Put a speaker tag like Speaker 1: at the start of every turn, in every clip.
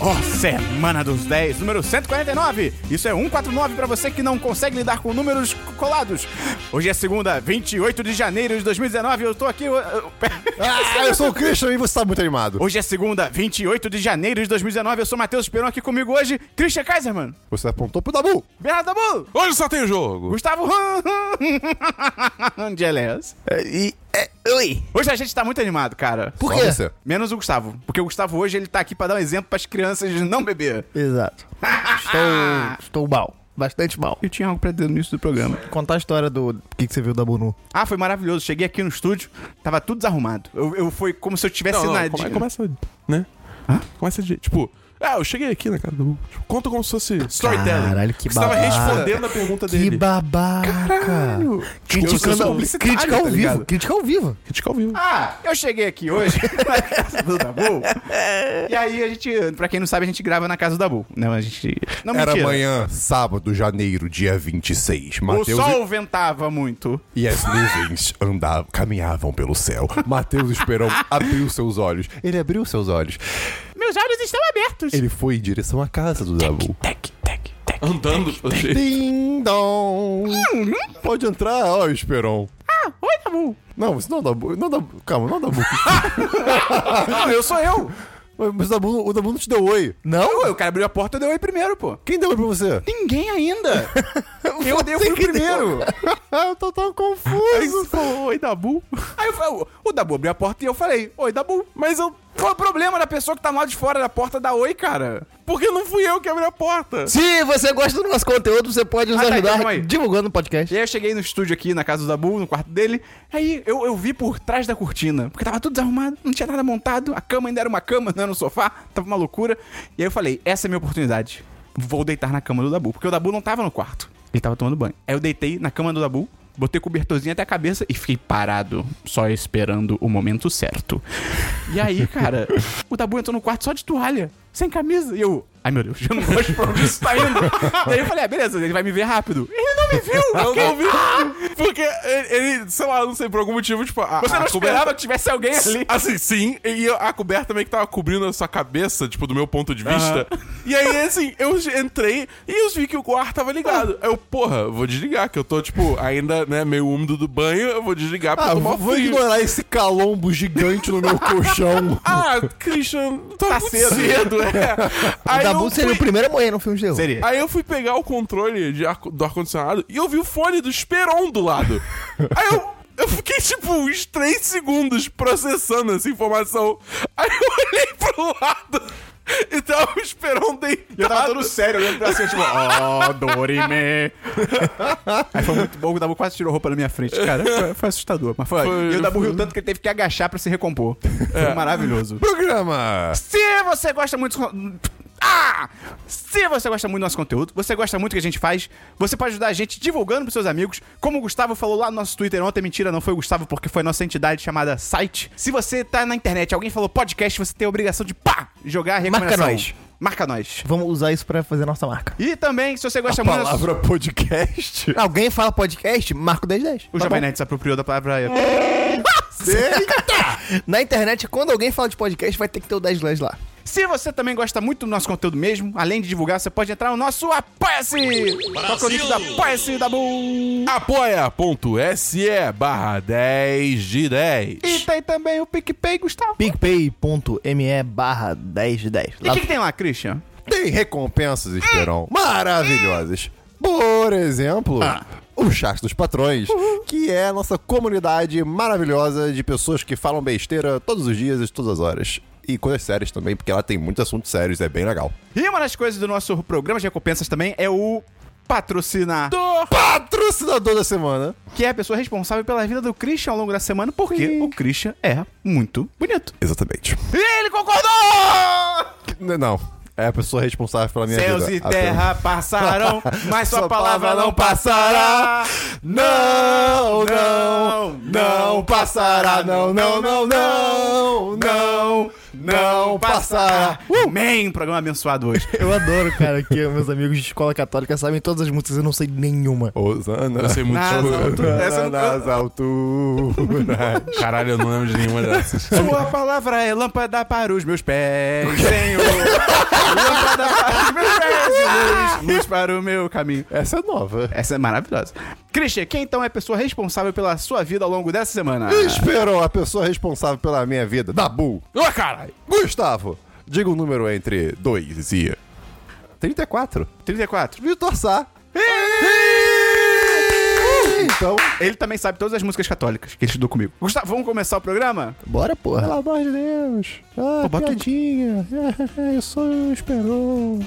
Speaker 1: ó, Semana dos 10, número 149. Isso é 149 pra você que não consegue lidar com números colados. Hoje é segunda, 28 de janeiro de 2019. Eu tô aqui. eu- eu-
Speaker 2: Ah, eu sou o Christian e você tá muito animado.
Speaker 1: Hoje é segunda, 28 de janeiro de 2019. Eu sou Matheus Peron aqui comigo hoje. Christian Kaiserman,
Speaker 2: Você apontou pro Dabu.
Speaker 1: Bernardo Dabu,
Speaker 3: Hoje só tem jogo.
Speaker 1: Gustavo Angeles.
Speaker 4: E. É, oi!
Speaker 1: Hoje a gente tá muito animado, cara.
Speaker 2: Por
Speaker 4: quê?
Speaker 2: Você.
Speaker 1: Menos o Gustavo, porque o Gustavo hoje ele tá aqui pra dar um exemplo pras crianças de não beber.
Speaker 4: Exato. estou, estou mal. Bastante mal.
Speaker 1: Eu tinha algo pra dizer no início do programa.
Speaker 4: Contar a história do. O que, que você viu da Bunu?
Speaker 1: Ah, foi maravilhoso. Cheguei aqui no estúdio, tava tudo desarrumado. Eu, eu foi como se eu tivesse
Speaker 3: Não, não,
Speaker 1: na.
Speaker 3: come- começa, né? Começa de, tipo, ah, eu cheguei aqui na casa do... Tipo, conta como se fosse storytelling.
Speaker 4: Caralho, que
Speaker 3: Porque Você tava
Speaker 4: babaca.
Speaker 3: respondendo a pergunta
Speaker 4: Que
Speaker 3: dele.
Speaker 4: babaca!
Speaker 1: é?
Speaker 3: Eu
Speaker 4: Criticando
Speaker 3: sou
Speaker 4: a...
Speaker 3: publicitário,
Speaker 4: Crítica ao
Speaker 3: tá
Speaker 4: vivo.
Speaker 3: ligado?
Speaker 4: Crítica ao vivo.
Speaker 3: Crítica ao vivo.
Speaker 1: Ah, eu cheguei aqui hoje na casa do Dabu. E aí a gente, pra quem não sabe, a gente grava na casa do Dabu. Não, a gente. Não
Speaker 2: Era
Speaker 1: Ah, mentira.
Speaker 2: amanhã, sábado, janeiro, dia 26.
Speaker 1: O
Speaker 2: Mateus
Speaker 1: sol ventava muito.
Speaker 2: e e as nuvens andavam, caminhavam pelo céu. Mateus Esperão abriu seus olhos. Ele abriu seus olhos.
Speaker 1: Meus olhos estão abertos.
Speaker 2: Ele foi em direção à casa do Dabu.
Speaker 3: Andando.
Speaker 2: Ding dong! Pode entrar, ó, Esperon.
Speaker 1: Uhum. Oi, Dabu.
Speaker 2: Não, isso não é o Dabu. Não é o Dabu. Calma, não é o Dabu.
Speaker 1: Não, eu sou eu.
Speaker 2: Mas o Dabu, o Dabu não te deu oi.
Speaker 1: Não? Eu, o cara abriu a porta e deu oi primeiro, pô.
Speaker 2: Quem deu oi pra você?
Speaker 1: Ninguém ainda. eu dei eu fui o primeiro.
Speaker 2: eu tô tão
Speaker 1: Aí
Speaker 2: confuso.
Speaker 1: você falou, oi, Dabu. Aí eu falei, o Dabu abriu a porta e eu falei, oi, Dabu. Mas eu. Qual é o problema da pessoa que tá lá de fora da porta da oi, cara?
Speaker 3: Porque não fui eu que abri a porta.
Speaker 4: Se você gosta do nosso conteúdo, você pode nos
Speaker 1: Ah, tá, então
Speaker 4: ajudar
Speaker 1: calma aí.
Speaker 4: divulgando
Speaker 1: E
Speaker 4: o podcast.
Speaker 1: aí eu cheguei no estúdio aqui, na casa do Dabu, no quarto dele. Aí eu, eu vi por trás da cortina, porque tava tudo desarrumado, não tinha nada montado, a cama ainda era uma cama, não era um sofá, tava uma loucura. E aí eu falei, essa é minha oportunidade. Vou deitar na cama do Dabu, porque o Dabu não tava no quarto. Ele tava tomando banho. Aí eu deitei na cama do Dabu, botei o cobertorzinho até a cabeça e fiquei parado, só esperando o momento certo. E aí, cara, o Dabu entrou no quarto só de toalha, sem camisa. E eu, ai meu Deus, eu não gosto pra onde isso tá indo. e aí eu falei, ah, beleza, ele vai me ver rápido. Ele não me viu!
Speaker 3: Eu
Speaker 1: ok?
Speaker 3: não
Speaker 1: Ah!
Speaker 3: vi. Porque ele, ele, sei lá, não sei, por algum motivo, tipo... A,
Speaker 1: Você
Speaker 3: a
Speaker 1: não esperava
Speaker 3: coberta-
Speaker 1: que tivesse alguém ali.
Speaker 3: Assim, sim, e a coberta meio que tava cobrindo a sua cabeça, tipo, do meu ponto de vista. E aí, assim, eu entrei e eu vi que o quarto tava ligado. Aí Eu, porra, vou desligar, que eu tô, tipo, ainda, né, meio úmido do banho, eu vou desligar pra
Speaker 2: Ah,
Speaker 3: tomar um
Speaker 2: vou,
Speaker 3: frio.
Speaker 2: vou ignorar esse calombo gigante no meu colchão.
Speaker 3: Ah, Christian, tá,
Speaker 1: Tá
Speaker 3: muito
Speaker 1: cedo.
Speaker 3: cedo, é.
Speaker 4: O
Speaker 3: Aí
Speaker 4: Dabu
Speaker 3: eu,
Speaker 4: seria
Speaker 3: fui,
Speaker 4: o primeiro a morrer no filme de terror.
Speaker 1: Seria.
Speaker 3: aí eu fui pegar o controle de ar- do ar-condicionado e eu vi o fone do Esperon do lado. aí eu, eu fiquei, tipo, uns três segundos processando essa informação. Aí eu olhei pro lado e tava o Esperon deitado.
Speaker 1: Eu tava todo sério, olhando pra cima, tipo, ó, oh, Dorime. Aí foi muito bom, o Dabu quase tirou roupa na minha frente, cara. Foi, foi assustador, mas foi. É.
Speaker 3: Foi,
Speaker 1: e o Dabu
Speaker 3: foi.
Speaker 1: riu tanto que ele teve que agachar pra se recompor. Foi maravilhoso.
Speaker 2: Programa!
Speaker 1: Se você gosta muito. Ah! Se você gosta muito do nosso conteúdo, você gosta muito do que a gente faz, você pode ajudar a gente divulgando pros seus amigos. Como o Gustavo falou lá no nosso Twitter ontem, mentira, não foi o Gustavo, porque foi nossa entidade chamada Site. Se você tá na internet, alguém falou podcast, você tem a obrigação de pá! Jogar a
Speaker 4: Marca
Speaker 1: recomendação.
Speaker 4: nós.
Speaker 1: Marca nós.
Speaker 4: Vamos usar isso pra fazer nossa marca.
Speaker 1: E também, se você gosta
Speaker 2: A
Speaker 1: muito.
Speaker 2: palavra Tá podcast.
Speaker 4: Alguém fala podcast, marca o 1010.
Speaker 1: O
Speaker 4: Tá
Speaker 1: Jovem
Speaker 4: bom?
Speaker 1: Nerd se apropriou da palavra.
Speaker 4: Na internet, quando alguém fala de podcast, vai ter que ter o 1010 lá.
Speaker 1: Se você também gosta muito do nosso conteúdo mesmo, além de divulgar, você pode entrar no nosso Apoia-se! Toca o link do Apoia-se da Bull!
Speaker 3: Apoia.se barra 10 de 10.
Speaker 1: E tem também o PicPay, Gustavo.
Speaker 4: picpay.me barra 1010.
Speaker 1: E o
Speaker 4: Lá
Speaker 1: que, que tem lá, Christian?
Speaker 2: Tem recompensas,
Speaker 1: Hum.
Speaker 2: Esperão, maravilhosas. Por exemplo,
Speaker 1: Ah.
Speaker 2: o Chat dos Patrões, que é a nossa comunidade maravilhosa de pessoas que falam besteira todos os dias e todas as horas. E coisas sérias também, porque ela tem muitos assuntos sérios, é bem legal.
Speaker 1: E uma das coisas do nosso programa de recompensas também é o patrocinar,
Speaker 2: Patrocinador da semana.
Speaker 1: que é a pessoa responsável pela vida do Christian ao longo da semana, porque o Christian é muito bonito.
Speaker 2: Exatamente.
Speaker 1: E ele concordou!
Speaker 2: N- Não, é a pessoa responsável pela minha
Speaker 1: Céus
Speaker 2: vida.
Speaker 1: e
Speaker 2: apenas.
Speaker 1: terra passarão, mas sua palavra não passará.
Speaker 2: Não, não, não passará, não, não, não, não, não, Uh! não passará.
Speaker 1: Man, programa abençoado hoje.
Speaker 4: Eu adoro, cara, que meus amigos de escola católica sabem todas as músicas, eu não sei nenhuma.
Speaker 2: Osana
Speaker 3: Eu sei muito
Speaker 1: Nas
Speaker 3: sobre-
Speaker 1: alturas. Essa eu não-
Speaker 2: nas alturas.
Speaker 3: Caralho, eu não lembro de nenhuma dessas.
Speaker 1: Sua palavra é lâmpada para os meus pés, Senhor. Lâmpada para os meus pés e luz, luz para o meu caminho.
Speaker 2: Essa é nova.
Speaker 1: Essa é maravilhosa. Christian, quem então é a pessoa responsável pela sua vida ao longo dessa semana?
Speaker 2: Esperou a pessoa responsável pela minha vida. Dabu.
Speaker 3: Ô, caralho!
Speaker 2: Gustavo. Diga um número entre 2 e 34.
Speaker 1: 34.
Speaker 2: Vitor Sá. Então,
Speaker 1: Ele também sabe todas as músicas católicas que ele estudou comigo. Gustavo, vamos começar o programa?
Speaker 4: Bora, porra.
Speaker 2: pelo amor de Deus. Ah,
Speaker 1: Pô, bota-
Speaker 2: piadinha. É, Eu É. sou Esperon.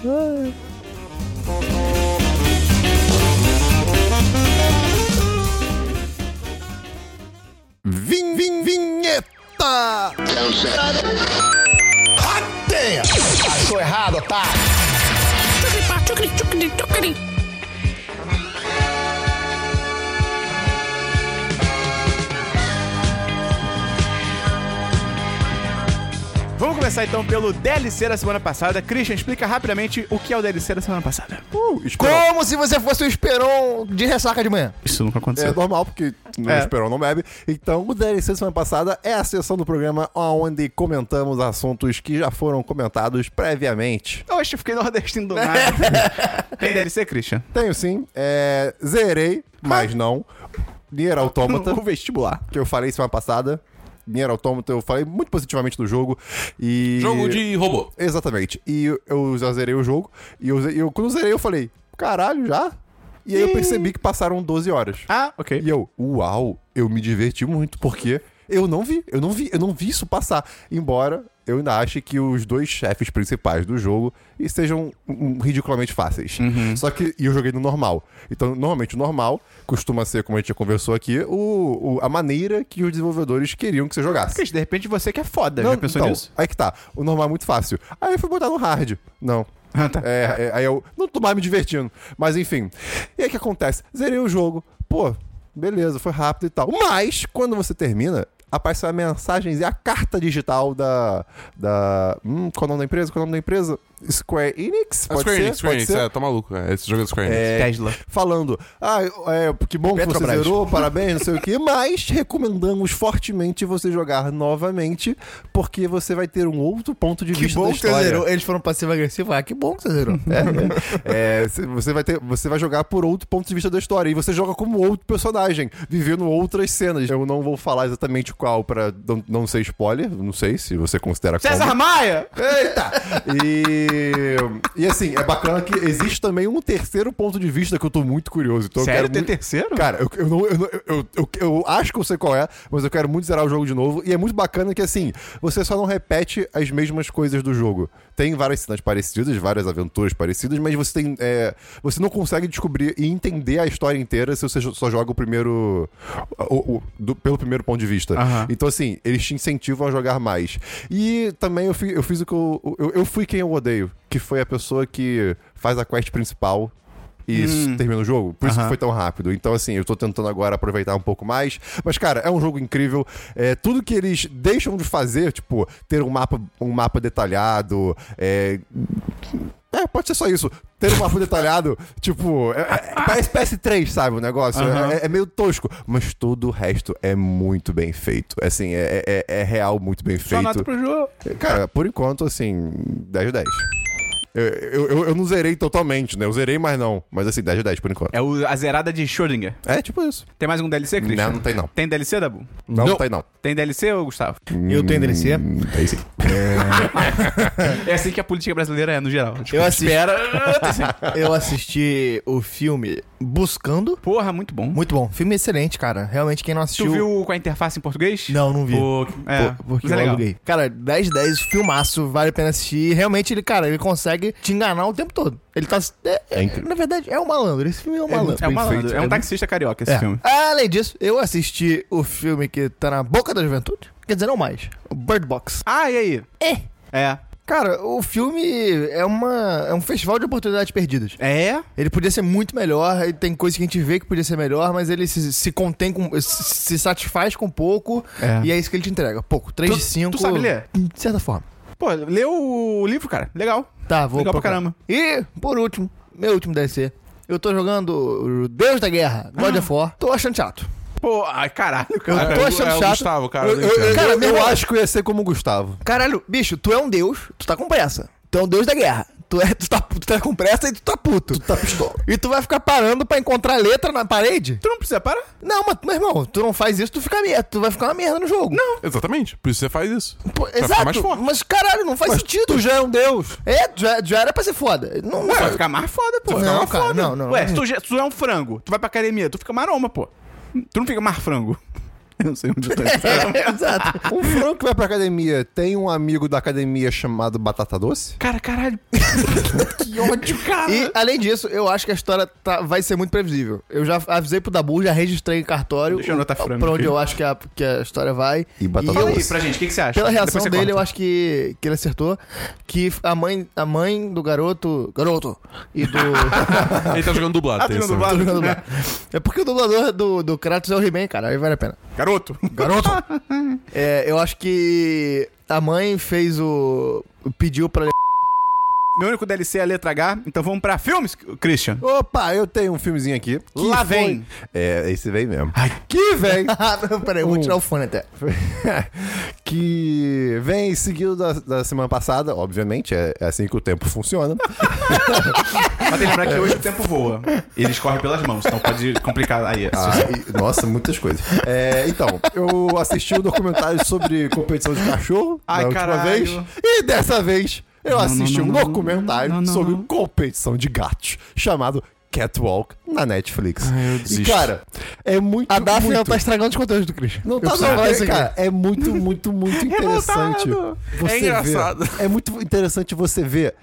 Speaker 2: Vim, vim, vinheta!
Speaker 1: Vamos começar então pelo DLC da semana passada. Christian, explica rapidamente o que é o DLC da semana passada.
Speaker 2: Uh, Esperon.
Speaker 4: Como se você fosse o Esperon de ressaca de manhã.
Speaker 1: Isso nunca
Speaker 2: É
Speaker 1: aconteceu.
Speaker 2: normal, porque não
Speaker 1: É.
Speaker 2: esperou, não bebe. Então, o DLC semana passada é a sessão do programa onde comentamos assuntos que já foram comentados previamente.
Speaker 1: Oxe, eu fiquei nordestino do nada. Tem DLC, Christian?
Speaker 2: Tenho sim, é, zerei,
Speaker 3: Ah.
Speaker 2: mas não. Nier Automata,
Speaker 1: O vestibular.
Speaker 2: que eu falei semana passada. Nier Automata, eu falei muito positivamente do jogo. E...
Speaker 3: Jogo de robô.
Speaker 2: Exatamente. E eu- eu já zerei o jogo. E eu, ze- eu, quando zerei, eu falei, caralho, já? E aí eu percebi que passaram 12 horas.
Speaker 1: Ah, ok.
Speaker 2: E eu, uau, eu me diverti muito, porque eu não vi, eu não vi, eu não vi isso passar. Embora eu ainda ache que os dois chefes principais do jogo estejam um, ridiculamente fáceis.
Speaker 1: Uhum.
Speaker 2: Só que e eu joguei no normal. Então, normalmente o normal costuma ser, como a gente já conversou aqui, o, o- a maneira que os desenvolvedores queriam que você jogasse.
Speaker 1: Christian, de repente você que é foda. já pensou
Speaker 2: então,
Speaker 1: nisso?
Speaker 2: aí que tá. O normal é muito fácil. Aí eu fui botar no hard. Não.
Speaker 1: Ah, tá.
Speaker 2: É, é, aí eu não tô mais me divertindo. Mas enfim. E aí o que acontece? Zerei o jogo. Pô, beleza, foi rápido e tal. Mas, quando você termina, apareceu a mensagem e a carta digital da. da hum, qual é o nome da empresa? Qual é o nome da empresa? Square Enix?
Speaker 4: Ah,
Speaker 3: É
Speaker 2: Pode
Speaker 3: Square
Speaker 2: ser?
Speaker 3: Enix, Square
Speaker 2: Pode
Speaker 3: Enix.
Speaker 2: ser?
Speaker 3: É, tá maluco. É, esse jogo é do Square Enix.
Speaker 2: É,
Speaker 1: Tesla.
Speaker 2: Falando, ah, é, que bom que você
Speaker 4: Petrobras.
Speaker 2: zerou, parabéns, não sei o quê, mas recomendamos fortemente você jogar novamente, porque você vai ter um outro ponto de
Speaker 4: Que
Speaker 2: vista
Speaker 4: bom
Speaker 2: da
Speaker 4: que você
Speaker 2: história.
Speaker 4: zerou. Eles foram passivo-agressivos. Ah, que bom que você zerou.
Speaker 2: É, cê- você vai ter, você vai jogar por outro ponto de vista da história e você joga como outro personagem, vivendo outras cenas. Eu não vou falar exatamente qual para não, não ser spoiler, não sei se você considera
Speaker 1: César
Speaker 2: como.
Speaker 1: Maia!
Speaker 2: Eita! E, e assim, é bacana que existe também um terceiro ponto de vista que eu tô muito curioso. Então eu
Speaker 1: Sério?
Speaker 2: quero
Speaker 1: Tem
Speaker 2: muito-
Speaker 1: terceiro?
Speaker 2: Cara, eu, eu, não- eu, não- eu, eu, eu acho que eu sei qual é, mas eu quero muito zerar o jogo de novo. E é muito bacana que, assim, você só não repete as mesmas coisas do jogo. Tem várias cenas parecidas, várias aventuras parecidas, mas você tem. é, você não consegue descobrir e entender a história inteira se você jo- só joga o primeiro. o- o- do- pelo primeiro ponto de vista.
Speaker 1: Aham.
Speaker 2: Então, assim, eles te incentivam a jogar mais. E também eu, fi- eu fiz o que eu, eu. eu fui quem eu odeio, que foi a pessoa que faz a quest principal. E termina o jogo. Por isso que
Speaker 1: Hum. Aham.
Speaker 2: foi tão rápido. Então, assim, eu tô tentando agora aproveitar um pouco mais. Mas, cara, é um jogo incrível. É, tudo que eles deixam de fazer, tipo, ter um mapa, um mapa detalhado. É... é, pode ser só isso. Ter um mapa detalhado, tipo, é- é- parece PS3, sabe? O negócio.
Speaker 1: Aham.
Speaker 2: É, é meio tosco. Mas todo o resto é muito bem feito. Assim, é, é- é real, muito bem
Speaker 1: Só
Speaker 2: feito.
Speaker 1: nota pro jogo.
Speaker 2: Cara, por enquanto, assim, 10 de 10. Eu, eu, eu- eu não zerei totalmente, né? Eu zerei, mas não. Mas assim, 10 de 10 por enquanto.
Speaker 1: É o- a zerada de Schrödinger.
Speaker 2: É, tipo isso.
Speaker 1: Tem mais um DLC, Christian?
Speaker 2: Não, não tem não.
Speaker 1: Tem DLC, Dabu?
Speaker 2: Não,
Speaker 3: Não.
Speaker 2: tem não.
Speaker 1: Tem DLC, ô Gustavo?
Speaker 4: Eu tenho DLC.
Speaker 2: É isso aí.
Speaker 1: É assim que a política brasileira é, no geral. Tipo,
Speaker 4: Eu assisti-
Speaker 1: Espera.
Speaker 4: Eu assisti o filme Buscando.
Speaker 1: Porra, muito bom.
Speaker 4: Muito bom. Filme excelente, cara. Realmente, quem não assistiu...
Speaker 1: Tu viu com a interface em português?
Speaker 4: Não, não vi.
Speaker 1: Pô, é,
Speaker 4: Por- porque
Speaker 1: mas é
Speaker 4: eu
Speaker 1: legal.
Speaker 4: aluguei. Cara, 10 10, filmaço, vale a pena assistir. Realmente, ele, cara, ele consegue te enganar o tempo todo. Ele tá. é- é-
Speaker 2: É incrível.
Speaker 4: na verdade, é um malandro. Esse filme é um
Speaker 2: muito
Speaker 4: malandro.
Speaker 1: É um
Speaker 2: Bem
Speaker 1: malandro,
Speaker 2: feito.
Speaker 1: é
Speaker 2: É
Speaker 1: um
Speaker 2: muito-
Speaker 1: taxista carioca esse
Speaker 4: É.
Speaker 1: filme.
Speaker 4: Além disso, eu assisti o filme que tá na boca da juventude. Quer dizer, não mais. o Bird Box.
Speaker 1: Ah, e aí? É.
Speaker 4: Cara, o filme é uma. é um festival de oportunidades perdidas.
Speaker 1: É? É?
Speaker 4: Ele podia ser muito melhor, aí tem coisa que a gente vê que podia ser melhor, mas ele se, se contém com. se- se satisfaz com pouco.
Speaker 1: É.
Speaker 4: E é isso que ele te entrega. Pouco. 3
Speaker 1: Tu-
Speaker 4: de 5.
Speaker 1: tu sabe ler?
Speaker 4: De certa forma.
Speaker 1: Pô, lê o livro, cara. Legal.
Speaker 4: Tá, vou
Speaker 1: Legal pra
Speaker 4: procurar.
Speaker 1: caramba.
Speaker 4: E, por último, meu último DLC. Eu tô jogando o Deus da Guerra,
Speaker 1: Ah.
Speaker 4: God of War. Tô achando chato.
Speaker 1: Pô, ai, caralho, cara.
Speaker 4: Eu tô achando
Speaker 3: é o
Speaker 4: chato.
Speaker 3: Gustavo, cara.
Speaker 2: Eu,
Speaker 3: não entendo.
Speaker 4: Cara,
Speaker 2: cara, eu,
Speaker 4: meu-
Speaker 2: acho que eu ia ser como o Gustavo.
Speaker 4: Caralho, bicho, tu é um deus, tu tá com pressa. Tu é um deus da guerra. Tu, é, tu, tá, tu tá com pressa e tu tá puto.
Speaker 2: Tá pistola.
Speaker 4: E tu vai ficar parando pra encontrar letra na parede?
Speaker 1: Tu não precisa parar?
Speaker 4: Não, mas, meu irmão, tu não faz isso, tu fica merda. Tu vai ficar uma merda no jogo. Não,
Speaker 3: Exatamente. Por isso você faz isso.
Speaker 4: Pô,
Speaker 3: Pra ficar
Speaker 4: exato.
Speaker 3: mais forte.
Speaker 4: Mas caralho, não faz sentido.
Speaker 2: Tu já é um deus.
Speaker 4: É, já, já era pra ser foda. Não, não
Speaker 1: Ué, vai
Speaker 4: faz-
Speaker 1: ficar mais foda, pô.
Speaker 4: Não,
Speaker 1: Vai ficar mais
Speaker 4: cara,
Speaker 1: foda.
Speaker 4: não, não.
Speaker 1: Ué, se tu, já- se tu é um frango, tu vai pra academia, tu fica maroma, pô. Tu não fica mais frango. Eu não sei onde eu tô.
Speaker 4: É, exato.
Speaker 2: Um frango que vai pra academia tem um amigo da academia chamado Batata Doce?
Speaker 1: Cara, caralho. que ódio, cara.
Speaker 4: E, além disso, eu acho que a história tá- vai ser muito previsível. Eu já avisei pro Dabu, já registrei em cartório
Speaker 1: Deixa eu anotar
Speaker 4: o-
Speaker 1: frango
Speaker 4: pra onde
Speaker 1: aqui.
Speaker 4: eu acho que a, que a história vai.
Speaker 2: E batata
Speaker 1: Fala
Speaker 4: eu-
Speaker 1: aí pra gente, o que, que você acha?
Speaker 4: Pela reação
Speaker 1: Depois você
Speaker 4: dele,
Speaker 1: corta.
Speaker 4: eu acho que, que ele acertou. Que a mãe, a mãe do garoto. Garoto! E do.
Speaker 3: Ele tá jogando dublado.
Speaker 1: Ah, tu
Speaker 3: tem
Speaker 1: não
Speaker 3: essa-
Speaker 1: dublado?
Speaker 4: é porque o dublador do, do Kratos é o He-Man, cara. Aí vale a pena.
Speaker 1: Garoto.
Speaker 4: Garoto! É, eu acho que a mãe fez o. pediu pra.
Speaker 1: Meu único DLC é a letra H, então vamos pra filmes, Christian.
Speaker 2: Opa, eu tenho um filmezinho aqui. que
Speaker 1: Lá
Speaker 2: foi-
Speaker 1: vem.
Speaker 2: É, esse vem mesmo. Que vem.
Speaker 4: Peraí, eu vou
Speaker 2: Uh.
Speaker 4: tirar o fone até.
Speaker 2: que vem seguido da, da semana passada, obviamente, é, é assim que o tempo funciona.
Speaker 1: Mas tem que lembrar que hoje o tempo voa. Eles correm pelas mãos, então pode complicar aí.
Speaker 2: Ah, e- nossa, muitas coisas. É, então, eu assisti um documentário sobre competição de cachorro
Speaker 1: Ai,
Speaker 2: da última
Speaker 1: caralho.
Speaker 2: vez. E dessa vez eu assisti
Speaker 1: não,
Speaker 2: um
Speaker 1: não, não,
Speaker 2: documentário
Speaker 1: não, não,
Speaker 2: sobre
Speaker 1: não.
Speaker 2: competição de gatos, chamado Catwalk, na Netflix. e,
Speaker 3: desisto.
Speaker 2: cara, é muito.
Speaker 4: A Daphne
Speaker 2: muito...
Speaker 4: não tá estragando os conteúdos do Cris.
Speaker 2: Não tá
Speaker 4: Eu preciso
Speaker 2: não,
Speaker 4: falar
Speaker 2: é,
Speaker 4: isso aqui.
Speaker 2: cara, é muito, muito, muito interessante.
Speaker 3: Revoltado.
Speaker 2: Você
Speaker 3: É engraçado.
Speaker 2: Ver, é muito interessante você ver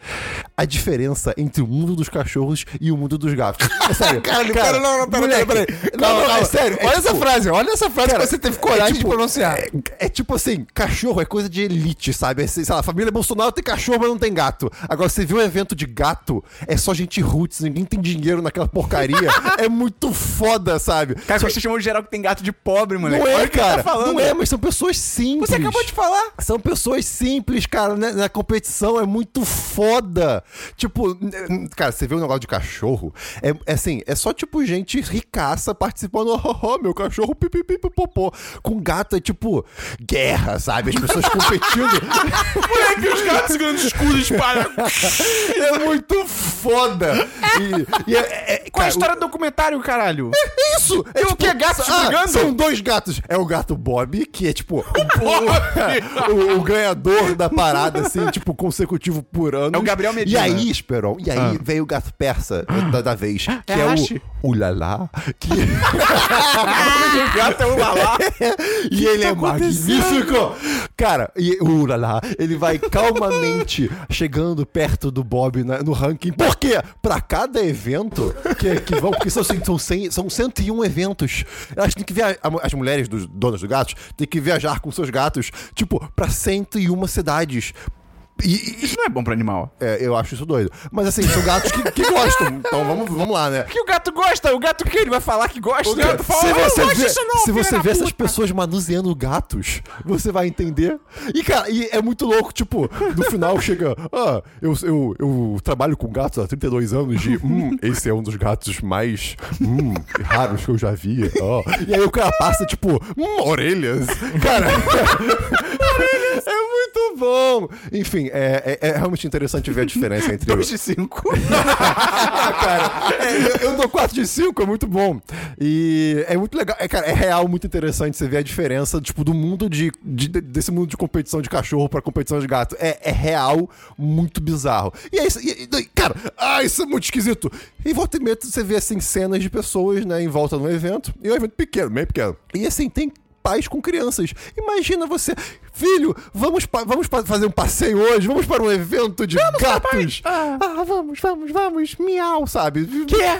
Speaker 2: a diferença entre o mundo dos cachorros e o mundo dos gatos. É sério.
Speaker 4: Caralho, cara, não, não, pera,
Speaker 2: moleque,
Speaker 4: pera,
Speaker 2: Não, não, é
Speaker 4: calma.
Speaker 2: sério. é
Speaker 4: Olha
Speaker 2: tipo-
Speaker 4: essa frase, olha essa frase
Speaker 2: Cara,
Speaker 4: que você teve coragem
Speaker 2: é tipo-
Speaker 4: de pronunciar.
Speaker 2: É, é tipo assim, cachorro é coisa de elite, sabe? É, sei lá, a família Bolsonaro tem cachorro, mas não tem gato. Agora, você vê um evento de gato, é só gente roots, ninguém tem dinheiro naquela porcaria. é muito foda, sabe?
Speaker 1: Cara, você chamou de geral que tem gato de pobre, moleque.
Speaker 2: Não
Speaker 1: Olha
Speaker 2: é,
Speaker 1: o que ele
Speaker 2: cara.
Speaker 1: Tá falando.
Speaker 2: Não é, mas são pessoas simples.
Speaker 1: Você acabou de falar.
Speaker 2: São pessoas simples, cara, né? na competição é muito foda. Tipo, n- cara, você vê um negócio de cachorro, é, é assim, é só tipo gente ricaça participando, oh, oh, oh, meu cachorro pipipipopopô. Com gato é tipo guerra, sabe? As pessoas competindo.
Speaker 3: Moleque, os gatos segurando escudo espalham.
Speaker 2: é muito foda. E, e é, é- é-
Speaker 1: Qual é a
Speaker 2: cara,
Speaker 1: história do documentário, caralho?
Speaker 2: É Isso! É tipo,
Speaker 1: quê? Gatos
Speaker 2: ah,
Speaker 1: brigando?
Speaker 2: São dois gatos. É o gato Bob, que é tipo o, o- o ganhador da parada, assim, tipo, consecutivo por ano.
Speaker 1: É o Gabriel
Speaker 2: E
Speaker 1: Medina.
Speaker 2: aí, Esperon, e aí veio o gato persa da, da vez, que é,
Speaker 1: Hashi?
Speaker 2: o Ulalá, que
Speaker 1: O gato é o Lalá.
Speaker 2: e ele é magnífico! Cara, e o Uralá, ele vai calmamente chegando perto do Bob na- no ranking. Por quê? Pra cada evento que, que vão, porque são, assim, são, 100, são 101 eventos. Elas têm que viajar, as mulheres dos donas do gatos têm que viajar com seus gatos, tipo, pra 101 cidades. E, e-
Speaker 1: Isso não é bom pra animal.
Speaker 2: é, eu acho isso doido. Mas assim, são gatos que, que gostam. Então vamos, vamos lá, né?
Speaker 1: O que o gato gosta? O gato que ele vai falar que gosta?
Speaker 3: O gato fala, "Ah,
Speaker 2: se
Speaker 3: "Eu
Speaker 2: você
Speaker 3: gosto
Speaker 2: vê,
Speaker 3: disso não,
Speaker 2: se
Speaker 3: filha
Speaker 2: você
Speaker 3: da
Speaker 2: vê essas
Speaker 3: puta."
Speaker 2: pessoas manuseando gatos, você vai entender. E, cara, e é muito louco, tipo, no final chega, ah, eu, eu, eu trabalho com gatos há 32 anos de, hum, esse é um dos gatos mais, hum, raros que eu já vi. ó." E aí o cara passa, tipo, hum, orelhas. Cara, é muito bom. Enfim, é, é- é realmente interessante ver a diferença entre...
Speaker 1: 2 de 5.
Speaker 2: Ah, cara, é, eu, eu dou 4 de 5, é muito bom. E é muito legal. É, cara, é real, muito interessante você ver a diferença, tipo, do mundo de. de- de- desse mundo de competição de cachorro pra competição de gato. É, é real, muito bizarro. E é isso. e- e daí, cara, ah, isso é muito esquisito. E volta e meia você vê, assim, cenas de pessoas, né, em volta de um evento. E é um evento pequeno, bem pequeno. E assim, tem pais com crianças. Imagina você, filho, vamos, pa- vamos pa- fazer um passeio hoje, vamos para um evento de gatos. Ah. vamos, vamos, vamos, miau, sabe? Que é?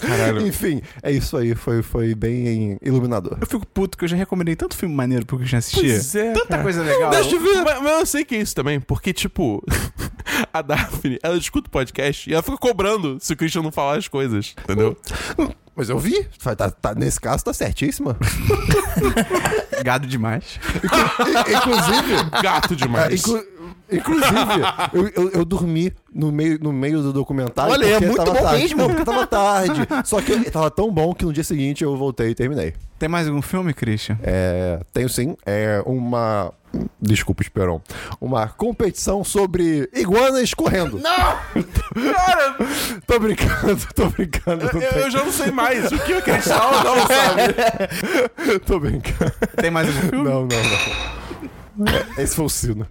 Speaker 3: Caralho.
Speaker 2: Enfim, é isso aí, foi, foi bem iluminador.
Speaker 1: Eu fico puto que eu já recomendei tanto filme maneiro pro Christian assistir.
Speaker 3: Pois é,
Speaker 1: Tanta
Speaker 3: cara.
Speaker 1: coisa legal.
Speaker 3: Deixa eu ver. Mas, mas eu sei que é isso também, porque, tipo, a Daphne, ela escuta o podcast e ela fica cobrando se o Christian não falar as coisas, entendeu?
Speaker 2: Mas eu vi, tá- tá- nesse caso tá certíssima.
Speaker 1: Gado demais.
Speaker 2: Inclusive, é,
Speaker 3: Gato demais.
Speaker 2: Inclu- Inclusive, eu, eu, eu dormi no meio, no meio do documentário.
Speaker 4: Olha, é
Speaker 2: porque
Speaker 4: muito
Speaker 2: tava
Speaker 4: bom
Speaker 2: tarde.
Speaker 4: mesmo.
Speaker 2: Não, porque tava tarde. Só que eu- tava tão bom que no dia seguinte eu voltei e terminei.
Speaker 1: Tem mais algum filme, Christian?
Speaker 2: É, tenho sim, é uma. Desculpa, Esperon. Uma competição sobre iguanas correndo.
Speaker 3: Cara,
Speaker 2: Tô brincando, tô brincando. Não
Speaker 3: eu,
Speaker 2: tem-
Speaker 3: eu já não sei mais. O que é o Cristal não sabe?
Speaker 2: Tô brincando.
Speaker 1: Tem mais algum filme?
Speaker 2: Não, não, não. É, Esse foi o sino.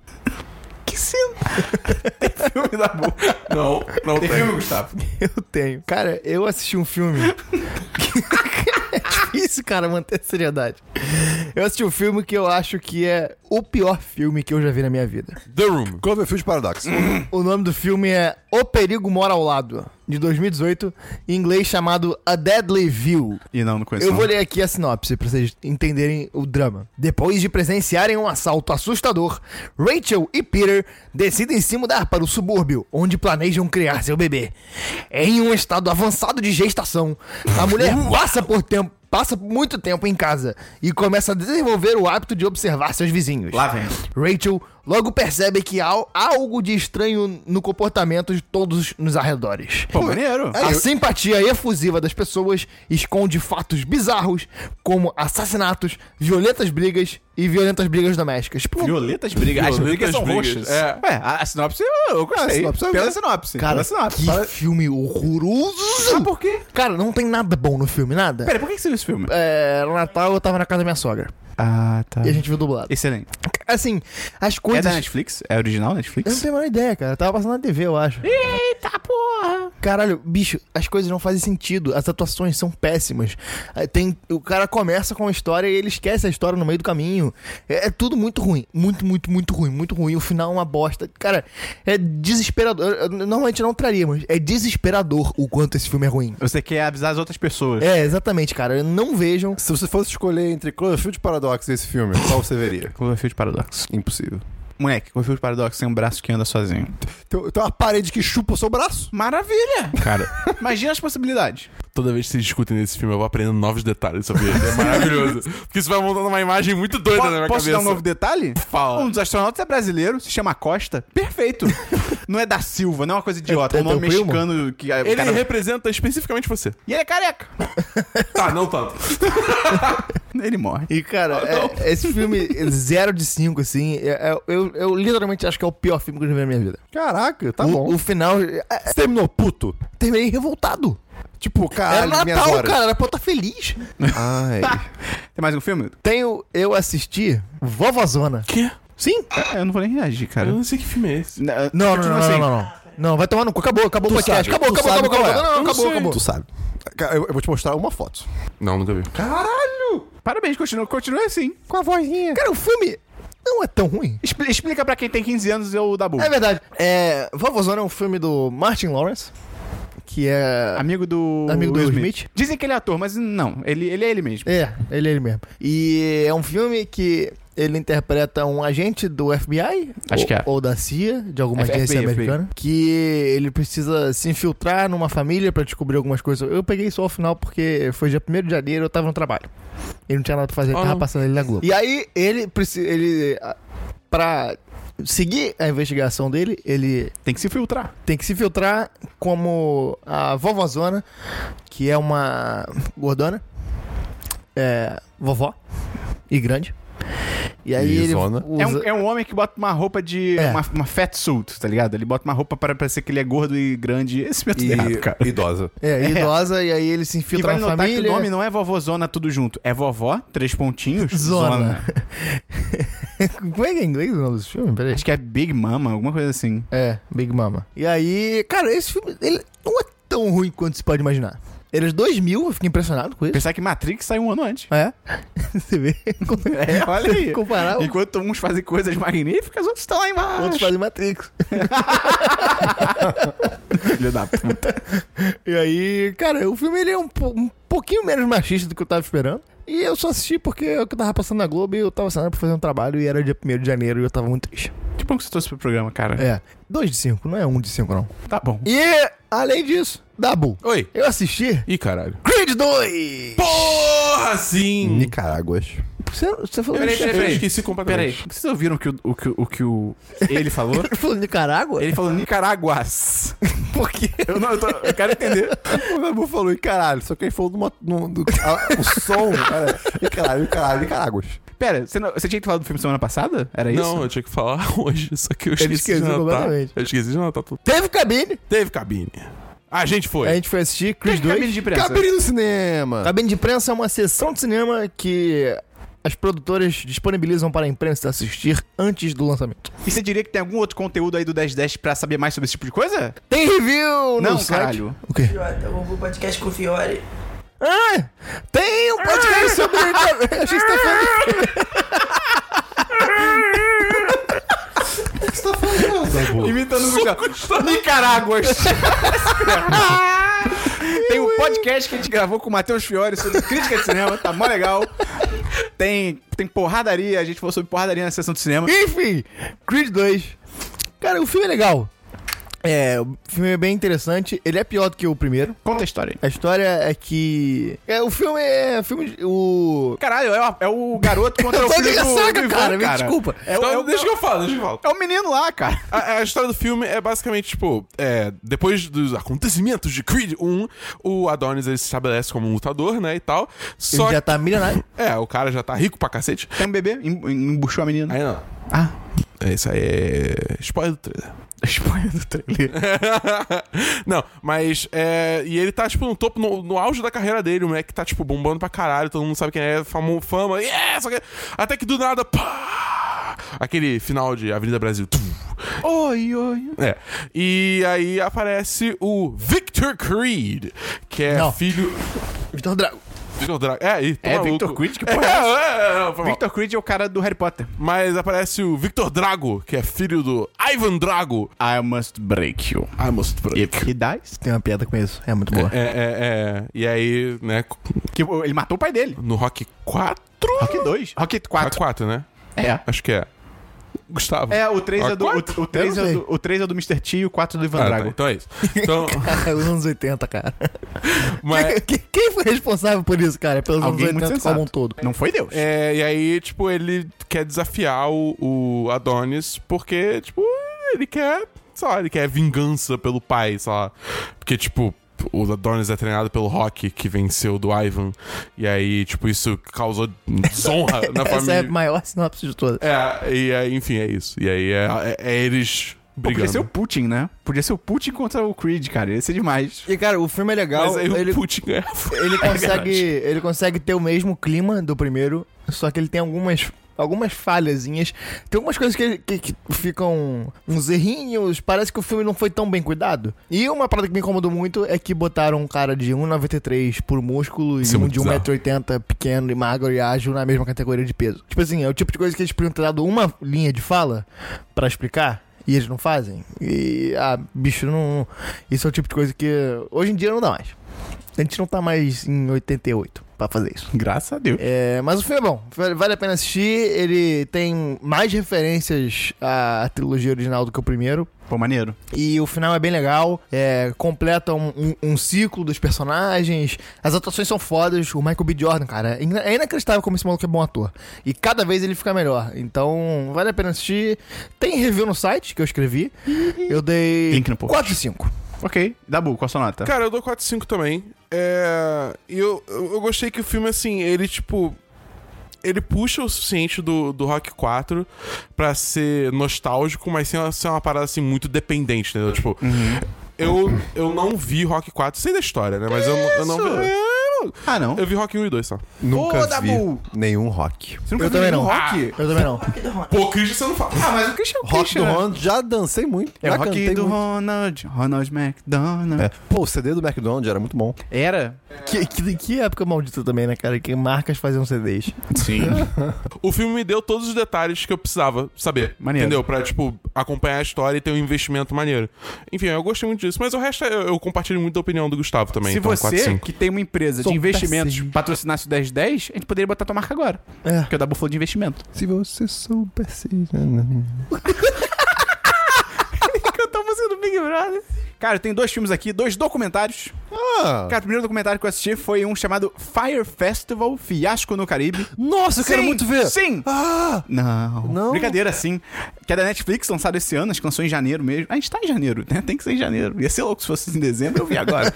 Speaker 1: Que sino? Tem filme da boca.
Speaker 3: Não, não tem.
Speaker 1: Tem filme, Gustavo?
Speaker 4: Eu tenho. Cara, eu assisti um filme. é difícil, cara, manter a seriedade. Eu assisti um filme que eu acho que é o pior filme que eu já vi na minha vida.
Speaker 3: The Room.
Speaker 2: Cloverfield Paradox.
Speaker 4: O nome do filme é O Perigo Mora ao Lado, de 2018, em inglês chamado A Deadly View.
Speaker 1: Ih, não, não conheço.
Speaker 4: Eu
Speaker 1: não.
Speaker 4: vou ler aqui a sinopse pra vocês entenderem o drama. Depois de presenciarem um assalto assustador, Rachel e Peter decidem se mudar para o subúrbio, onde planejam criar seu bebê. Em um estado avançado de gestação, a mulher passa por tempo- passa muito tempo em casa e começa a desenvolver o hábito de observar seus vizinhos.
Speaker 1: Lá vem.
Speaker 4: Rachel logo percebe que há algo de estranho no comportamento de todos nos arredores.
Speaker 1: Pô, maneiro.
Speaker 4: A simpatia efusiva das pessoas esconde fatos bizarros, como assassinatos, violentas brigas e violentas brigas domésticas. Pô,
Speaker 1: Violetas brigas. As
Speaker 3: Violetas
Speaker 1: brigas são
Speaker 3: brigas,
Speaker 1: roxas.
Speaker 3: é.
Speaker 1: Ué, a, a sinopse eu, eu gostei.
Speaker 2: Ah, a sinopse eu
Speaker 1: Pela
Speaker 2: vi.
Speaker 1: sinopse. pela
Speaker 4: cara,
Speaker 1: sinopse.
Speaker 4: que filme horroroso!
Speaker 1: Mas por quê?
Speaker 4: Cara, não tem nada bom no filme, nada.
Speaker 1: Pera, por que que você viu esse filme?
Speaker 4: É, no Natal eu tava na casa da minha sogra
Speaker 1: Ah, tá.
Speaker 4: e a gente viu dublado.
Speaker 1: Excelente.
Speaker 4: Assim, as
Speaker 1: É
Speaker 4: coisas.
Speaker 1: da Netflix? É original
Speaker 4: Eu não
Speaker 1: Netflix?
Speaker 4: tenho a menor ideia, cara. Eu tava passando na TV, eu acho.
Speaker 1: Eita porra!
Speaker 4: Caralho, bicho, as coisas não fazem sentido. As atuações são péssimas. Aí Tem, o cara começa com a história e ele esquece a história no meio do caminho. É, é tudo muito ruim. Muito, muito, muito ruim. Muito ruim. O final é uma bosta. Cara, é desesperador. Eu- eu normalmente não traria, mas é desesperador o quanto esse filme é ruim.
Speaker 1: Você quer avisar as outras pessoas.
Speaker 4: É, exatamente, cara. Não vejam.
Speaker 2: Se você fosse escolher entre Cloverfield Paradox e esse filme, qual você veria?
Speaker 1: Cloverfield Paradox.
Speaker 2: Impossível.
Speaker 1: Moleque, Cloverfield Paradox tem um braço que anda sozinho.
Speaker 2: Tem, tem uma parede que chupa o seu braço.
Speaker 1: Maravilha!
Speaker 3: Cara,
Speaker 1: Imagina as possibilidades.
Speaker 3: toda vez que vocês discutem nesse filme, eu vou aprendendo novos detalhes sobre ele. É maravilhoso. Porque isso vai montando uma imagem muito doida na minha
Speaker 1: Po- posso
Speaker 3: cabeça.
Speaker 1: dar um novo detalhe?
Speaker 3: Fala.
Speaker 1: Um dos astronautas é brasileiro, se chama Costa. Perfeito. não é da Silva, não é uma coisa idiota. É,
Speaker 4: É- é
Speaker 1: um nome
Speaker 4: teu primo?
Speaker 1: mexicano que. é, o
Speaker 3: Ele
Speaker 1: cara-
Speaker 3: representa especificamente você.
Speaker 1: E ele é careca.
Speaker 3: Tá, não tanto.
Speaker 1: ele morre.
Speaker 4: E, cara, é- esse filme é 0 de 5, assim. é- é- eu, eu literalmente acho que é o pior filme que eu já vi na minha vida.
Speaker 2: Caraca, tá
Speaker 4: o,
Speaker 2: bom.
Speaker 4: o final. é- é-
Speaker 2: Você terminou puto.
Speaker 4: terminei revoltado.
Speaker 2: Tipo,
Speaker 4: Era
Speaker 2: caralho, minhas
Speaker 4: Natal,
Speaker 2: horas.
Speaker 4: cara. Era pra eu estar feliz.
Speaker 2: Ai.
Speaker 1: Tem mais um filme?
Speaker 4: Tenho eu assisti Vovozona.
Speaker 3: Quê?
Speaker 4: Sim?
Speaker 1: É, eu não vou nem reagir, cara.
Speaker 3: Eu não sei que filme é esse.
Speaker 1: Não, tipo, assim,
Speaker 4: Não, não, não, não, não, não. Não, vai tomar no cu. Acabou, acabou o podcast.
Speaker 2: sabe,
Speaker 4: Acabou,
Speaker 2: tu
Speaker 4: acabou,
Speaker 2: sabe
Speaker 4: acabou, acabou.
Speaker 2: qual é.
Speaker 4: Não, não,
Speaker 2: Eu
Speaker 4: acabou, acabou.
Speaker 2: Tu sabe. Cara, Eu, eu vou te mostrar uma foto.
Speaker 3: Não, nunca vi.
Speaker 2: Caralho!
Speaker 1: Parabéns, continua, continua assim.
Speaker 2: Com a vozinha.
Speaker 4: Cara, o filme não é tão ruim.
Speaker 1: Expli- explica pra quem tem 15 anos eu da
Speaker 4: É
Speaker 1: boca.
Speaker 4: verdade. É, Vovozona é um filme do Martin Lawrence, que é...
Speaker 1: Amigo do.
Speaker 4: Amigo do
Speaker 1: Will
Speaker 4: Will Smith.
Speaker 1: Dizem que ele é ator, mas não, ele, ele é ele mesmo.
Speaker 4: É, ele é ele mesmo. E é um filme que ele interpreta um agente do FBI.
Speaker 1: Acho
Speaker 4: ou,
Speaker 1: que é.
Speaker 4: Ou da CIA, de alguma
Speaker 1: FBI,
Speaker 4: agência
Speaker 1: FBI.
Speaker 4: americana. Que ele precisa se infiltrar numa família pra descobrir algumas coisas. Eu peguei só o final porque foi dia 1 de janeiro, eu tava no trabalho. E não tinha nada pra fazer,
Speaker 3: Ah,
Speaker 4: tava
Speaker 3: não.
Speaker 4: passando ele na Globo. E aí ele precisa. Ele. ah, Pra seguir a investigação dele, ele
Speaker 1: Tem que se filtrar.
Speaker 4: tem que se filtrar como a vovozona, que é uma gordona, é, vovó e grande. E aí
Speaker 2: E
Speaker 4: ele
Speaker 2: zona.
Speaker 1: É
Speaker 4: usa...
Speaker 1: um, é um homem que bota uma roupa de.
Speaker 4: É.
Speaker 1: Uma, uma fat suit, tá ligado? Ele bota uma roupa para parecer que ele é gordo e grande. Esse método
Speaker 2: E
Speaker 1: tá errado, cara.
Speaker 2: idosa.
Speaker 4: é, idosa, e aí ele se
Speaker 1: E
Speaker 4: infiltra
Speaker 1: vale
Speaker 4: na
Speaker 1: notar que
Speaker 4: família.
Speaker 1: o nome não é vovozona tudo junto. É vovó, três pontinhos.
Speaker 4: Zona. Como é que é em inglês o nome desse filme? Peraí.
Speaker 1: Acho que é Big Mama, alguma coisa assim.
Speaker 4: É, Big Mama. E aí, cara, esse filme ele não é tão ruim quanto se pode imaginar. Ele é de 2000, eu fiquei impressionado com isso.
Speaker 1: Pensar que Matrix saiu um ano antes.
Speaker 4: É, você vê.
Speaker 1: É, olha aí.
Speaker 4: Comparar o
Speaker 1: Enquanto uns fazem coisas magníficas, outros estão lá embaixo.
Speaker 4: outros fazem Matrix.
Speaker 1: Filho da puta.
Speaker 4: E aí, cara, o filme ele é um, po- um pouquinho menos machista do que eu tava esperando. E eu só assisti porque é eu tava passando na Globo e eu tava saindo pra fazer um trabalho e era dia 1 de janeiro e eu tava muito triste.
Speaker 1: É. Que bom que você trouxe pro programa, cara.
Speaker 4: É, 2 de 5, não é 1 um de 5 não.
Speaker 1: Tá bom.
Speaker 4: E, além disso, Dabu.
Speaker 3: Oi.
Speaker 4: Eu assisti
Speaker 3: Ih, caralho.
Speaker 4: Creed 2.
Speaker 3: Porra,
Speaker 2: Hum.
Speaker 3: sim!
Speaker 2: Nicaraguas.
Speaker 4: Você, você falou
Speaker 1: Peraí, peraí,
Speaker 3: Eu
Speaker 1: peraí.
Speaker 3: esqueci
Speaker 1: Peraí,
Speaker 3: completamente.
Speaker 1: vocês ouviram o que o, o, que o- o que o ele falou?
Speaker 4: Ele falou Nicarágua?
Speaker 1: Ele falou Nicaraguas.
Speaker 4: Por quê?
Speaker 1: Eu, não, eu, tô- eu quero entender.
Speaker 2: O Dabu falou, e caralho, só que ele falou numa, num- do- a- o som, cara, e caralho, e caralho, Nicaráguas.
Speaker 1: Pera, você, não- você tinha que falar do filme semana passada? Era isso?
Speaker 3: Não, eu tinha que falar hoje, só que eu
Speaker 4: é Ele
Speaker 3: esqueci de
Speaker 4: esqueceu
Speaker 3: anotar.
Speaker 4: completamente.
Speaker 3: Eu esqueci de anotar tudo.
Speaker 4: Teve cabine.
Speaker 3: Teve cabine. Ah, A gente foi.
Speaker 4: A gente foi assistir Creed 2.
Speaker 1: Cabine de imprensa.
Speaker 2: Cabine do cinema!
Speaker 4: Cabine de imprensa é uma sessão de cinema que as produtoras disponibilizam para a imprensa assistir antes do lançamento.
Speaker 1: E você diria que tem algum outro conteúdo aí do 1010 pra saber mais sobre esse tipo de coisa?
Speaker 4: Tem review no
Speaker 1: Não,
Speaker 4: site.
Speaker 1: caralho.
Speaker 4: O quê?
Speaker 5: Idiota, vamos pro podcast com o Fiore.
Speaker 4: Ah, tem um podcast sobre... a gente tá falando...
Speaker 1: Tá Imitando o Gustavo. Nicaraguas. Tem um podcast que a gente gravou com o Matheus Fiore sobre crítica de cinema, tá mó legal. Tem, tem porradaria, a gente falou sobre porradaria na sessão de cinema.
Speaker 4: Enfim, Creed 2. Cara, o filme é legal. É, o filme é bem interessante. Ele é pior do que o primeiro.
Speaker 1: Conta a história aí.
Speaker 4: A história é que. É, o filme é. Filme de- o.
Speaker 1: Caralho, é o, é o garoto contra
Speaker 4: Eu
Speaker 1: o
Speaker 4: tô
Speaker 1: filho
Speaker 4: de
Speaker 1: do,
Speaker 4: ressaca,
Speaker 1: do Ivan,
Speaker 4: cara, me desculpa.
Speaker 1: É, o-
Speaker 3: Então,
Speaker 1: é o-
Speaker 3: deixa que eu falo, deixa que eu falo.
Speaker 1: é o menino lá, cara.
Speaker 3: A, a história do filme é basicamente, tipo, é, depois dos acontecimentos de Creed 1, o Adonis ele se estabelece como um lutador, né, e tal.
Speaker 4: Ele
Speaker 3: Só
Speaker 4: já tá milionário.
Speaker 3: É, o cara já tá rico pra cacete.
Speaker 1: Tem um bebê, em- em- embuchou a menina.
Speaker 3: Aí não.
Speaker 1: Ah,
Speaker 3: É, Isso aí é. Spoiler do trailer.
Speaker 1: spoiler do trailer.
Speaker 3: não, mas. É, e ele tá, tipo, no topo, no, no auge da carreira dele. O moleque tá, tipo, bombando pra caralho. Todo mundo sabe quem é, famo, fama. Yeah, só que- até que do nada. Pá, aquele final de Avenida Brasil. tum.
Speaker 1: Oi, oi.
Speaker 3: É. E aí aparece o Victor Creed, que é
Speaker 4: Não.
Speaker 3: filho.
Speaker 4: Victor Drago.
Speaker 3: Victor Drago. É, aí, tô
Speaker 1: É,
Speaker 3: maluco.
Speaker 1: Victor Creed? Que
Speaker 3: É,
Speaker 1: porra é essa?
Speaker 3: é, é, não, foi mal.
Speaker 1: Victor Creed é o cara do Harry Potter.
Speaker 3: Mas aparece o Victor Drago, que é filho do Ivan Drago.
Speaker 1: I must break you.
Speaker 3: I must
Speaker 1: He dies.
Speaker 4: Tem uma piada com isso. É muito boa.
Speaker 3: É, é, é. E aí, né,
Speaker 1: Que, ele matou o pai dele.
Speaker 3: no Rock 4?
Speaker 1: Rock 2. Hum. Rock
Speaker 3: Rock
Speaker 1: 4.
Speaker 3: 4, né?
Speaker 1: É.
Speaker 3: Acho que é. Ah, Gustavo.
Speaker 1: É, o 3 é do.
Speaker 3: Rock
Speaker 1: O, o, 3
Speaker 4: Eu não
Speaker 1: é
Speaker 4: sei.
Speaker 1: do o 3 é do Mr. T e o 4 é do Ivan
Speaker 3: Ah, tá,
Speaker 1: Drago.
Speaker 3: então é isso. Então,
Speaker 4: Cara, é os anos 80, cara.
Speaker 3: mas,
Speaker 4: Quem, quem foi responsável por isso, cara? Pelos
Speaker 1: Alguém
Speaker 4: anos
Speaker 1: muito
Speaker 4: 80
Speaker 1: sensato.
Speaker 4: como um todo.
Speaker 1: Não foi Deus.
Speaker 3: é, e aí, tipo, ele quer desafiar o, o Adonis porque, tipo, ele quer, sei lá, ele quer vingança pelo pai, sei lá. Porque, tipo, o Adonis é treinado pelo Rock, que venceu do Ivan. E aí, tipo, isso causou desonra na
Speaker 4: Essa é a
Speaker 3: família.
Speaker 4: maior sinopse de todas.
Speaker 3: É, e aí, enfim, é isso. E aí é, é- é eles
Speaker 1: Pô, podia ser o
Speaker 3: brigando.
Speaker 1: Putin, né? Podia ser o Putin contra o Creed, cara. Ia ser demais.
Speaker 4: E, cara, o filme é legal.
Speaker 3: Mas aí
Speaker 4: ele,
Speaker 3: o Putin ganha. É
Speaker 4: ele consegue,
Speaker 1: verdade.
Speaker 4: ele consegue ter o mesmo clima do primeiro, só que ele tem algumas algumas falhazinhas. Tem algumas coisas que, que- que ficam uns errinhos, parece que o filme não foi tão bem cuidado. E uma parada que me incomodou muito é que botaram um cara de 1,93 por músculo e
Speaker 3: Isso é
Speaker 4: um
Speaker 3: muito
Speaker 4: de 1,80m pequeno e magro e ágil na mesma categoria de peso. Tipo assim, é o tipo de coisa que eles podiam ter dado uma linha de fala pra explicar. E eles não fazem. E, ah, bicho, não. Isso é o tipo de coisa que hoje em dia não dá mais. A gente não tá mais em 88 pra fazer isso.
Speaker 1: Graças a Deus.
Speaker 4: É, mas o filme é bom, vale vale a pena assistir. Ele tem mais referências à trilogia original do que o primeiro.
Speaker 1: Pô, maneiro.
Speaker 4: E o final é bem legal. É, completa um, um- um ciclo dos personagens. As atuações são fodas. O Michael B. Jordan, cara, é ina- é inacreditável como esse maluco é bom ator. E cada vez ele fica melhor. Então, vale a pena assistir. Tem review no site que eu escrevi. Eu dei
Speaker 1: Link no post.
Speaker 4: 4 e 5.
Speaker 1: Ok. Dabu, qual a sua nota?
Speaker 3: Cara, eu dou 4-5 também. É, E eu, eu eu gostei que o filme, assim, ele, tipo. Ele puxa o suficiente do, do Rock 4 pra ser nostálgico, mas sem ser uma parada, assim, muito dependente, entendeu? Tipo. Eu, eu não vi Rock 4, sei da história, né? Mas eu, não- eu não
Speaker 1: Isso.
Speaker 3: vi. É,
Speaker 1: Ah, não.
Speaker 3: Eu vi Rock 1 e 2 só.
Speaker 2: Nunca
Speaker 1: Ô,
Speaker 2: vi
Speaker 1: Dabu!
Speaker 2: nenhum rock.
Speaker 1: Você nunca
Speaker 4: Eu
Speaker 1: viu
Speaker 4: também
Speaker 1: nenhum
Speaker 4: não.
Speaker 1: rock?
Speaker 4: Eu também não.
Speaker 5: Aqui do Ron.
Speaker 3: Pô, Christian, você não fala.
Speaker 1: Ah, mas o Christian o
Speaker 2: Rock
Speaker 1: Christian,
Speaker 2: do
Speaker 1: né?
Speaker 2: Ronald, já dancei muito.
Speaker 1: É
Speaker 2: já
Speaker 1: rock
Speaker 2: cantei
Speaker 1: do
Speaker 2: muito.
Speaker 1: Ronald. Ronald McDonald.
Speaker 2: É. Pô, o CD do McDonald's era muito bom.
Speaker 1: Era?
Speaker 4: Que, que, que época maldita também, né, cara? Que marcas faziam CDs.
Speaker 1: Sim.
Speaker 3: O filme me deu todos os detalhes que eu precisava saber.
Speaker 1: Maneiro.
Speaker 3: Entendeu? Pra, tipo, acompanhar a história e ter um investimento maneiro. Enfim, eu gostei muito disso. Mas o resto eu, eu compartilho muito da opinião do Gustavo também.
Speaker 1: Se
Speaker 3: então,
Speaker 1: você,
Speaker 3: 4, 5.
Speaker 1: que tem uma empresa
Speaker 4: Sou
Speaker 1: de investimentos,
Speaker 4: péssimo.
Speaker 1: patrocinasse o 1010, a gente poderia botar tua marca agora.
Speaker 4: É.
Speaker 1: Porque o Dabu falou de investimento.
Speaker 2: Se você soubesse. né?
Speaker 1: Eu tava fazendo Big Brother. Cara, tem dois filmes aqui, dois documentários.
Speaker 2: Ah,
Speaker 1: Cara, o primeiro documentário que eu assisti foi um chamado Fire Festival Fiasco no Caribe.
Speaker 2: nossa, eu quero
Speaker 1: Sim,
Speaker 2: muito ver.
Speaker 1: Sim!
Speaker 2: Ah,
Speaker 1: Não.
Speaker 2: Não?
Speaker 1: Brincadeira, sim. Que é da Netflix, lançado esse ano, acho que lançou em janeiro mesmo. A gente tá em janeiro, né? Tem que ser em janeiro. Ia ser louco se fosse em dezembro, eu vi agora.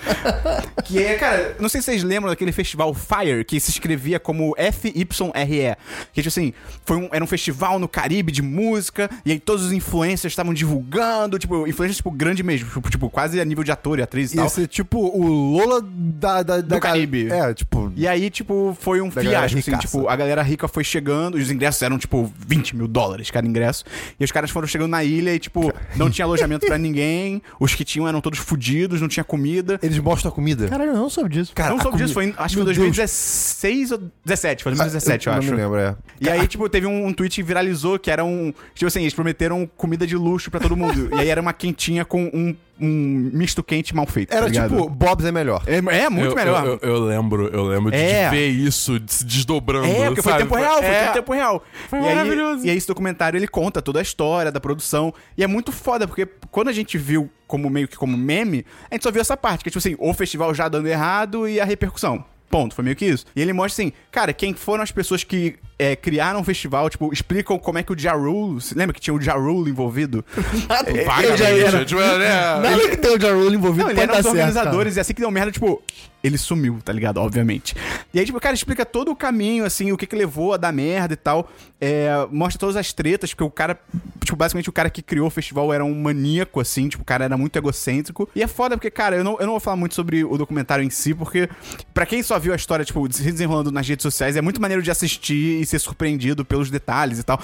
Speaker 1: que é, cara, não sei se vocês lembram daquele festival Fire, que se escrevia como F-Y-R-E. Que, tipo assim, foi um, era um festival no Caribe de música, e aí todos os influencers estavam divulgando, tipo, influencers, tipo, grande mesmo, tipo, tipo, quase a nível de ator e atriz e
Speaker 2: Ia
Speaker 1: tal.
Speaker 2: ser tipo o Lola da, da, da
Speaker 1: Caribe.
Speaker 2: É, tipo.
Speaker 1: E aí, tipo, foi um
Speaker 2: Da galera
Speaker 1: fiasco, assim,
Speaker 2: ricaça.
Speaker 1: tipo, a galera rica foi chegando, os ingressos eram, tipo, 20 mil dólares cada ingresso, e os caras foram chegando na ilha e, tipo, não tinha alojamento pra ninguém, os que tinham eram todos fudidos, não tinha comida.
Speaker 2: Eles mostram a comida.
Speaker 4: Caralho, eu não soube disso.
Speaker 2: Cara,
Speaker 1: não
Speaker 2: a
Speaker 1: soube disso, foi,
Speaker 2: comida-
Speaker 1: em- acho que
Speaker 2: Meu
Speaker 1: foi
Speaker 2: Deus. Ah,
Speaker 1: 2016 ou 17, foi 2017, eu,
Speaker 2: não
Speaker 1: acho.
Speaker 2: me lembro, é.
Speaker 1: E aí, tipo, teve um, um tweet que viralizou que era um. Tipo assim, eles prometeram comida de luxo pra todo mundo. e aí era uma quentinha com um, um misto quente mal feito. tá
Speaker 2: Era
Speaker 1: ligado?
Speaker 2: tipo, Bob's é melhor.
Speaker 1: É, é muito
Speaker 3: eu,
Speaker 1: melhor.
Speaker 3: Eu, eu- eu lembro, eu lembro de-
Speaker 1: É.
Speaker 3: de ver isso de- se desdobrando.
Speaker 1: É, porque foi
Speaker 3: sabe?
Speaker 1: tempo real, foi
Speaker 3: É.
Speaker 1: tudo tempo real.
Speaker 3: Foi
Speaker 1: e aí-
Speaker 3: maravilhoso.
Speaker 1: e aí esse documentário ele conta toda a história da produção. E é muito foda, porque quando a gente viu como meio que como meme, a gente só viu essa parte, que é tipo assim, o festival já dando errado e a repercussão. Ponto, foi meio que isso. E ele mostra assim, cara, quem foram as pessoas que é, criaram o festival, tipo, explicam como é que o Ja Rule. se Lembra que tinha o Ja Rule envolvido?
Speaker 3: É, Vaga,
Speaker 4: Eu já
Speaker 3: bicho,
Speaker 4: era.
Speaker 3: tipo, é,
Speaker 4: Nada que tem o Ja Rule envolvido
Speaker 1: Não, ele
Speaker 4: pode
Speaker 1: era um
Speaker 4: dar
Speaker 1: dos
Speaker 4: tá certo, cara.
Speaker 1: organizadores e assim que deu merda, tipo, ele sumiu, tá ligado? Obviamente. E aí, tipo, cara, explica todo o caminho, assim, o que que levou a dar merda e tal. É, mostra todas as tretas, porque o cara, tipo, basicamente o cara que criou o festival era um maníaco, assim, tipo, o cara era muito egocêntrico. E é foda porque, cara, eu não, eu não vou falar muito sobre o documentário em si, porque pra quem só viu a história, tipo, se desenrolando nas redes sociais, é muito maneiro de assistir e ser surpreendido pelos detalhes e tal.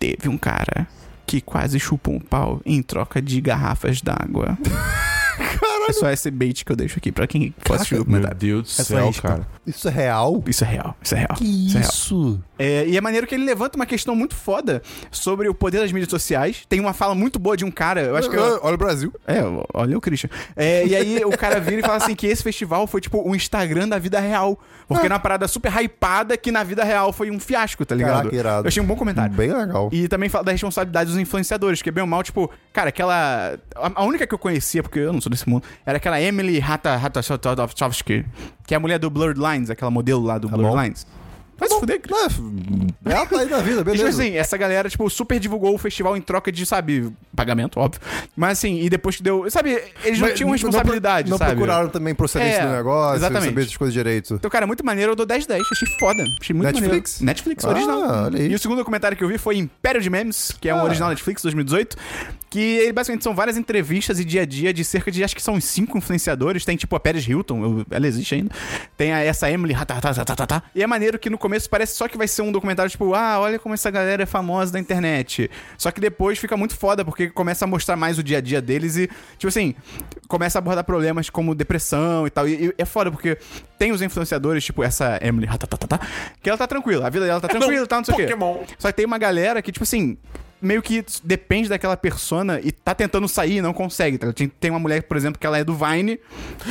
Speaker 1: Teve um cara que quase chupou um pau em troca de garrafas d'água. É só esse bait que eu deixo aqui pra quem for assistir o
Speaker 3: Meu
Speaker 1: documentário.
Speaker 3: Deus do
Speaker 2: só
Speaker 3: céu,
Speaker 2: isso, é
Speaker 3: cara.
Speaker 2: Isso é real?
Speaker 1: Isso é real, isso é real.
Speaker 2: Que
Speaker 1: é real.
Speaker 2: isso?
Speaker 1: É, e é maneiro que ele levanta uma questão muito foda sobre o poder das mídias sociais. Tem uma fala muito boa de um cara, eu acho que. é-
Speaker 2: Olha o Brasil.
Speaker 1: É, olha o Christian. É, e aí o cara vira e fala assim que esse festival foi tipo o Instagram da vida real.
Speaker 2: Ah.
Speaker 1: Porque era uma parada super hypada que na vida real foi um fiasco, tá ligado?
Speaker 2: Caraca, irado.
Speaker 1: Eu achei um bom comentário.
Speaker 2: Bem legal.
Speaker 1: E também fala da responsabilidade dos influenciadores, que é bem ou mal, tipo, cara, aquela. A, a única que eu conhecia, porque eu não sou desse mundo, era aquela Emily Rata- Ratajkowski, que é a mulher do Blurred Lines, aquela modelo lá do
Speaker 2: Tá
Speaker 1: Blurred Lines. Vai se fuder, Cris.
Speaker 2: É, Ela tá aí na vida,
Speaker 1: E, tipo
Speaker 2: beleza.
Speaker 1: assim, essa galera, tipo, super divulgou o festival em troca de, sabe, pagamento, óbvio. Mas assim, e depois que deu. Sabe, eles não
Speaker 2: Mas
Speaker 1: tinham responsabilidade,
Speaker 2: não, pro-
Speaker 1: sabe?
Speaker 2: Não procuraram também procedência
Speaker 1: É,
Speaker 2: do negócio,
Speaker 1: exatamente.
Speaker 2: saber das coisas direito.
Speaker 1: Então, cara, muito maneiro, eu dou 10 10. Achei foda. Achei muito
Speaker 2: Netflix?
Speaker 1: maneiro. Netflix,
Speaker 2: Ah,
Speaker 1: original.
Speaker 2: olha aí.
Speaker 1: E o segundo documentário que eu vi foi Império de Memes, que é um
Speaker 2: Ah.
Speaker 1: original Netflix 2018. Que ele, basicamente são várias entrevistas e dia a dia de cerca de, acho que são uns 5 influenciadores. Tem tipo a Pérez Hilton, eu- ela existe ainda. Tem a, essa Emily. tá, ratatatatata. E é maneiro que no começo parece só que vai ser um documentário tipo, ah, olha como essa galera é famosa da internet. Só que depois fica muito foda, porque começa a mostrar mais o dia a dia deles e, tipo assim, começa a abordar problemas como depressão e tal. E, e é foda, porque tem os influenciadores, tipo essa Emily, ratatatatá, que ela tá tranquila, a vida dela tá tranquila e tal, não sei o quê.
Speaker 3: Pokémon.
Speaker 1: Só que tem uma galera que, tipo assim, meio que depende daquela persona e tá tentando sair e não consegue. tá? Tem tem uma mulher, por exemplo, que ela é do Vine.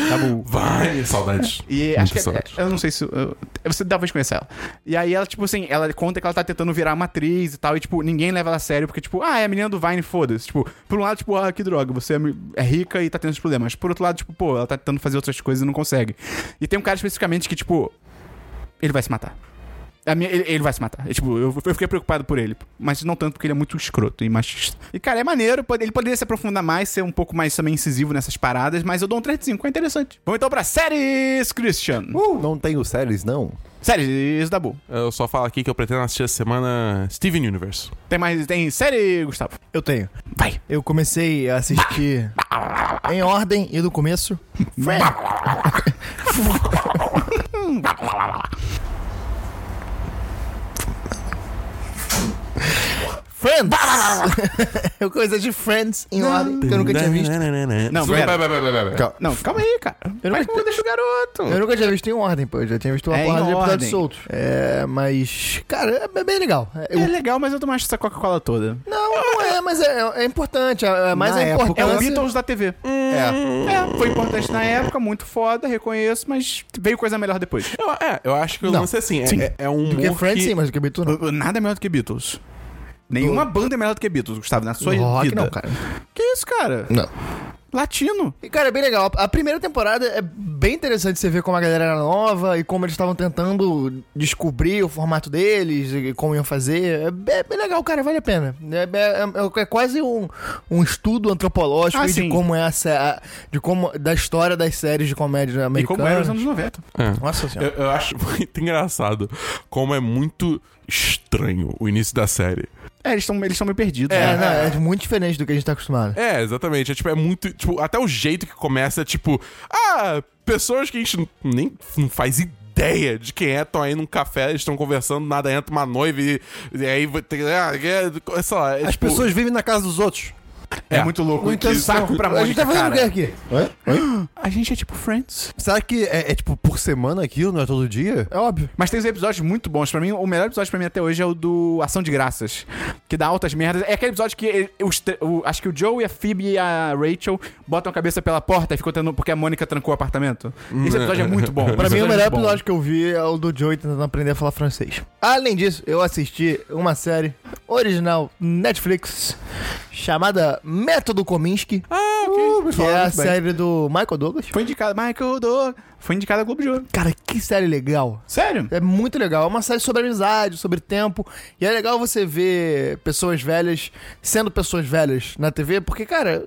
Speaker 1: Tá bom?
Speaker 3: Vai, saudades.
Speaker 1: E acho que é,
Speaker 3: Muita saudade.
Speaker 1: eu não sei se eu- você talvez conheça ela. E aí ela tipo assim, ela conta que ela tá tentando virar uma atriz e tal e tipo, ninguém leva ela a sério porque tipo, ah, é a menina do Vine, foda-se. Tipo, por um lado tipo, ah, que droga, você é mi- é rica e tá tendo esses problemas. Por outro lado, tipo, pô, ela tá tentando fazer outras coisas e não consegue. E tem um cara especificamente que tipo, ele vai se matar. A minha- ele, ele vai se matar. É, tipo, eu, eu fiquei preocupado por ele. Mas não tanto porque ele é muito escroto e machista. E, cara, é maneiro. pode- Ele poderia se aprofundar mais, ser um pouco mais também incisivo nessas paradas, mas eu dou um 3 de 5, é interessante. Vamos então pra séries, Christian.
Speaker 2: Uh, não tenho séries, não?
Speaker 1: Séries, Dabu.
Speaker 3: Eu só falo aqui que eu pretendo assistir essa semana Steven Universe.
Speaker 1: Tem mais. Tem série, Gustavo?
Speaker 4: Eu tenho.
Speaker 1: Vai.
Speaker 4: Eu comecei a assistir em ordem e do começo. Friends! eu comecei a assistir Friends em ordem, que eu nunca tinha visto.
Speaker 1: Não,
Speaker 3: vai,
Speaker 1: pera.
Speaker 3: vai, vai, vai, vai, vai.
Speaker 2: Calma.
Speaker 1: Não, calma aí, cara.
Speaker 4: Eu não-
Speaker 1: Vai que deixa o garoto.
Speaker 4: Eu nunca tinha visto em ordem, pô. Eu já tinha visto uma
Speaker 1: É, em
Speaker 4: porrada de
Speaker 1: ordem.
Speaker 4: episódios soltos. É, mas. Cara, é bem legal. É,
Speaker 1: É
Speaker 4: eu-
Speaker 1: legal, mas eu tomo essa Coca-Cola toda.
Speaker 4: Não, não é, mas é, é importante. É, um é mais
Speaker 2: Na
Speaker 4: a
Speaker 1: É
Speaker 2: época,
Speaker 1: o
Speaker 4: importância.
Speaker 1: Beatles da TV.
Speaker 3: Hum.
Speaker 2: É.
Speaker 1: É, foi importante na época, muito foda, reconheço, mas veio coisa melhor depois.
Speaker 3: Eu, é, eu acho que o
Speaker 4: Não.
Speaker 3: lance é assim. é- É, é um
Speaker 4: Porque
Speaker 3: humor
Speaker 4: Friends,
Speaker 3: que...
Speaker 4: sim, mas o que Beatles não.
Speaker 1: Nada é melhor do que Beatles. Nenhuma banda é melhor do que Beatles, Gustavo, na sua
Speaker 4: Rock
Speaker 1: vida.
Speaker 4: não, cara.
Speaker 1: Que isso, cara?
Speaker 4: Não.
Speaker 1: latino.
Speaker 4: E, cara, é bem legal. A primeira temporada é bem interessante você ver como a galera era nova e como eles estavam tentando descobrir o formato deles e como iam fazer. É bem, é bem legal, cara, vale a pena. É, é- é- é quase um, um estudo antropolológico
Speaker 1: Ah,
Speaker 4: e de
Speaker 1: sim.
Speaker 4: como é a, sé- a- de como da história das séries de comédia
Speaker 1: E como era
Speaker 4: americana.
Speaker 1: nos anos 90.
Speaker 3: É.
Speaker 4: Nossa senhora.
Speaker 3: Eu, eu acho muito engraçado como é muito estranho o início da série.
Speaker 1: É, eles estão eles tão meio perdidos. né?
Speaker 4: É, não, é muito diferente do que a gente tá acostumado.
Speaker 3: É, exatamente. É tipo, é muito. Tipo, até o jeito que começa é tipo. Ah, pessoas que a gente nem não faz ideia de quem é, estão aí num café, eles estão conversando, nada entra uma noiva e, e aí vai ter. Ah, é, sei lá, é,
Speaker 2: As
Speaker 3: tipo,
Speaker 2: pessoas vivem na casa dos outros.
Speaker 1: É, muito louco.
Speaker 2: Não
Speaker 1: E que
Speaker 2: entendo
Speaker 1: saco
Speaker 2: como-
Speaker 1: pra
Speaker 4: A gente
Speaker 1: Mônica,
Speaker 4: tá fazendo o
Speaker 1: cara.
Speaker 4: que aqui?
Speaker 1: A gente é tipo Friends.
Speaker 2: Será que é, é, tipo por semana aquilo, não é todo dia?
Speaker 4: É óbvio.
Speaker 1: Mas tem uns episódios muito bons. Pra mim, o melhor episódio pra mim até hoje é o do Ação de Graças. Que dá altas merdas. É aquele episódio que ele- os tre- o- acho que o Joe e a Phoebe e a Rachel botam a cabeça pela porta e ficou tendo. Porque a Mônica trancou o apartamento. Esse episódio é muito bom.
Speaker 4: Pra
Speaker 1: Esse
Speaker 4: mim, o
Speaker 1: é
Speaker 4: melhor
Speaker 1: muito bom.
Speaker 4: episódio que eu vi é o do Joey tentando aprender a falar francês. Além disso, eu assisti uma série original Netflix chamada Método Kominsky,
Speaker 1: Ah,
Speaker 2: Uh, me
Speaker 4: que é
Speaker 2: falaram
Speaker 4: a
Speaker 2: muito bem.
Speaker 4: série do Michael Douglas.
Speaker 1: Foi indicado. Michael Doug. Foi indicado a Globo de Ouro.
Speaker 4: Cara, que série legal.
Speaker 1: Sério?
Speaker 4: É muito legal. É uma série sobre amizade, sobre tempo. E é legal você ver pessoas velhas sendo pessoas velhas na TV, porque, cara,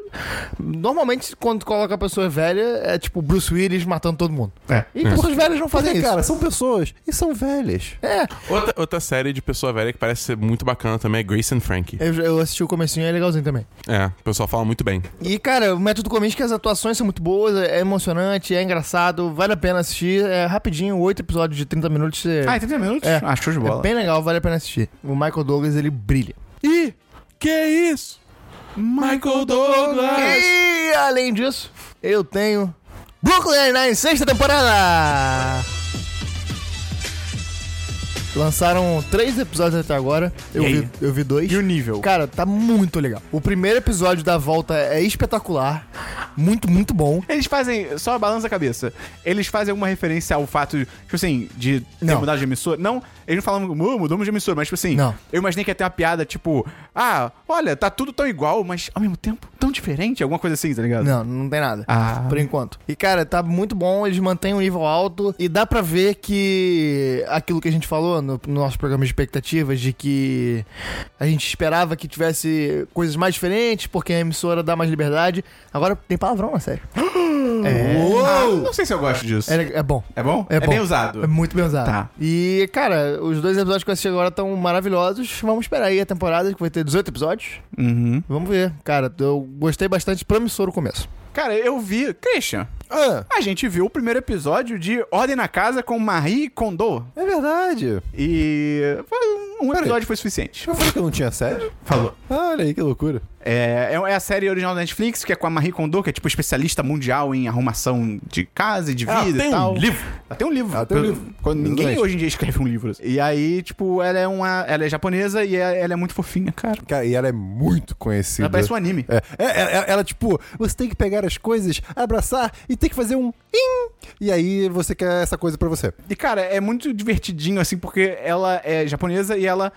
Speaker 4: normalmente quando coloca pessoa velha é tipo Bruce Willis matando todo mundo.
Speaker 1: É.
Speaker 4: E pessoas velhas não
Speaker 2: Mas
Speaker 4: fazem
Speaker 2: é,
Speaker 4: isso.
Speaker 2: cara, são pessoas e são velhas.
Speaker 4: É,
Speaker 3: outra, outra série de pessoa velha que parece ser muito bacana também é Grace and Frankie.
Speaker 4: Eu, eu assisti o comecinho, é legalzinho também.
Speaker 3: É, o pessoal fala muito bem.
Speaker 4: E, cara, o Método Comics, que as atuações são muito boas, é emocionante, é engraçado, vale a pena assistir. É rapidinho, oito episódios de 30 minutos. você-
Speaker 1: Ah, 30 minutos?
Speaker 4: É.
Speaker 1: Ah, show de
Speaker 4: é
Speaker 1: bola.
Speaker 4: bem legal, vale a pena assistir. O Michael Douglas, ele brilha.
Speaker 3: Ih, que é isso? Michael Douglas!
Speaker 4: E, além disso, eu tenho Brooklyn Nine-Nine, sexta temporada! Lançaram três episódios até agora. Eu,
Speaker 1: E aí?
Speaker 4: vi, eu vi dois.
Speaker 1: E o nível?
Speaker 4: Cara, tá muito legal. O primeiro episódio da volta é espetacular. Muito, muito bom.
Speaker 1: Eles fazem. Só balança a cabeça. Eles fazem alguma referência ao fato, de, tipo assim, de ter
Speaker 4: Não.
Speaker 1: mudado de emissora? Não, eles não falam, "Mu- mudamos de emissora, mas tipo assim,
Speaker 4: Não.
Speaker 1: eu imaginei que ia ter uma piada, tipo, ah, olha, tá tudo tão igual, mas ao mesmo tempo tão diferente, alguma coisa assim, tá ligado?
Speaker 4: Não, não tem nada.
Speaker 1: Ah.
Speaker 4: Por enquanto. E, cara, tá muito bom, eles mantêm o nível alto. E dá pra ver que aquilo que a gente falou no, no nosso programa de expectativas, de que a gente esperava que tivesse coisas mais diferentes, porque a emissora dá mais liberdade. Agora tem palavrão na série.
Speaker 1: Ah, não sei se eu gosto disso. É,
Speaker 4: É, é bom.
Speaker 1: bom?
Speaker 4: É bom.
Speaker 1: bem usado.
Speaker 4: É muito bem usado.
Speaker 1: Tá.
Speaker 4: E, cara, os dois episódios que eu assisti agora estão maravilhosos. Vamos esperar aí a temporada, que vai ter 18 episódios.
Speaker 1: Uhum.
Speaker 4: Vamos ver. Cara, eu gostei bastante. Promissor o começo.
Speaker 1: Cara, eu vi. Christian,
Speaker 2: Ah,
Speaker 1: a gente viu o primeiro episódio de Ordem na Casa com Marie Kondo.
Speaker 2: é verdade.
Speaker 1: E. foi- Um
Speaker 2: Peraí.
Speaker 1: episódio foi suficiente.
Speaker 2: Eu falei que eu não tinha série.
Speaker 1: Falou.
Speaker 2: Ah, olha aí que loucura.
Speaker 1: É, é- é a série original da Netflix, que é com a Marie Kondo, que é tipo especialista mundial em arrumação de casa e de
Speaker 3: Ah,
Speaker 1: vida
Speaker 3: tem
Speaker 1: e tal.
Speaker 3: um livro.
Speaker 1: Ela tem um livro.
Speaker 2: Ela tem um
Speaker 1: Pelo-
Speaker 2: livro.
Speaker 1: Quando ninguém
Speaker 2: Exatamente.
Speaker 1: hoje em dia escreve um livro. assim. E aí, tipo, ela é uma. Ela é japonesa e é- ela é muito fofinha, cara.
Speaker 2: Cara, e ela é muito conhecida.
Speaker 1: Ela parece um anime.
Speaker 2: É, é, é, é, ela, tipo, você tem que pegar as coisas, abraçar e tem que fazer um im, e aí você quer essa coisa pra você.
Speaker 1: E, cara, é muito divertidinho, assim, porque ela é japonesa e ela. Ela,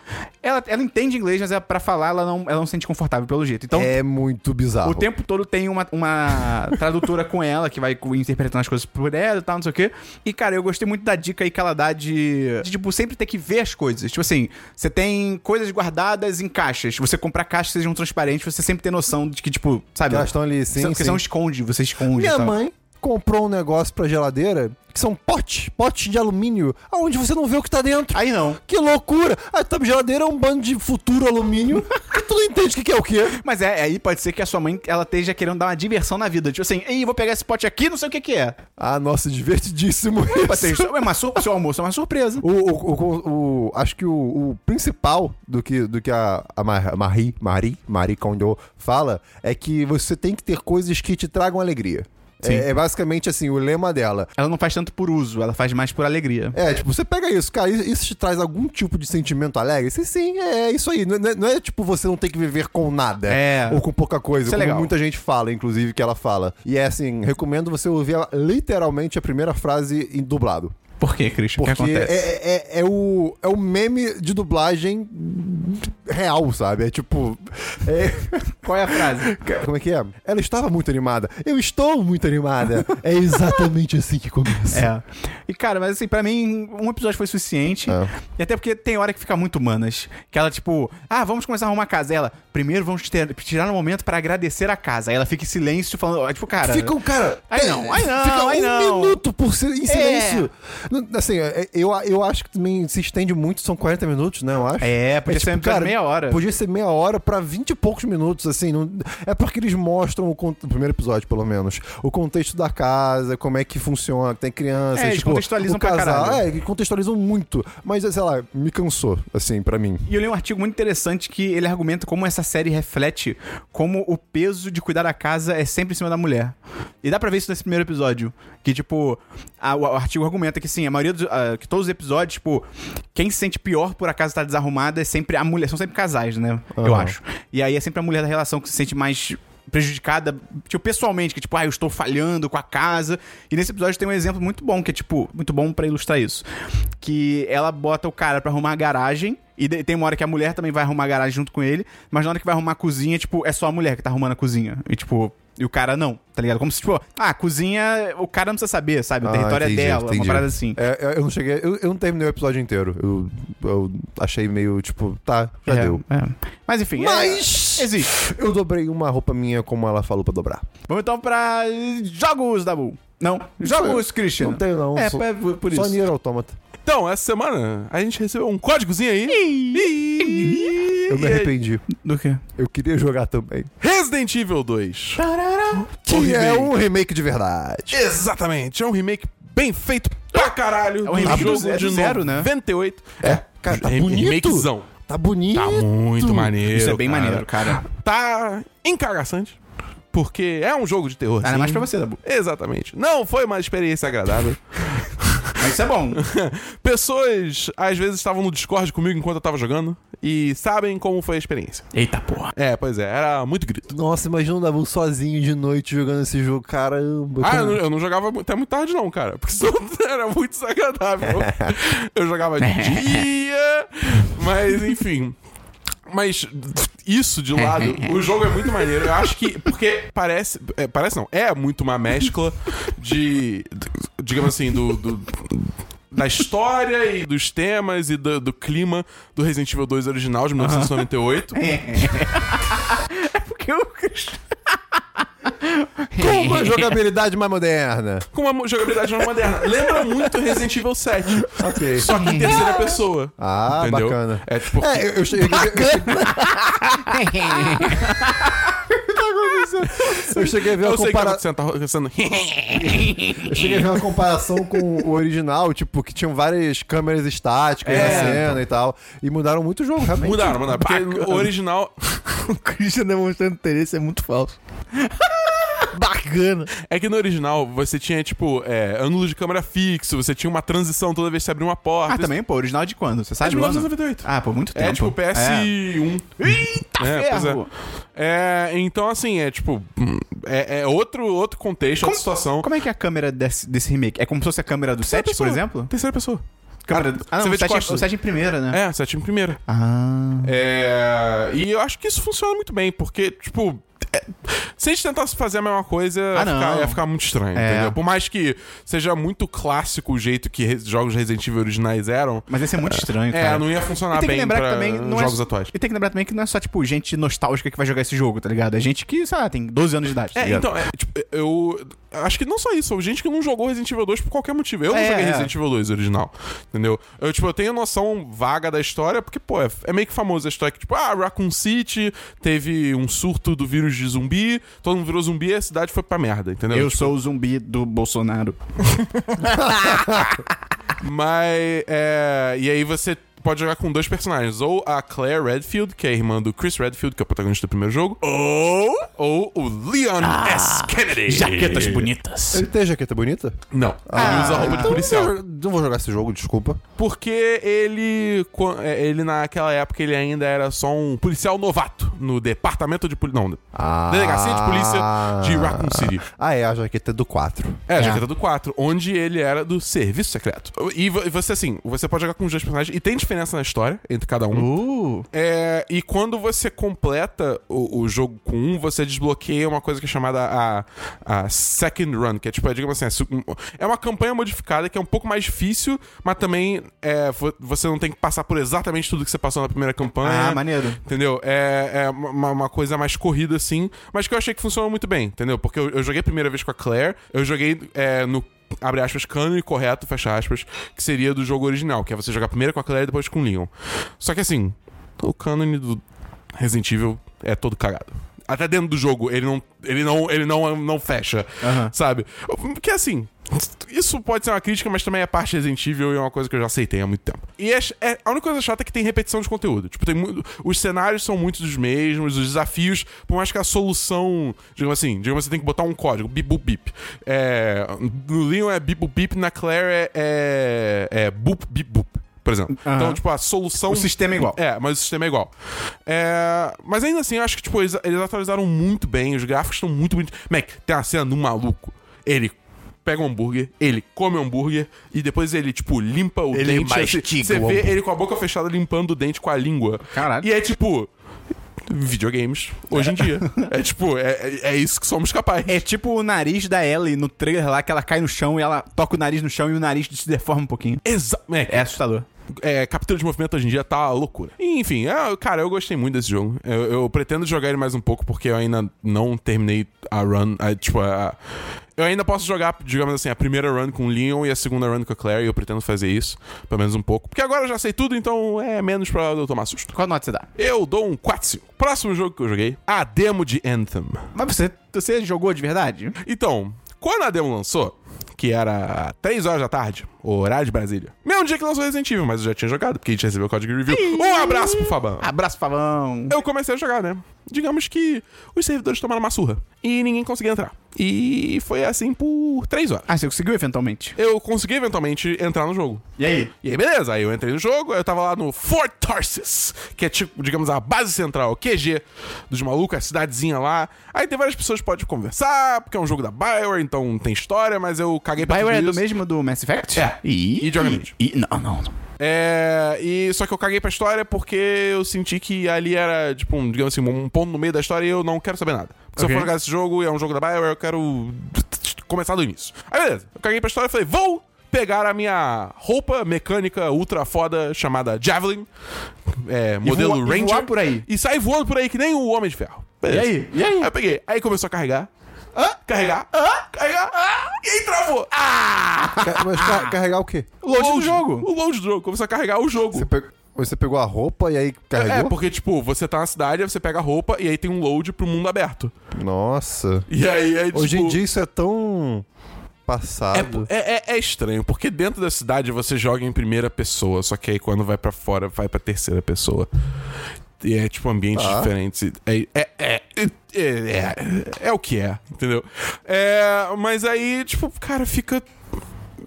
Speaker 1: ela entende inglês, mas é, pra falar ela não, ela não se sente confortável pelo jeito. Então,
Speaker 2: é muito bizarro.
Speaker 1: O tempo todo tem uma, uma tradutora com ela que vai co- interpretando as coisas por ela e tal, não sei o quê. E, cara, eu gostei muito da dica aí que ela dá de, de, tipo, sempre ter que ver as coisas. Tipo assim, você tem coisas guardadas em caixas. Você comprar caixas que sejam transparentes, você sempre tem noção de que, tipo, sabe?
Speaker 2: Que elas estão ali, sim,
Speaker 1: Só Porque tá?
Speaker 2: sim.
Speaker 1: você não esconde, você esconde. e
Speaker 2: Minha
Speaker 1: tal.
Speaker 2: mãe comprou um negócio pra geladeira que são potes, potes de alumínio, aonde você não vê o que tá dentro.
Speaker 1: Aí não.
Speaker 2: Que loucura! A tua geladeira é um bando de futuro alumínio que tu não entende o que que é o quê.
Speaker 1: Mas é, aí pode ser que a sua mãe, ela esteja querendo dar uma diversão na vida. Tipo assim, ei, vou pegar esse pote aqui, não sei o que que é.
Speaker 2: Ah, nossa, divertidíssimo
Speaker 1: Pode ser,
Speaker 2: isso.
Speaker 1: é uma sur- seu almoço é uma surpresa.
Speaker 2: O, o- o- o- acho que o, o principal do que, do que a, a Mar- Marie, Marie, Marie Kondo fala é que você tem que ter coisas que te tragam alegria. É, é basicamente assim, o lema dela.
Speaker 1: Ela não faz tanto por uso, ela faz mais por alegria.
Speaker 2: É, tipo, você pega isso, cara, isso isso te traz algum tipo de sentimento alegre? Sim, sim, é isso aí. Não não é, não é, tipo você não tem que viver com nada.
Speaker 1: É.
Speaker 2: Ou com pouca coisa.
Speaker 1: Isso é
Speaker 2: como
Speaker 1: legal.
Speaker 2: muita gente fala, inclusive, que ela fala. E é assim, recomendo você ouvir a- literalmente a primeira frase em dublado.
Speaker 1: Por quê, Christian? O que
Speaker 2: Porque
Speaker 1: acontece?
Speaker 2: é, é, é, o, é o meme de dublagem real, sabe? É tipo. é-
Speaker 1: Qual é a frase?
Speaker 2: Como é que é? Ela estava muito animada. Eu estou muito animada. É exatamente assim que começa.
Speaker 4: É.
Speaker 1: E, cara, mas assim, pra mim, um episódio foi suficiente.
Speaker 2: É.
Speaker 1: E até porque tem hora que fica muito humanas. Que ela, tipo, ah, vamos começar a arrumar a casa. Ela, primeiro vamos ter- tirar um momento pra agradecer a casa. Aí ela fica em silêncio falando, ó, tipo, cara.
Speaker 2: Fica um cara.
Speaker 1: Aí não, aí não,
Speaker 2: Fica
Speaker 1: aí
Speaker 2: um
Speaker 1: não. É.
Speaker 2: minuto por si, em silêncio. Não, Assim, é- eu, eu acho que também se estende muito, são 40 minutos, né? Eu acho.
Speaker 1: É, podia ser um episódio de meia hora.
Speaker 2: Podia ser meia hora pra 20 e poucos minutos, assim. não- é porque eles mostram o con- no primeiro episódio, pelo menos, o contexto da casa, como é que funciona, que tem criança. tipo,
Speaker 1: É, eles contextualizam
Speaker 2: o
Speaker 1: pra caralho.
Speaker 2: É, eles contextualizam muito. Mas, é, sei lá, me cansou, assim, pra mim.
Speaker 1: E eu li um artigo muito interessante que ele argumenta como essa série reflete como o peso de cuidar da casa é sempre em cima da mulher. E dá pra ver isso nesse primeiro episódio. Que, tipo, a- o, o artigo argumenta que, sim, a maioria dos. ah, que todos os episódios, tipo, quem se sente pior por a casa estar desarrumada é sempre a mulher. São sempre casais, né? Eu
Speaker 2: Aham.
Speaker 1: acho. E aí é sempre a mulher da relação que se sente mais prejudicada, tipo, pessoalmente, que tipo, ah, eu estou falhando com a casa. E nesse episódio tem um exemplo muito bom, que é tipo, muito bom pra ilustrar isso, que ela bota o cara pra arrumar a garagem e de- tem uma hora que a mulher também vai arrumar a garagem junto com ele, mas na hora que vai arrumar a cozinha, tipo, é só a mulher que tá arrumando a cozinha. E tipo, e o cara não, tá ligado? Como se, tipo, ah, a cozinha, o cara não precisa saber, sabe? O
Speaker 2: Ah,
Speaker 1: território
Speaker 2: entendi,
Speaker 1: é dela, uma
Speaker 2: entendi.
Speaker 1: parada assim.
Speaker 2: É, eu- eu não cheguei. Eu, eu não terminei o episódio inteiro. Eu, eu achei meio tipo, tá, já
Speaker 1: É,
Speaker 2: deu.
Speaker 1: é. Mas enfim, é-
Speaker 2: Mas-
Speaker 1: existe.
Speaker 2: Eu dobrei uma roupa minha como ela falou pra dobrar.
Speaker 1: Vamos então pra jogos, Dabu. Não, jogos, Christian.
Speaker 2: Não tenho, não.
Speaker 1: É,
Speaker 2: Só-
Speaker 1: é por- por
Speaker 2: Só
Speaker 1: isso.
Speaker 2: Nier Automata.
Speaker 3: Então, essa semana a gente recebeu um códigozinho aí. Ih,
Speaker 2: Eu me
Speaker 3: e aí-
Speaker 2: arrependi.
Speaker 1: Do quê?
Speaker 2: Eu queria jogar também.
Speaker 3: Resident Evil 2.
Speaker 2: Que é um remake de verdade.
Speaker 3: Exatamente, é um remake bem feito pra caralho.
Speaker 1: É um remake
Speaker 3: jogo
Speaker 1: do- é
Speaker 3: de
Speaker 1: do zero, né?
Speaker 3: 98.
Speaker 2: É, cara, tá
Speaker 3: Re-
Speaker 2: bonito.
Speaker 3: Remakezão.
Speaker 2: Tá bonito.
Speaker 3: Tá muito maneiro.
Speaker 1: Isso é bem
Speaker 3: cara.
Speaker 1: maneiro, cara.
Speaker 3: Tá encagaçante. Porque é um jogo de terror.
Speaker 1: Ah, Ainda mais
Speaker 3: sim.
Speaker 1: pra você, Dabu.
Speaker 3: Exatamente. Não foi uma experiência agradável.
Speaker 1: Mas isso é bom.
Speaker 3: Pessoas às vezes estavam no Discord comigo enquanto eu tava jogando e sabem como foi a experiência.
Speaker 1: Eita porra.
Speaker 3: É, pois é, era muito grito.
Speaker 2: Nossa, imagina o Dabu sozinho de noite jogando esse jogo. Caramba.
Speaker 3: Ah,
Speaker 2: como-
Speaker 3: eu não, eu não jogava mu- até muito tarde, não, cara. Porque senão era muito desagradável. Eu jogava de dia, mas enfim. Mas isso de lado, o jogo é muito maneiro. Eu acho que. Porque parece. é, parece não. É muito uma mescla de. Digamos assim, do. do- da história e dos temas e do, do clima do Resident Evil 2 original de 1998.
Speaker 1: Porque eu.
Speaker 2: Com uma jogabilidade mais moderna.
Speaker 3: com uma mo- jogabilidade mais moderna. Lembra muito Resident Evil 7.
Speaker 2: Ok.
Speaker 3: Só que em terceira pessoa.
Speaker 2: Ah,
Speaker 3: Entendeu?
Speaker 2: bacana.
Speaker 3: É tipo.
Speaker 2: É, eu, eu cheguei. Bacana. Eu cheguei a ver
Speaker 3: Eu
Speaker 2: uma
Speaker 3: sei que
Speaker 2: comparação.
Speaker 3: você tá pensando.
Speaker 2: Eu cheguei a ver uma comparação com o original, tipo, que tinham várias câmeras estáticas na cena e tal. E mudaram muito o jogo, realmente.
Speaker 3: É. Mudaram, mudaram. Porque
Speaker 2: Bacana.
Speaker 3: o original
Speaker 4: O Christian demonstrando interesse é muito falso. Bacana.
Speaker 3: É que no original você tinha, tipo, é, ângulo de câmera fixo, você tinha uma transição toda vez que você abria uma porta.
Speaker 1: Ah, também, pô, original de quando? Você
Speaker 3: É
Speaker 1: sabe
Speaker 3: de
Speaker 1: o ano?
Speaker 3: 1998.
Speaker 1: Ah, por muito tempo.
Speaker 3: É tipo PS1.
Speaker 1: Eita
Speaker 3: É, pois é.
Speaker 1: ferro!
Speaker 3: É, então, assim, é tipo. hum, É, é outro, outro contexto, outra situação.
Speaker 1: Como é que é a câmera desse, desse remake? É como se fosse a câmera do 7, por
Speaker 3: pessoa.
Speaker 1: exemplo?
Speaker 3: Terceira pessoa.
Speaker 1: Câmera... Ah,
Speaker 3: você
Speaker 1: não,
Speaker 3: vê
Speaker 1: o
Speaker 3: de
Speaker 1: 7,
Speaker 3: costas.
Speaker 1: o 7 em primeira, né?
Speaker 3: É, sétima em primeira.
Speaker 1: Ah.
Speaker 3: É, e eu acho que isso funciona muito bem, porque, tipo. é, se a gente tentasse fazer a mesma coisa, ia,
Speaker 1: Ah,
Speaker 3: ficar,
Speaker 1: não.
Speaker 3: ia ficar muito estranho,
Speaker 1: É.
Speaker 3: entendeu? Por mais que seja muito clássico o jeito que re- jogos Resident Evil originais eram,
Speaker 1: Mas esse é muito estranho,
Speaker 3: é,
Speaker 1: cara.
Speaker 3: não ia funcionar
Speaker 1: E tem que
Speaker 3: bem
Speaker 1: lembrar que
Speaker 3: pra
Speaker 1: também não é-
Speaker 3: jogos atuais.
Speaker 1: E tem que lembrar também que não é só, tipo, gente nostálgica que vai jogar esse jogo, tá ligado? É gente que, sei lá, tem 12 anos de idade. tá
Speaker 3: É,
Speaker 1: ligado?
Speaker 3: então, é, tipo, eu acho que não só isso, gente que não jogou Resident Evil 2 por qualquer motivo. Eu não
Speaker 1: É,
Speaker 3: joguei
Speaker 1: é.
Speaker 3: Resident Evil 2 original, entendeu? Eu, tipo, eu tenho noção vaga da história, porque, pô, é, é meio que famoso a história que, tipo, ah, Raccoon City teve um surto do vírus de zumbi, todo mundo virou zumbi e a cidade foi pra merda, entendeu?
Speaker 1: Eu sou o zumbi do Bolsonaro.
Speaker 3: Mas, é, e aí você pode jogar com dois personagens. Ou a Claire Redfield, que é a irmã do Chris Redfield, que é o protagonista do primeiro jogo. Ou. Ou o Leon
Speaker 1: Ah.
Speaker 3: S. Kennedy.
Speaker 1: Jaquetas bonitas.
Speaker 2: Ele tem jaqueta bonita?
Speaker 3: Não.
Speaker 1: Ah.
Speaker 3: ele usa roupa de
Speaker 2: Então,
Speaker 3: policial.
Speaker 2: eu Não vou jogar esse jogo, desculpa.
Speaker 3: Porque ele, qua- é, ele naquela época, ele ainda era só um policial novato no departamento de polícia. Não,
Speaker 2: Ah.
Speaker 3: delegacia de polícia de Raccoon City.
Speaker 2: Ah, é, a jaqueta do 4.
Speaker 3: É, a jaqueta do 4, onde ele era do serviço secreto. E vo- e você, assim, você pode jogar com os dois personagens, e tem diferença na história entre cada
Speaker 2: Uhum.
Speaker 3: um.
Speaker 1: Uh,
Speaker 3: É, e quando você completa o, o jogo com um, você desbloqueia uma coisa que é chamada a, a Second Run, que é tipo, é, digamos assim, é su- é uma campanha modificada que é um pouco mais difícil, mas também é, vo- você não tem que passar por exatamente tudo que você passou na primeira campanha.
Speaker 1: Ah, maneiro.
Speaker 3: Entendeu? É, é uma, uma coisa mais corrida, assim, mas que eu achei que funcionou muito bem, entendeu? Porque eu, eu joguei a primeira vez com a Claire, eu joguei é, no. Abre aspas, cano e correto, fecha aspas, que seria do jogo original, que é você jogar primeiro com a Claire e depois com o Leon. Só que assim, o cânone do Resident Evil é todo cagado. Até dentro do jogo, ele não, ele não, ele não, não fecha, sabe? Porque assim, isso pode ser uma crítica, mas também é parte Resident Evil e é uma coisa que eu já aceitei há muito tempo. E é ch- é- a única coisa chata é que tem repetição de conteúdo. Tipo, tem mu- os cenários são muitos dos mesmos, os desafios, por mais que a solução, digamos assim, digamos assim, tem que botar um código, bip, bup, bip. É, no Leon é bip, bup, bip, na Claire é, é, é bup, bip, bup, por exemplo. Então, tipo, a solução...
Speaker 1: O sistema é igual.
Speaker 3: É, mas o sistema é igual. É, mas ainda assim, eu acho que, tipo, eles, eles atualizaram muito bem, os gráficos estão muito bonitos. Mac, tem uma cena de um maluco. Ele pega um hambúrguer, ele come o hambúrguer e depois ele, tipo, limpa o
Speaker 2: Ele
Speaker 3: dente. Você-
Speaker 2: mastiga
Speaker 3: Você
Speaker 2: o
Speaker 3: vê
Speaker 2: hambúrguer.
Speaker 3: ele com a boca fechada limpando o dente com a língua.
Speaker 1: Caralho.
Speaker 3: E é tipo. Videogames, hoje em dia. É tipo, é, é- é isso que somos capazes.
Speaker 1: É tipo o nariz da Ellie no trailer lá, que ela cai no chão e ela toca o nariz no chão e o nariz se deforma um pouquinho.
Speaker 3: Exa Mac,
Speaker 1: É assustador.
Speaker 3: é, captura de movimento hoje em dia tá loucura. Enfim, é, cara, eu gostei muito desse jogo. Eu, eu pretendo jogar ele mais um pouco, porque eu ainda não terminei a run. a- tipo, a- eu ainda posso jogar, digamos assim, a primeira run com o Leon e a segunda run com a Claire, e eu pretendo fazer isso, pelo menos um pouco. Porque agora eu já sei tudo, então é menos provável eu tomar susto.
Speaker 1: Qual nota você dá?
Speaker 3: Eu dou um 4-5. Próximo jogo que eu joguei, a demo de Anthem.
Speaker 1: Mas você, você jogou de verdade?
Speaker 3: Então, quando a demo lançou, que era 3 horas da tarde, horário de Brasília. Mesmo dia que lançou Resident Evil, mas eu já tinha jogado, porque a gente recebeu o código de review. Um abraço pro Fabão.
Speaker 1: Abraço, Favão.
Speaker 3: Eu comecei a jogar, né? Digamos que os servidores tomaram uma surra. E ninguém conseguia entrar. E foi assim por 3 horas.
Speaker 1: Ah, você conseguiu eventualmente.
Speaker 3: Eu consegui eventualmente entrar no jogo.
Speaker 1: E aí?
Speaker 3: E aí, beleza, aí eu entrei no jogo, aí eu tava lá no Fort Tarsis, que é tipo, digamos, a base central, o QG dos malucos, a cidadezinha lá. Aí tem várias pessoas que podem conversar, porque é um jogo da Bioware, então tem história, mas eu caguei pra
Speaker 1: Bioware é
Speaker 3: tudo
Speaker 1: do
Speaker 3: isso.
Speaker 1: mesmo do Mass Effect?
Speaker 3: É.
Speaker 1: E,
Speaker 3: E Dragon Age.
Speaker 1: e- Não, não, não.
Speaker 3: É, e só que eu caguei pra história porque eu senti que ali era, tipo, um, digamos assim, um ponto no meio da história e eu não quero saber nada. Porque se
Speaker 1: Ok.
Speaker 3: eu for jogar esse jogo e é um jogo da Bioware, eu quero começar do início. Aí beleza, eu caguei pra história e falei, vou pegar a minha roupa mecânica ultra foda chamada Javelin, é, modelo
Speaker 1: voa- e
Speaker 3: Ranger.
Speaker 1: voar por aí.
Speaker 3: E sair voando por aí que nem o Homem de Ferro. Beleza.
Speaker 1: E aí? E aí?
Speaker 3: eu peguei. Aí começou a carregar. Hã? Carregar. Hã? Carregar. Ah! E aí travou. Ah!
Speaker 2: Ca- Mas ca- carregar o quê?
Speaker 3: Uh.
Speaker 1: Load do É jogo.
Speaker 3: O load do jogo. Começou a carregar o jogo.
Speaker 2: Você, pe- você pegou a roupa e aí
Speaker 3: É,
Speaker 2: carregou?
Speaker 3: porque, tipo, você tá na cidade, aí você pega a roupa e aí tem um load pro mundo aberto.
Speaker 2: Nossa.
Speaker 3: E aí é tipo.
Speaker 2: Hoje em dia isso é tão
Speaker 3: É,
Speaker 2: passado.
Speaker 3: é- é- é estranho, porque dentro da cidade você joga em primeira pessoa, só que aí quando vai pra fora, vai pra terceira pessoa. E é tipo ambientes
Speaker 2: Tá.
Speaker 3: diferentes. É, é, é, é, é, é o que é, entendeu? É, mas aí, tipo, cara, fica.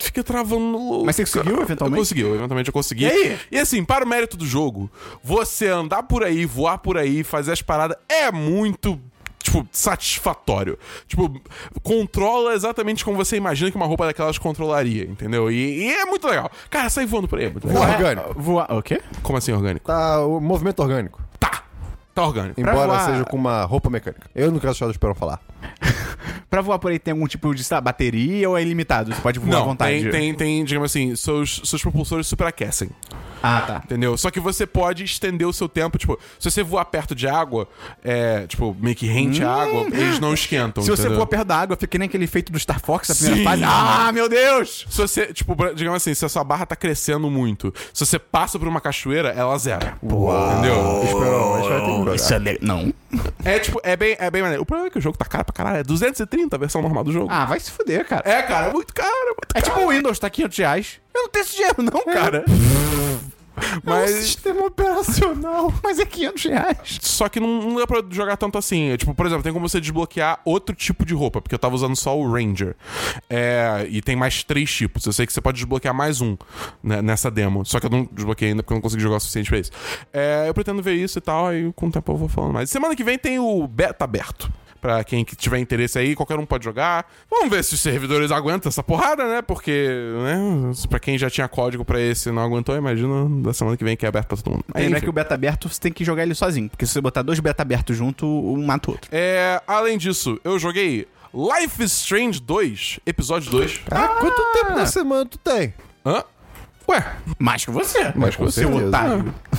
Speaker 3: Fica travando no load.
Speaker 1: Mas você conseguiu,
Speaker 3: cara.
Speaker 1: eventualmente?
Speaker 3: Eu consegui, eu eventualmente eu consegui.
Speaker 1: E aí?
Speaker 3: E assim, para o mérito do jogo, você andar por aí, voar por aí, fazer as paradas é muito. Tipo, satisfatório. Tipo, controla exatamente como você imagina que uma roupa daquelas controlaria, entendeu? E, e é muito legal. Cara, sai voando por aí. É muito legal.
Speaker 2: Tá orgânico.
Speaker 1: Voar. O quê?
Speaker 3: Como assim orgânico?
Speaker 2: Tá, o movimento orgânico.
Speaker 3: Tá! Tá orgânico.
Speaker 2: Embora
Speaker 1: voar-
Speaker 2: seja com uma roupa mecânica. Eu não quero deixar do Esperão falar.
Speaker 1: Pra voar por aí tem algum tipo de, sei lá, bateria ou é ilimitado? Você pode voar à
Speaker 3: Não,
Speaker 1: vontade.
Speaker 3: tem, tem, tem, digamos assim, seus, seus propulsores superaquecem.
Speaker 1: Ah, tá.
Speaker 3: Entendeu? Só que você pode estender o seu tempo. Tipo, se você voar perto de água, é, tipo, meio que rente à água, eles não esquentam.
Speaker 1: Hum. Se você
Speaker 3: entendeu?
Speaker 1: voar perto da água, fica nem aquele efeito do Star Fox na primeira
Speaker 3: Sim.
Speaker 1: fase. Ah, meu Deus!
Speaker 3: Se você, tipo, pra- digamos assim, se a sua barra tá crescendo muito, se você passa por uma cachoeira, ela zera. Entendeu?
Speaker 2: Esperão, a gente vai ter que jogar.
Speaker 1: é legal. Não.
Speaker 3: É tipo, é bem, é bem maneiro. O problema é que o jogo tá caro pra caralho. É 230 a versão normal do jogo.
Speaker 1: Ah, vai se fuder, cara.
Speaker 3: É, cara, é muito caro, é muito
Speaker 1: É
Speaker 3: caro.
Speaker 1: tipo o Windows, tá 500 reais. Eu não tenho esse dinheiro, não, cara.
Speaker 3: Mas.
Speaker 2: sistema operacional.
Speaker 1: Mas é 500 reais.
Speaker 3: Só que não, não dá pra jogar tanto assim. É, Tipo, por exemplo, tem como você desbloquear outro tipo de roupa, porque eu tava usando só o Ranger. É, e tem mais três tipos. Eu sei que você pode desbloquear mais um né, nessa demo. Só que eu não desbloqueei ainda porque eu não consegui jogar o suficiente pra isso. É, eu pretendo ver isso e tal, aí com o tempo eu vou falando mais. Semana que vem tem o beta aberto. Pra quem que tiver interesse aí, qualquer um pode jogar. Vamos ver se os servidores aguentam essa porrada, né? Porque, né? se Pra quem já tinha código pra esse e não aguentou, imagina da semana que vem que é aberto pra todo mundo.
Speaker 1: Tem
Speaker 3: Aí,
Speaker 1: né
Speaker 3: enfim.
Speaker 1: que o beta aberto você tem que jogar ele sozinho. Porque se você botar dois beta abertos junto, um mata o outro.
Speaker 3: É, além disso, eu joguei Life is Strange 2, episódio 2.
Speaker 2: Ah, quanto tempo na semana tu tem?
Speaker 3: Hã? Ué,
Speaker 1: Mais que você. Mais
Speaker 2: que você,
Speaker 1: Seu
Speaker 2: Deus.
Speaker 1: otário.
Speaker 3: Ah.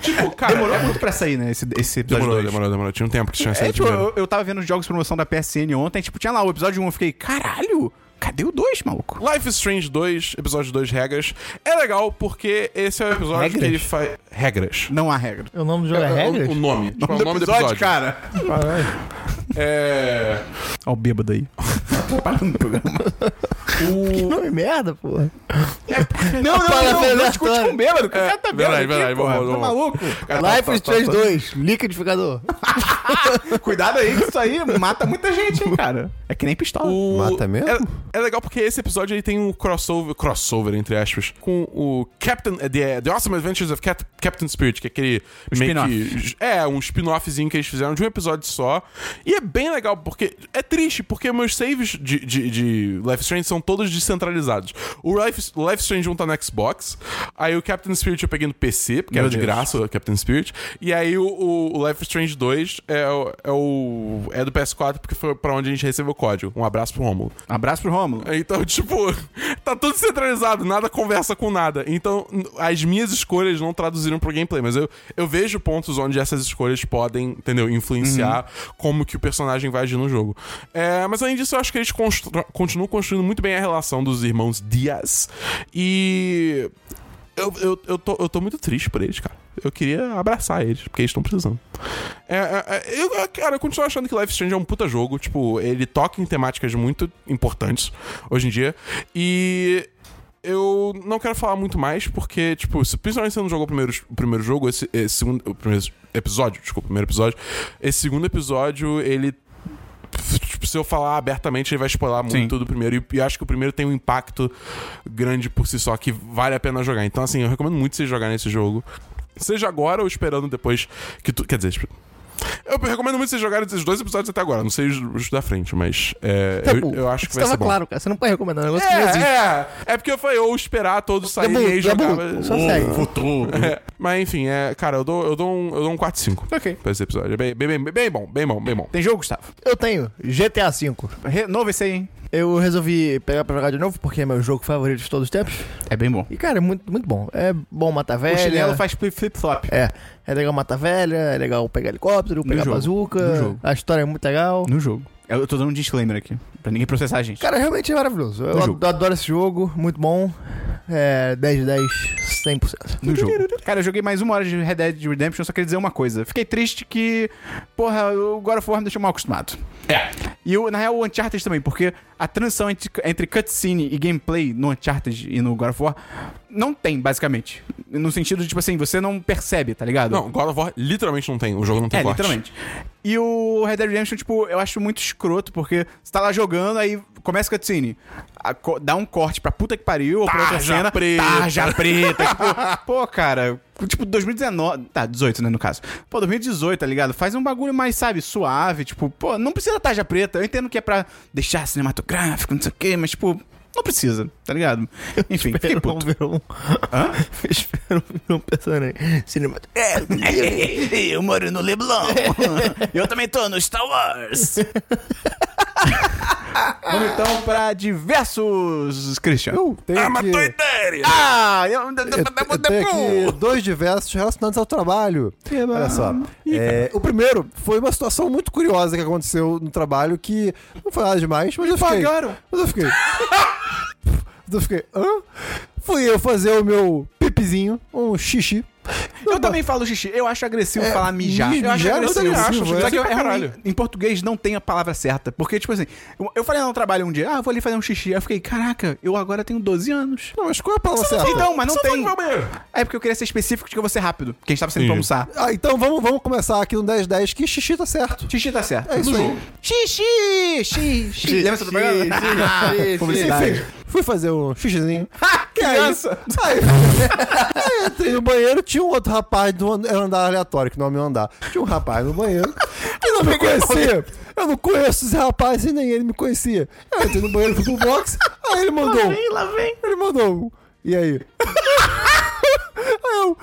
Speaker 3: tipo, cara.
Speaker 1: Demorou muito pra sair, né? Esse, esse episódio
Speaker 3: Demorou,
Speaker 1: dois.
Speaker 3: demorou, demorou. Tinha um tempo que tinha
Speaker 1: É,
Speaker 3: saído
Speaker 1: tipo,
Speaker 3: primeiro.
Speaker 1: eu, eu tava vendo os jogos de promoção da PSN ontem, tipo, tinha lá o episódio 1, eu fiquei, caralho, cadê o 2, maluco?
Speaker 3: Life is Strange 2, episódio 2, regras. É legal porque esse é o episódio
Speaker 1: Regras?
Speaker 3: que ele faz. Regras.
Speaker 1: Não há regra.
Speaker 4: O nome do jogo é regras?
Speaker 3: O, o nome. Tipo, é o nome do episódio.
Speaker 1: cara.
Speaker 3: É.
Speaker 1: Ó, o bêbado aí. Atrapalhando o programa.
Speaker 4: Nome merda, porra.
Speaker 1: Não, não,
Speaker 4: Fala,
Speaker 1: não, não,
Speaker 4: Fernando.
Speaker 1: discute com o bêbado, cara.
Speaker 3: É,
Speaker 1: O cara tá bêbado
Speaker 3: verdade,
Speaker 1: aqui,
Speaker 3: verdade,
Speaker 1: porra.
Speaker 3: vamos,
Speaker 1: Tá
Speaker 3: vamos.
Speaker 1: maluco?
Speaker 3: Cara, tá-
Speaker 4: Life
Speaker 3: tá-
Speaker 4: is
Speaker 3: tá-
Speaker 4: Strange 2, liquidificador.
Speaker 1: Cuidado aí, que isso aí mata muita gente, hein, cara. É que nem pistola.
Speaker 3: O-
Speaker 2: Mata mesmo?
Speaker 3: É, é legal porque esse episódio ele tem um crossover, crossover entre aspas, com o Captain eh, The, The Awesome Adventures of Cap- Captain Spirit, que é aquele que, é um spin-offzinho que eles fizeram de um episódio só. E é bem legal porque é triste porque meus saves de, de, de Life is Strange são todos descentralizados. O Life, is- Life is Strange 1 tá no Xbox, aí o Captain Spirit eu peguei no PC, porque era de graça o Captain Spirit, e aí o, o- o Life is Strange 2 é, o- é o é do PS4 porque foi pra onde a gente recebeu o código. Um abraço pro Romulo.
Speaker 1: Abraço pro Romulo.
Speaker 3: Então, tipo, tá tudo centralizado, nada conversa com nada. Então, n- as minhas escolhas não traduziram pro gameplay, mas eu, eu vejo pontos onde essas escolhas podem, entendeu, influenciar como que o personagem vai agir no jogo. É, mas além disso, eu acho que eles constru- continuam construindo muito bem a relação dos irmãos Dias. E. Eu, eu, eu, tô, eu tô muito triste por eles, cara. Eu queria abraçar eles, porque eles estão precisando. É, é, é, eu, é, cara, eu continuo achando que Life is Strange é um puta jogo. Tipo, ele toca em temáticas muito importantes hoje em dia. E eu não quero falar muito mais, porque, tipo, se, principalmente se você não jogou o primeiro, o primeiro jogo, esse, esse segundo. O primeiro episódio, desculpa, o primeiro episódio. Esse segundo episódio, ele. Tipo, se eu falar abertamente, ele vai spoiler
Speaker 1: Sim.
Speaker 3: muito do primeiro. E, e acho que o primeiro tem um impacto grande por si só, que vale a pena jogar. Então, assim, eu recomendo muito você jogar nesse jogo. Seja agora ou esperando depois que tu. Quer dizer, eu recomendo muito vocês jogarem esses dois episódios até agora. Não sei os, os da frente, mas. é,
Speaker 4: Tá
Speaker 3: eu,
Speaker 4: bom.
Speaker 3: eu acho que
Speaker 4: Isso
Speaker 3: vai
Speaker 4: tava
Speaker 3: ser bom.
Speaker 4: claro, cara. Você não pode recomendar um negócio que não
Speaker 3: É,
Speaker 4: existe.
Speaker 3: é, é porque eu falei, ou esperar todos
Speaker 4: Tá
Speaker 3: saírem
Speaker 4: bom,
Speaker 3: e aí
Speaker 4: tá
Speaker 3: jogava.
Speaker 4: bom. Só segue.
Speaker 3: É, Mas enfim, é, cara, eu dou, eu dou um, eu dou um 4-5
Speaker 1: Ok.
Speaker 3: pra esse episódio. É bem, bem, bem, bem bom, bem bom, bem bom.
Speaker 1: Tem jogo, Gustavo?
Speaker 4: Eu tenho GTA V.
Speaker 1: Re- Novo esse aí, hein?
Speaker 4: Eu resolvi pegar pra jogar de novo, porque é meu jogo favorito de todos os tempos.
Speaker 1: É bem bom. é.
Speaker 4: E, cara, é muito, muito bom. É bom matar
Speaker 1: O
Speaker 4: velha.
Speaker 1: chinelo faz flip- flip-flop.
Speaker 4: É, é legal matar velha, é legal pegar helicóptero, pegar
Speaker 1: jogo. No
Speaker 4: bazuca.
Speaker 1: jogo.
Speaker 4: A história é muito legal.
Speaker 1: No jogo. Eu eu tô dando um disclaimer aqui, pra ninguém processar a gente.
Speaker 4: Cara, realmente é maravilhoso. Eu
Speaker 1: No
Speaker 4: ad-
Speaker 1: jogo.
Speaker 4: adoro esse jogo, muito bom. É 10 de 10, 100%.
Speaker 1: no jogo. Cara, eu joguei mais uma hora de Red Dead Redemption, só queria dizer uma coisa. Fiquei triste que, porra, o God of War me deixou mal acostumado. É. E o- na real o Uncharted também, porque a transição entre, entre cutscene e gameplay no Uncharted e no God of War não tem, basicamente. No sentido de, tipo assim, você não percebe, tá ligado?
Speaker 3: Não, God of War literalmente não tem. O jogo não tem
Speaker 1: É,
Speaker 3: corte.
Speaker 1: literalmente. E o Red Dead Redemption, tipo, eu acho muito escroto, porque você tá lá jogando, aí começa a cutscene. A co- dá um corte pra puta que pariu, ou pra outra
Speaker 3: Tarja
Speaker 1: cena.
Speaker 3: preta.
Speaker 1: Tarja preta. tipo, pô, cara, tipo, 2019. Tá, 18, né, no caso. Pô, 2018, tá ligado? Faz um bagulho mais, sabe, suave. Tipo, pô, não precisa tarja preta. Eu entendo que é pra deixar cinematográfico, não sei o quê, mas, tipo. Não precisa, tá ligado? Enfim, fiquei
Speaker 4: Espero não
Speaker 1: puto.
Speaker 4: ver um.
Speaker 1: Hã?
Speaker 4: Espero não ver um personagem cinematográfico.
Speaker 1: É, Eu moro no Leblon. Eu também tô no Star Wars. Vamos então pra diversos, Christian.
Speaker 2: Eu tenho
Speaker 3: Ah,
Speaker 2: que...
Speaker 3: matou a ideia!
Speaker 1: Ah, eu...
Speaker 2: Eu, eu tenho aqui dois diversos relacionados ao trabalho. Olha só. É, o primeiro foi uma situação muito curiosa que aconteceu no trabalho que não foi nada demais, mas eu fiquei.
Speaker 1: pagaram.
Speaker 2: Mas eu fiquei. Mas eu fiquei. Hã? Fui eu fazer o meu pipizinho, um xixi.
Speaker 1: Eu Eu também falo xixi. Eu acho agressivo falar mijar.
Speaker 2: mi-
Speaker 1: Eu acho
Speaker 2: É, mijar eu
Speaker 1: agressivo.
Speaker 2: também acho,
Speaker 1: Só
Speaker 2: é.
Speaker 1: que eu- é
Speaker 3: Pra
Speaker 1: ruim.
Speaker 3: caralho.
Speaker 1: Em português não tem a palavra certa. Porque, tipo assim, eu, eu falei lá no trabalho um dia, ah, vou ali fazer um xixi. Aí eu fiquei, caraca, eu agora tenho 12 anos.
Speaker 2: Não, mas qual é a palavra certa?
Speaker 1: Então, mas não
Speaker 3: Só
Speaker 1: tem.
Speaker 3: vai pro banheiro.
Speaker 1: É porque eu queria ser específico de que eu vou ser rápido. Porque a gente tava saindo pra
Speaker 3: Sim.
Speaker 1: almoçar.
Speaker 2: Ah, então vamos, vamos começar aqui no 10-10 que xixi tá certo.
Speaker 1: Xixi tá certo.
Speaker 2: É isso aí.
Speaker 1: Xixi! Xixi! Lembra essa propaganda?
Speaker 4: Ah,
Speaker 2: Enfim, fui fazer um xixizinho. Que
Speaker 1: é
Speaker 2: é
Speaker 1: criança!
Speaker 2: Aí, aí entrei no banheiro, tinha um outro rapaz do an- era um andar aleatório, que não é o meu andar. Tinha um rapaz no banheiro que não me conhecia. Eu não conheço esse rapaz e nem ele me conhecia. Eu entrei no banheiro, fui pro box, aí ele mandou. Lá vem, lá vem. Ele mandou. um, E aí? aí eu.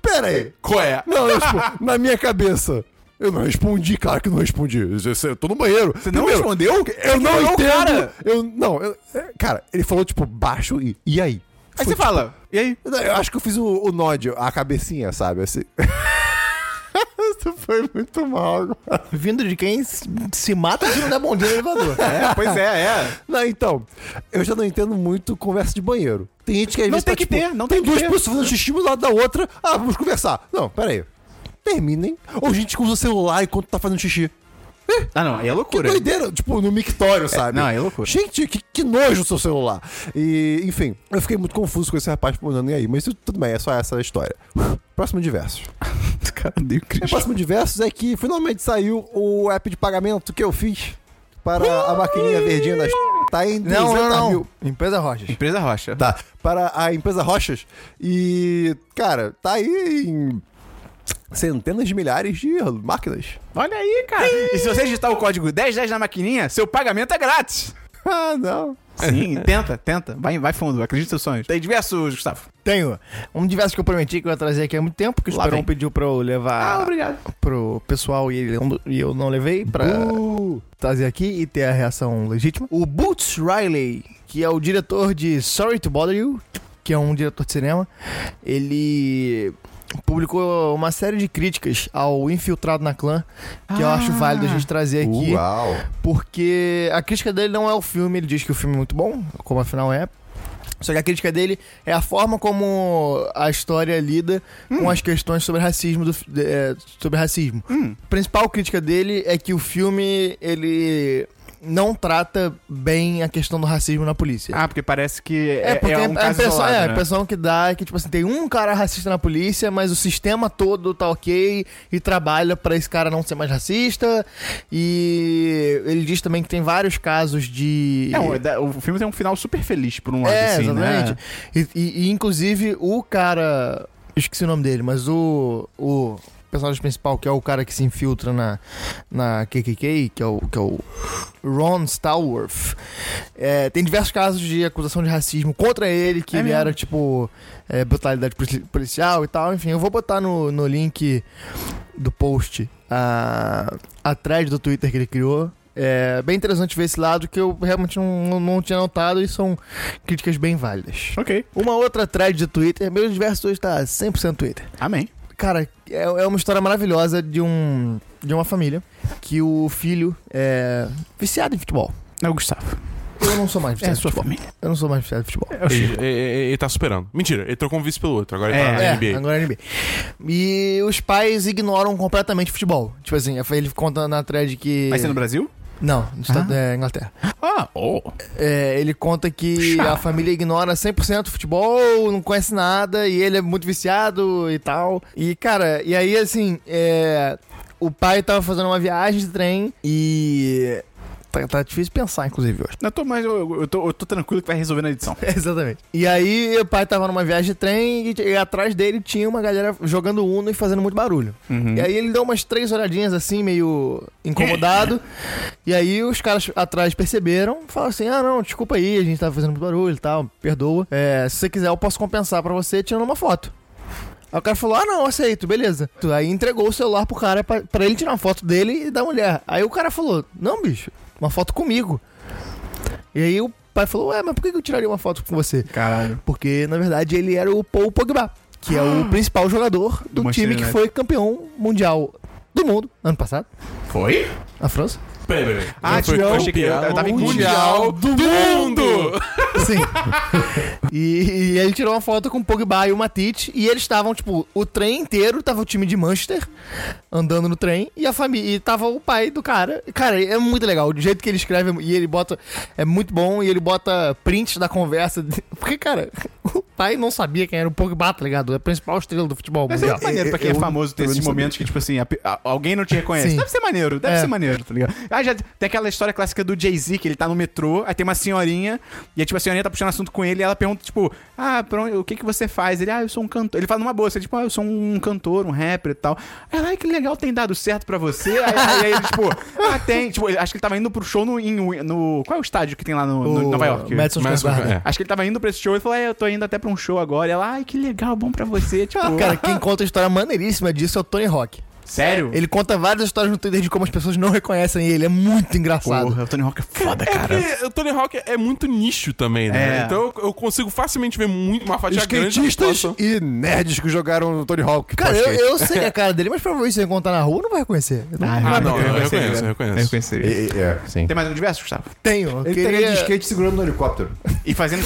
Speaker 2: Pera aí.
Speaker 3: Qual é?
Speaker 2: Não, eu, tipo, na minha cabeça. Eu não respondi, claro que eu não respondi. Eu, eu tô no banheiro. Você
Speaker 1: não respondeu?
Speaker 2: Eu não
Speaker 1: ignorou o
Speaker 2: entendo.
Speaker 1: cara.
Speaker 2: Eu não, eu- cara, ele falou tipo baixo e e aí?
Speaker 1: Aí
Speaker 2: Foi,
Speaker 1: você
Speaker 2: tipo,
Speaker 1: fala, e aí?
Speaker 2: não, Eu acho que eu fiz o, o nod, a cabecinha, sabe? Assim. Isso foi muito mal. agora.
Speaker 4: Vindo de quem se se mata se não der bom dia no elevador.
Speaker 1: É, pois é, é.
Speaker 2: Não, então, eu já não entendo muito conversa de banheiro. Tem gente que às
Speaker 1: Não
Speaker 2: vezes
Speaker 1: tem
Speaker 2: tá,
Speaker 1: que
Speaker 2: tipo,
Speaker 1: ter, não tem que
Speaker 2: duas
Speaker 1: ter.
Speaker 2: pessoas fazendo xixi uma do lado da outra. Ah, vamos conversar. Não, pera aí. Terminem. Ou gente que usa celular enquanto tá fazendo xixi.
Speaker 1: Ah, não, aí é
Speaker 2: Que
Speaker 1: loucura.
Speaker 2: doideira, tipo, no mictório, sabe?
Speaker 1: não, é loucura.
Speaker 2: Gente, que, que nojo o seu celular. E, enfim, eu fiquei muito confuso com esse rapaz mandando e aí, mas isso tudo bem, é só essa a história. Próximo de versos.
Speaker 1: Cara, deu
Speaker 2: O próximo de versos é que finalmente saiu o app de pagamento que eu fiz para a maquininha verdinha das. Tá em 200
Speaker 4: Não, não,
Speaker 2: mil.
Speaker 4: não. Empresa Rochas.
Speaker 1: Empresa Rocha.
Speaker 2: Tá, para a empresa Rochas. E, cara, tá aí em centenas de milhares de máquinas.
Speaker 1: Olha aí, cara. E se você digitar o código 1010 na maquininha, seu pagamento é grátis.
Speaker 2: Ah, não.
Speaker 1: Sim, tenta, tenta. Vai, vai fundo, acredita nos seus sonhos. Tem diversos, Tá Gustavo.
Speaker 4: Tenho um diverso que eu prometi que eu ia trazer aqui há muito tempo, que o
Speaker 1: Lá
Speaker 4: Esperão
Speaker 1: vem. Ah,
Speaker 4: pediu pra eu levar
Speaker 1: obrigado.
Speaker 4: pro pessoal e, ele não- e eu não levei pra trazer aqui e ter a reação legítima. O Boots Riley, que é o diretor de Sorry to Bother You, que é um diretor de cinema, ele publicou uma série de críticas ao Infiltrado na Clã, que eu
Speaker 1: Ah.
Speaker 4: acho válido a gente trazer aqui.
Speaker 2: Uau.
Speaker 4: Porque a crítica dele não é o filme, ele diz que o filme é muito bom, como afinal é. Só que a crítica dele é a forma como a história lida com as questões sobre racismo. do fi- de- é, sobre racismo. A principal crítica dele é que o filme ele não trata bem a questão do racismo na polícia.
Speaker 1: Ah, porque parece que é,
Speaker 4: É, porque
Speaker 1: é um
Speaker 4: a,
Speaker 1: caso
Speaker 4: impressão,
Speaker 1: isolado,
Speaker 4: é, a
Speaker 1: né?
Speaker 4: impressão que dá é que, tipo assim, tem um cara racista na polícia, mas o sistema todo tá ok e trabalha pra esse cara não ser mais racista. E ele diz também que tem vários casos de.
Speaker 1: É, o- da- o filme tem um final super feliz, por um lado,
Speaker 4: É,
Speaker 1: assim,
Speaker 4: exatamente.
Speaker 1: né?
Speaker 4: E, e- e, inclusive o cara. eu Esqueci o nome dele, mas o. O personagem principal, que é o cara que se infiltra na, na KKK, que é o, que é o Ron Stallworth, é, tem diversos casos de acusação de racismo contra ele, que
Speaker 1: É
Speaker 4: ele
Speaker 1: mesmo?
Speaker 4: era tipo é, brutalidade polici- policial e tal. Enfim, eu vou botar no, no link do post a, a thread do Twitter que ele criou. É bem interessante ver esse lado que eu realmente não, não- não tinha notado e são críticas bem válidas.
Speaker 1: Ok.
Speaker 4: Uma outra thread do Twitter, meu universo hoje tá 100% Twitter.
Speaker 1: Amém.
Speaker 4: Cara, é, é uma história maravilhosa de um de uma família que o filho é viciado em futebol.
Speaker 1: É o Gustavo.
Speaker 4: Eu não sou
Speaker 1: É a
Speaker 4: mais viciado em
Speaker 1: sua
Speaker 4: futebol.
Speaker 1: família.
Speaker 4: Eu não sou mais viciado em futebol.
Speaker 1: É o
Speaker 3: Ele,
Speaker 1: Chico.
Speaker 3: ele- ele- ele tá superando. Mentira, ele trocou um vice pelo outro. Agora ele
Speaker 1: É,
Speaker 3: tá na
Speaker 4: É,
Speaker 3: NBA.
Speaker 4: agora é NBA. E os pais ignoram completamente futebol. Tipo assim, ele conta na thread que.
Speaker 1: Vai ser no Brasil?
Speaker 4: Não, no estado
Speaker 1: Ah.
Speaker 4: é Inglaterra.
Speaker 1: Ah, oh.
Speaker 4: É, ele conta que
Speaker 1: Chato.
Speaker 4: a família ignora 100% o futebol, não conhece nada, e ele é muito viciado e tal. E, cara, e aí, assim, é, o pai tava fazendo uma viagem de trem e... Tá, tá difícil pensar, inclusive, hoje.
Speaker 1: Eu tô, mas eu, eu tô, eu tô tranquilo que vai resolver na edição.
Speaker 4: Exatamente. E aí, o pai tava numa viagem de trem e, e atrás dele tinha uma galera jogando Uno e fazendo muito barulho. E aí ele deu umas três olhadinhas assim, meio incomodado. e aí os caras atrás perceberam, falaram assim: ah, não, desculpa aí, a gente tava fazendo muito barulho e tal, perdoa. É, se você quiser, eu posso compensar pra você tirando uma foto. Aí o cara falou: ah, não, aceito, beleza. Aí entregou o celular pro cara pra, pra ele tirar uma foto dele e da mulher. Aí o cara falou: não, bicho, uma foto comigo. E aí o pai falou: ué, mas por que que eu tiraria uma foto com você?
Speaker 1: Caralho.
Speaker 4: Porque, na verdade, ele era o Paul Pogba, que é o principal jogador do,
Speaker 1: Manchester
Speaker 4: time que
Speaker 1: United.
Speaker 4: foi campeão mundial do mundo ano passado,
Speaker 1: Foi?
Speaker 4: a França.
Speaker 3: Peraí, peraí.
Speaker 1: Ah,
Speaker 3: Ele foi
Speaker 1: tirou. Achei que eu
Speaker 3: campeão
Speaker 1: tava em
Speaker 3: mundial do mundo!
Speaker 4: Sim. e, e ele tirou uma foto com o Pogba e o Matite. E eles estavam, tipo, o trem inteiro, tava o time de Manchester andando no trem. E a família. E tava o pai do cara. E, Cara, é muito legal. O jeito que ele escreve e ele bota. É muito bom. E ele bota prints da conversa. Porque, cara, o pai não sabia quem era o Pogba, tá ligado? É a principal estrela do futebol
Speaker 1: Mas é
Speaker 4: mundial.
Speaker 1: muito maneiro pra quem é
Speaker 2: Eu-
Speaker 1: famoso ter
Speaker 2: eu
Speaker 1: esses
Speaker 2: não sabia.
Speaker 1: momentos que, tipo assim, a pe- a- alguém não te reconhece.
Speaker 4: Sim.
Speaker 1: Deve ser maneiro, deve
Speaker 4: É.
Speaker 1: ser maneiro, tá ligado? Ah, já tem aquela história clássica do Jay-Z, que ele tá no metrô, aí tem uma senhorinha, e aí, tipo, a senhorinha tá puxando assunto com ele, e ela pergunta, tipo, ah, pra onde- o que que você faz? Ele, ah, eu sou um cantor. Ele fala numa boa, você, tipo, ah, eu sou um cantor, um rapper e tal. Ela, ai, que legal, tem dado certo pra você? Aí, aí- aí ele, tipo, ah, tem. Tipo, ele- acho que ele tava indo pro show no, em- no- Qual é o estádio que tem lá no, no-
Speaker 4: O
Speaker 1: Nova York?
Speaker 4: Madison Square
Speaker 3: Madison
Speaker 4: Garden.
Speaker 3: Square,
Speaker 1: Acho que ele tava indo pra esse show e falou: É, eu tô indo até pra um show agora. E ela, ai, que legal, bom pra você. Tipo,
Speaker 4: Cara, quem conta a história maneiríssima disso é o Tony Rock.
Speaker 1: sério?
Speaker 4: Ele conta várias histórias no Twitter de como as pessoas não reconhecem ele. É muito engraçado.
Speaker 1: Porra, o Tony Hawk é foda, cara.
Speaker 3: É porque o Tony Hawk é muito nicho também, né?
Speaker 1: É.
Speaker 3: Então eu, eu consigo facilmente ver muito uma fatia grande da
Speaker 2: Skatistas
Speaker 3: população.
Speaker 2: e nerds que jogaram no Tony Hawk.
Speaker 4: Cara,
Speaker 2: com
Speaker 4: eu,
Speaker 2: skate.
Speaker 4: eu sei a cara dele, mas provavelmente se eu encontrar na rua, não vai reconhecer. Eu não
Speaker 2: É
Speaker 3: Ah, não, eu
Speaker 1: reconheci,
Speaker 3: reconheço, eu reconheço.
Speaker 1: Eu reconheci.
Speaker 2: E- e- é, sim.
Speaker 1: Tem mais um diverso, Gustavo?
Speaker 4: tenho. eu
Speaker 2: Ele
Speaker 4: queria...
Speaker 2: teria de skate segurando no helicóptero.
Speaker 1: E fazendo.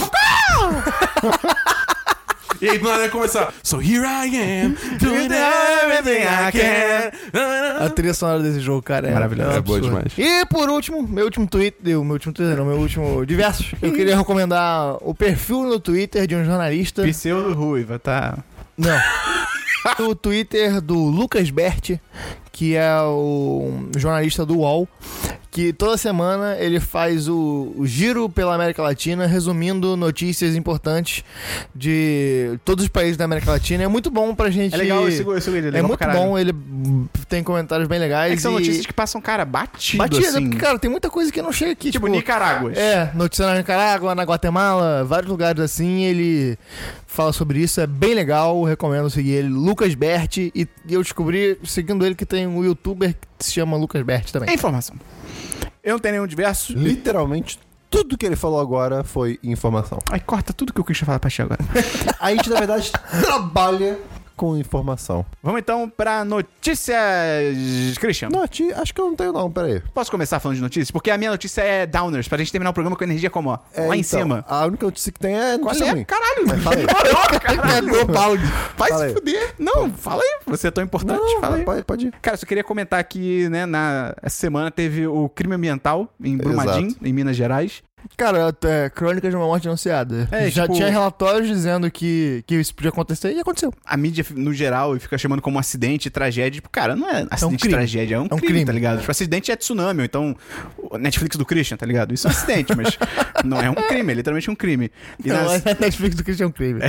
Speaker 3: E aí do nada ia começar. So here I am, doing
Speaker 1: é
Speaker 3: everything I can.
Speaker 4: A trilha sonora desse jogo, cara, é
Speaker 1: Maravilhosa.
Speaker 4: um
Speaker 3: É boa
Speaker 4: absurdo.
Speaker 3: demais.
Speaker 4: E por último, meu último Twitter, o meu último Twitter não, meu último diversos. Eu queria recomendar o perfil no Twitter de um jornalista.
Speaker 1: Pseudo ruiva, tá?
Speaker 4: Não. O Twitter do Lucas Berti, que é o um jornalista do UOL, que toda semana ele faz o, o giro pela América Latina, resumindo notícias importantes de todos os países da América Latina. É muito bom pra gente.
Speaker 1: É legal, eu sigo, eu sigo ele.
Speaker 4: É muito bom, ele hum, tem comentários bem legais.
Speaker 1: É que são
Speaker 4: e-
Speaker 1: notícias que passam, cara, batido.
Speaker 4: Batida,
Speaker 1: assim.
Speaker 4: porque, cara, tem muita coisa que não chega aqui.
Speaker 1: Tipo,
Speaker 4: Tipo,
Speaker 1: Nicarágua.
Speaker 4: é, notícia na Nicarágua, na Guatemala, vários lugares assim, ele fala sobre isso, é bem legal, recomendo seguir ele, Lucas Berti, e e eu descobri, seguindo ele, que tem um youtuber que se chama Lucas Berti
Speaker 1: É
Speaker 4: também.
Speaker 1: informação. Eu não tenho nenhum diverso.
Speaker 2: Literalmente, tudo que ele falou agora foi informação.
Speaker 1: Ai, corta tudo que o Christian fala pra ti agora.
Speaker 2: A gente, na verdade, trabalha com informação.
Speaker 1: Vamos então pra notícias. Christian.
Speaker 2: Não, ti- acho que eu não tenho não, peraí.
Speaker 1: Posso começar falando de notícias? Porque a minha notícia é Downers, pra gente terminar o programa com energia como, ó.
Speaker 2: É,
Speaker 1: lá em
Speaker 2: então,
Speaker 1: cima.
Speaker 2: A única notícia que tem é
Speaker 1: Qual
Speaker 2: notícia
Speaker 1: é?
Speaker 2: ruim.
Speaker 1: Caralho!
Speaker 2: Mas fala aí.
Speaker 1: Caraca, caralho.
Speaker 4: Pegou o balde.
Speaker 1: Vai
Speaker 2: Fala
Speaker 1: se
Speaker 2: aí.
Speaker 1: fuder. Não, fala aí. Você é tão importante.
Speaker 2: Não,
Speaker 1: fala aí.
Speaker 2: pode, pode ir.
Speaker 1: Cara, só queria comentar que, né, na essa semana teve o crime ambiental em Brumadinho, em Minas Gerais.
Speaker 4: Cara, é, crônicas de uma morte anunciada.
Speaker 1: É,
Speaker 4: Já
Speaker 1: tipo-
Speaker 4: tinha relatórios dizendo que, que isso podia acontecer e aconteceu.
Speaker 1: A mídia, no geral, fica chamando como acidente, tragédia. Tipo, cara, não é acidente,
Speaker 4: crime.
Speaker 1: tragédia, é um, crime,
Speaker 4: crime.
Speaker 1: tá ligado? Tipo, acidente é tsunami, ou então o Netflix do Christian, tá ligado? Isso é um acidente, mas não é um crime, é literalmente um crime. E
Speaker 4: Não,
Speaker 1: nas-
Speaker 4: é Netflix do Christian Crime.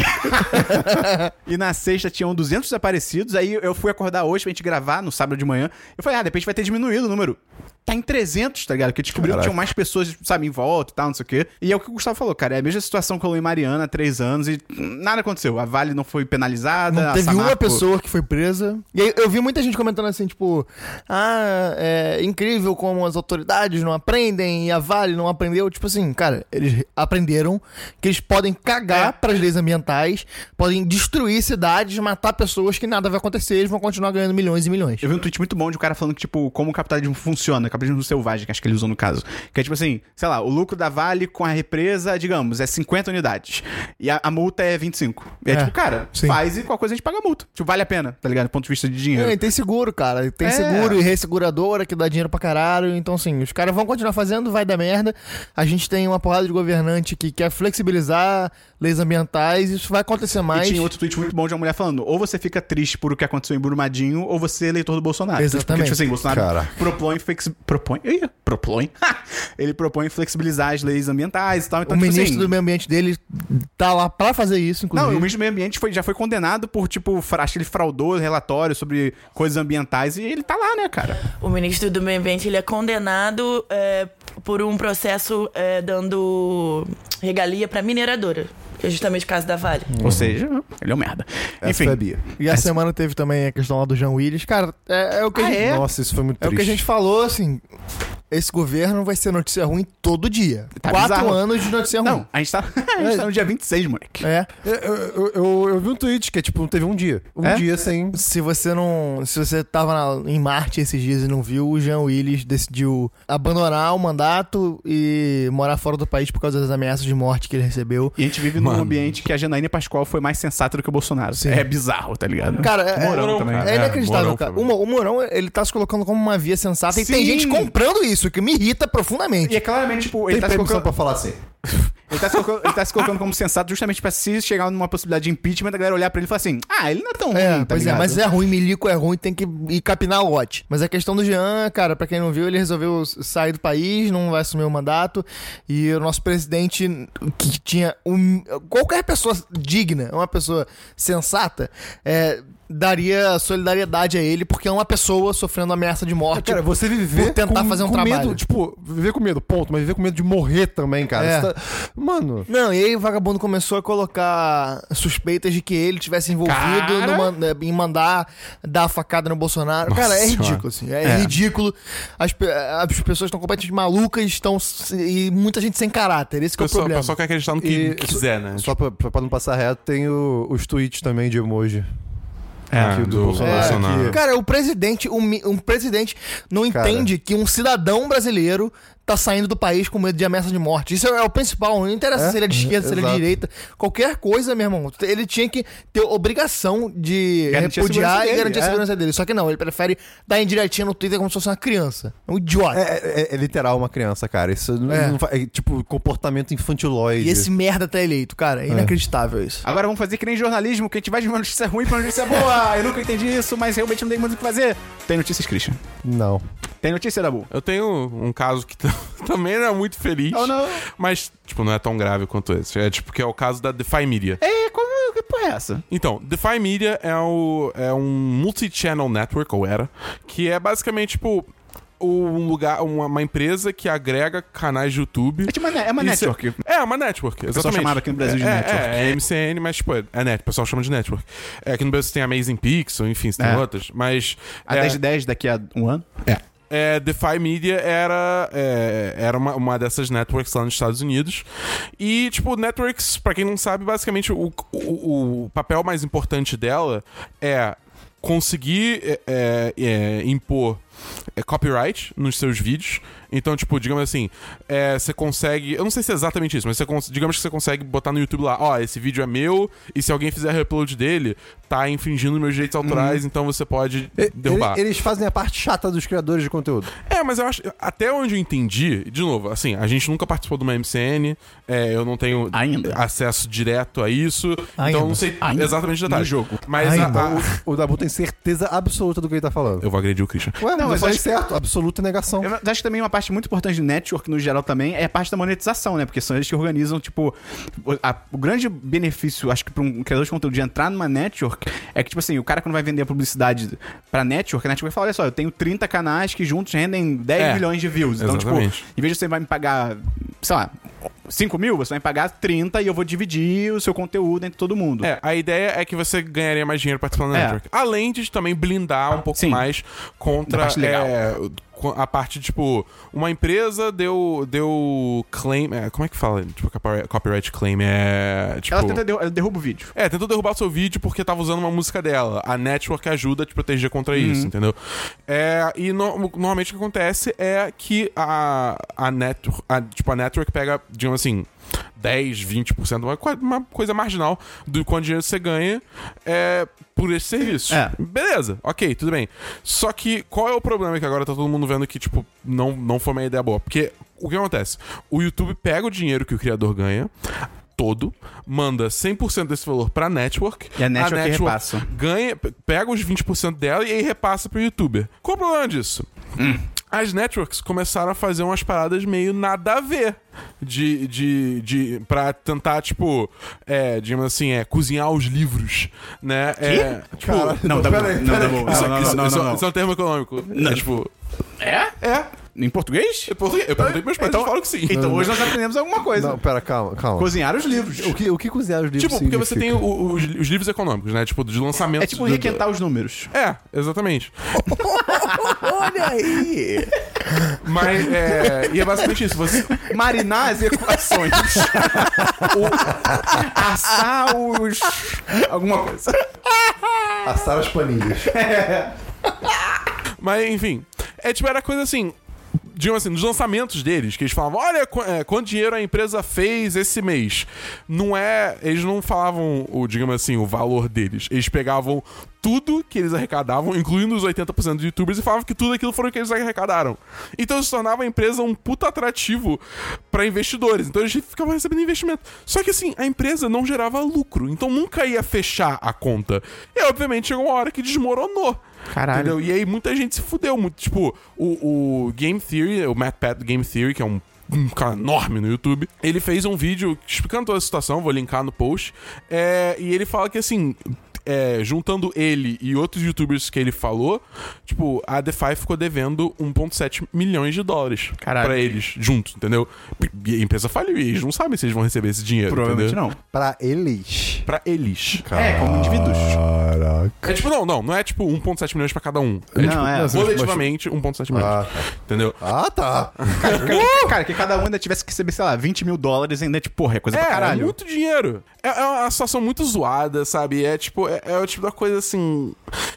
Speaker 1: E na sexta tinham 200 desaparecidos. Aí eu fui acordar hoje pra gente gravar no sábado de manhã. Eu falei, ah, de repente vai ter diminuído o número. Tá em 300, tá ligado? Porque descobriu que
Speaker 2: Caraca.
Speaker 1: tinham mais pessoas, sabe, em volta e tal, não sei o quê. E é o que o Gustavo falou, cara. É a mesma situação que eu em Mariana há três anos e nada aconteceu. A Vale não foi penalizada.
Speaker 4: Não,
Speaker 1: a
Speaker 4: teve uma
Speaker 1: Samarco-
Speaker 4: pessoa que foi presa. E aí eu vi muita gente comentando assim, tipo, ah, é incrível como as autoridades não aprendem e a Vale não aprendeu. Tipo assim, cara, eles aprenderam que eles podem cagar
Speaker 1: É.
Speaker 4: pras leis ambientais, podem destruir cidades, matar pessoas que nada vai acontecer, eles vão continuar ganhando milhões e milhões.
Speaker 1: Eu vi um tweet muito bom de um cara falando que, tipo, como o capitalismo funciona, o capitalismo selvagem, que acho que ele usou no caso. Que é tipo assim, sei lá, o lucro da Vale com a represa, digamos, é 50 unidades. E a, a multa é 25. E é,
Speaker 4: É,
Speaker 1: tipo, cara,
Speaker 4: sim.
Speaker 1: faz e qualquer coisa a gente paga a multa. Tipo, vale a pena, tá ligado? Do ponto de vista de dinheiro.
Speaker 4: É, e tem seguro, cara. Tem
Speaker 1: É.
Speaker 4: seguro e resseguradora que dá dinheiro pra caralho. Então, assim, os caras vão continuar fazendo, vai dar merda. A gente tem uma porrada de governante que quer flexibilizar leis ambientais. Isso vai acontecer mais.
Speaker 1: E tinha outro tweet muito bom de uma mulher falando: ou você fica triste por o que aconteceu em Brumadinho, ou você é eleitor do Bolsonaro.
Speaker 4: Exatamente.
Speaker 1: Porque, tipo assim, Bolsonaro
Speaker 2: Caraca.
Speaker 1: propõe. Flex... propõe? Ih, propõe? Ele propõe flexibilizar as leis ambientais e tal. Então,
Speaker 4: o
Speaker 1: tipo
Speaker 4: ministro
Speaker 1: assim,
Speaker 4: do meio ambiente dele tá lá pra fazer isso,
Speaker 1: Não,
Speaker 2: Uhum.
Speaker 4: inclusive.
Speaker 1: o ministro do Meio Ambiente foi- já foi condenado por, tipo, fra- acho que ele fraudou relatório sobre coisas ambientais e ele tá lá, né, cara?
Speaker 5: O ministro do Meio Ambiente ele é condenado é, por um processo é, dando regalia pra mineradora, que é justamente o caso da Vale.
Speaker 1: Ou seja, ele é um merda.
Speaker 2: Uhum. Essa
Speaker 1: Enfim.
Speaker 2: foi a Bia.
Speaker 4: E a semana teve também a questão lá do Jean Willis. Cara, é, é o que a
Speaker 1: Ah,
Speaker 4: gente.
Speaker 1: é?
Speaker 2: Nossa, isso foi muito
Speaker 4: É o
Speaker 2: triste.
Speaker 4: que a gente falou, assim. esse governo vai ser notícia ruim todo dia.
Speaker 1: Tá
Speaker 4: Quatro
Speaker 1: bizarro.
Speaker 4: anos de notícia ruim.
Speaker 2: Então,
Speaker 1: Não, a gente tá, a gente tá no dia 26, moleque.
Speaker 4: É.
Speaker 2: Eu, eu, eu, eu vi um tweet que é tipo, teve um dia. Um
Speaker 1: É?
Speaker 2: dia sem.
Speaker 4: Se você não. Se você tava na- em Marte esses dias e não viu, o Jean Willis decidiu abandonar o mandato e morar fora do país por causa das ameaças de morte que ele recebeu.
Speaker 1: E a gente vive num ambiente que a Janaína Pascoal foi mais sensata do que o Bolsonaro. É bizarro, tá ligado?
Speaker 4: Cara, é,
Speaker 1: Mourão
Speaker 4: é-
Speaker 1: também.
Speaker 4: é inacreditável,
Speaker 3: Mourão
Speaker 4: cara. O,
Speaker 3: também.
Speaker 4: Mo- o Mourão, ele tá se colocando como uma via sensata e tem
Speaker 1: Sim.
Speaker 4: gente comprando isso, que me irrita profundamente.
Speaker 1: E é claramente, tipo, ele
Speaker 2: Tem
Speaker 1: tá, se colocando,
Speaker 2: permissão pra falar assim.
Speaker 1: ele, tá se colocando, ele tá se colocando como sensato justamente pra se chegar numa possibilidade de impeachment, a galera olhar pra ele e falar assim, ah, ele não é tão ruim,
Speaker 4: É,
Speaker 1: tá
Speaker 4: pois é,
Speaker 1: ligado?
Speaker 4: mas é ruim, milico é ruim, tem que ir capinar o lote. Mas a questão do Jean, cara, pra quem não viu, ele resolveu s- sair do país, não vai assumir o mandato. E o nosso presidente, que tinha um, qualquer pessoa digna, uma pessoa sensata, é, daria solidariedade a ele, porque é uma pessoa sofrendo ameaça de morte.
Speaker 2: Cara, você viver.
Speaker 4: por tentar fazer um
Speaker 2: com medo,
Speaker 4: trabalho.
Speaker 2: tipo, viver com medo, ponto, mas viver com medo de morrer também, cara.
Speaker 4: É.
Speaker 2: Você tá- Mano.
Speaker 4: Não, e aí o vagabundo começou a colocar suspeitas de que ele tivesse envolvido
Speaker 1: Cara.
Speaker 4: no man- eh, em mandar dar facada no Bolsonaro. Cara, é
Speaker 3: Senhora.
Speaker 4: ridículo, assim. É, ridículo. As, pe- as pessoas estão completamente malucas estão se- e muita gente sem caráter. Esse que é o
Speaker 3: pessoal, o
Speaker 4: problema.
Speaker 3: pessoal quer acreditar no que
Speaker 2: E-
Speaker 3: quiser, né?
Speaker 2: Só pra, pra pra não passar reto, tem o- os tweets também de emoji.
Speaker 1: É,
Speaker 3: Ah,
Speaker 2: aqui do Bolsonaro.
Speaker 3: Bolsonaro.
Speaker 2: É,
Speaker 4: Cara, o presidente, um, mi- um presidente não
Speaker 2: Cara.
Speaker 4: entende que um cidadão brasileiro tá saindo do país com medo de ameaça de morte. Isso é o principal. Não interessa
Speaker 2: É?
Speaker 4: se ele é de esquerda, se ele é de
Speaker 2: Exato.
Speaker 4: direita. Qualquer coisa, meu irmão. Ele tinha que ter obrigação de
Speaker 1: Garantir a
Speaker 4: repudiar
Speaker 1: segurança
Speaker 4: e
Speaker 1: dele,
Speaker 4: garantir a
Speaker 1: é.
Speaker 4: segurança dele. Só que não, ele prefere dar indiretinha no Twitter como se fosse uma criança. É um idiota.
Speaker 2: É, é- é literal uma criança, cara. Isso não,
Speaker 4: É.
Speaker 2: não fa- é, tipo comportamento infantiloide.
Speaker 4: E esse merda tá eleito, cara. É inacreditável isso.
Speaker 1: Agora vamos fazer que nem jornalismo, que a gente vai de uma notícia ruim pra uma notícia boa. Eu nunca entendi isso, mas realmente não tem muito o que fazer. Tem notícias, Christian.
Speaker 2: Não.
Speaker 1: Tem notícia da boa.
Speaker 3: Eu tenho um caso que t- também não é muito feliz.
Speaker 1: Oh, não.
Speaker 3: Mas, tipo, não é tão grave quanto esse. É tipo que é o caso da Defy Media.
Speaker 1: É, como que porra é essa?
Speaker 3: Então, Defy Media é, o, é um multi-channel network, ou era, que é basicamente, tipo, um lugar, uma, uma empresa que agrega canais de YouTube.
Speaker 1: É tipo uma, ne- é uma
Speaker 3: Isso é-
Speaker 1: network.
Speaker 3: É, uma network, exatamente.
Speaker 1: chamava aqui no Brasil de
Speaker 3: É,
Speaker 1: network.
Speaker 3: É, é MCN, mas, tipo, é, é net, o pessoal chama de network. É, aqui no Brasil tem Amazing Pixel, enfim, tem
Speaker 1: É.
Speaker 3: outras, mas...
Speaker 1: A
Speaker 3: é,
Speaker 1: 10 de 10 daqui a um ano.
Speaker 3: é, DeFi Media era, é, era uma, uma dessas networks lá nos Estados Unidos. E, tipo, networks, pra quem não sabe, basicamente o, o, o papel mais importante dela é conseguir é, é, é, impor é, copyright nos seus vídeos. Então, tipo, digamos assim, é, você consegue. Eu não sei se é exatamente isso, mas você cons- digamos que você consegue botar no YouTube lá, ó, esse vídeo é meu, e se alguém fizer reupload dele, tá infringindo meus direitos autorais, então você pode
Speaker 2: E-
Speaker 3: derrubar.
Speaker 2: ele- eles fazem a parte chata dos criadores de conteúdo.
Speaker 3: É, mas eu acho. Até onde eu entendi, de novo, assim, a gente nunca participou de uma MCN, é, eu não tenho
Speaker 1: Ainda.
Speaker 3: acesso direto a isso,
Speaker 4: Ainda.
Speaker 3: então eu não sei
Speaker 1: Ainda.
Speaker 3: exatamente o detalhe.
Speaker 1: No jogo.
Speaker 3: Mas a-
Speaker 4: Ainda.
Speaker 3: a-
Speaker 2: O Dabu tem certeza absoluta do que ele tá falando.
Speaker 3: Eu vou agredir o Christian.
Speaker 2: Ué,
Speaker 1: Não, mas
Speaker 2: mas faz
Speaker 1: acho-
Speaker 2: certo. Absoluta negação.
Speaker 1: Eu acho que também uma parte muito importante do network, no geral, também, é a parte da monetização, né? Porque são eles que organizam, tipo, o, a- o grande benefício, acho que pra um criador de conteúdo de entrar numa network, é que, tipo assim, o cara quando vai vender a publicidade pra network, a network vai falar, olha só, eu tenho 30 canais que juntos rendem 10
Speaker 3: É,
Speaker 1: milhões de views. Então,
Speaker 3: exatamente.
Speaker 1: tipo, em vez de você vai me pagar, sei lá, 5 mil, você vai me pagar 30 e eu vou dividir o seu conteúdo entre todo mundo.
Speaker 3: É, a ideia é que você ganharia mais dinheiro participando da
Speaker 1: É.
Speaker 3: network. Além de também blindar um pouco
Speaker 1: Sim.
Speaker 3: mais
Speaker 1: Da
Speaker 3: contra
Speaker 1: parte legal.
Speaker 3: é, co- a parte, tipo, uma empresa deu, deu claim. é, como é que fala? Tipo, copyright- copyright claim é. Tipo,
Speaker 1: Ela tenta derru- ela derruba o vídeo.
Speaker 3: É, tentou derrubar o seu vídeo porque tava usando uma música dela. A network ajuda a te proteger contra isso, entendeu? É, e no- normalmente o que acontece é que a, a, net, a, tipo, a network pega, digamos assim, 10, 20%, uma, co- uma coisa marginal do quanto dinheiro você ganha é, por esse serviço.
Speaker 1: É.
Speaker 3: Beleza, ok, tudo bem. Só que qual é o problema que agora tá todo mundo vendo que, tipo, não, não foi uma ideia boa? Porque o que acontece? O YouTube pega o dinheiro que o criador ganha todo, manda 100% desse valor pra network.
Speaker 1: E a network repassa.
Speaker 3: ganha, pe- pega os 20% dela e aí repassa pro youtuber. Qual o problema disso? Hum. As networks começaram a fazer umas paradas meio nada a ver. De. de, de pra tentar, tipo. É, digamos assim, é, cozinhar os livros. Né? É, tipo,
Speaker 1: Não, tá bom. Não, tá bom.
Speaker 3: isso,
Speaker 1: Não, não,
Speaker 3: isso-
Speaker 1: não, não,
Speaker 3: isso-
Speaker 1: não.
Speaker 3: isso é um termo econômico. É, tipo.
Speaker 1: É?
Speaker 3: É.
Speaker 1: Em português?
Speaker 3: Eu perguntei eu perguntei pros meus pais, eles falam que sim.
Speaker 1: Então hoje nós aprendemos alguma coisa.
Speaker 2: Não, pera, calma, calma.
Speaker 1: Cozinhar os livros.
Speaker 2: O que, o que cozinhar os livros
Speaker 3: Tipo, porque você tem
Speaker 2: significa?
Speaker 3: o- o- os, os livros econômicos, né? Tipo, de lançamento.
Speaker 1: É tipo
Speaker 3: do- do-
Speaker 1: requentar os números.
Speaker 3: É, exatamente.
Speaker 1: Olha aí!
Speaker 3: Mas, é... E é basicamente isso. Você...
Speaker 1: Marinar as equações. O- Assar os. Alguma coisa.
Speaker 2: Assar as planilhas.
Speaker 3: Mas, enfim. É tipo, era coisa assim. Digamos assim, nos lançamentos deles, que eles falavam: olha qu- é, quanto dinheiro a empresa fez esse mês. Não é. Eles não falavam, o, digamos assim, o valor deles. Eles pegavam tudo que eles arrecadavam, incluindo os 80% de youtubers, e falavam que tudo aquilo foram o que eles arrecadaram. Então isso tornava a empresa um puta atrativo pra investidores. Então eles ficavam recebendo investimento. Só que assim, a empresa não gerava lucro, então nunca ia fechar a conta. E obviamente chegou uma hora que desmoronou.
Speaker 1: Caralho.
Speaker 3: Entendeu? E aí muita gente se fudeu muito. Tipo, o, o Game Theory, o Matt Pat do Game Theory, que é um um cara enorme no YouTube. Ele fez um vídeo explicando toda a situação, vou linkar no post. É, e ele fala que assim, é, juntando ele e outros youtubers que ele falou, tipo, a DeFi ficou devendo 1,7 milhões de dólares
Speaker 1: Caralho.
Speaker 3: pra eles juntos, entendeu? E a empresa faliu e eles não sabem se eles vão receber esse dinheiro.
Speaker 1: Provavelmente
Speaker 3: entendeu?
Speaker 1: não.
Speaker 2: Pra eles.
Speaker 3: Pra eles.
Speaker 1: É, como indivíduos.
Speaker 2: Caraca.
Speaker 3: É tipo, não, não, não é tipo 1,7 milhões pra cada um. É
Speaker 1: Não,
Speaker 3: tipo,
Speaker 1: é.
Speaker 3: coletivamente 1,7 milhões.
Speaker 2: Ah,
Speaker 3: Entendeu?
Speaker 2: Ah, tá.
Speaker 1: Cara, cara, que cada um ainda tivesse que receber, sei lá, 20 mil dólares ainda, tipo, porra, é coisa pra
Speaker 3: É, é
Speaker 1: caralho.
Speaker 3: muito dinheiro. É, é uma situação muito zoada, sabe? É tipo, é, é o tipo da coisa assim.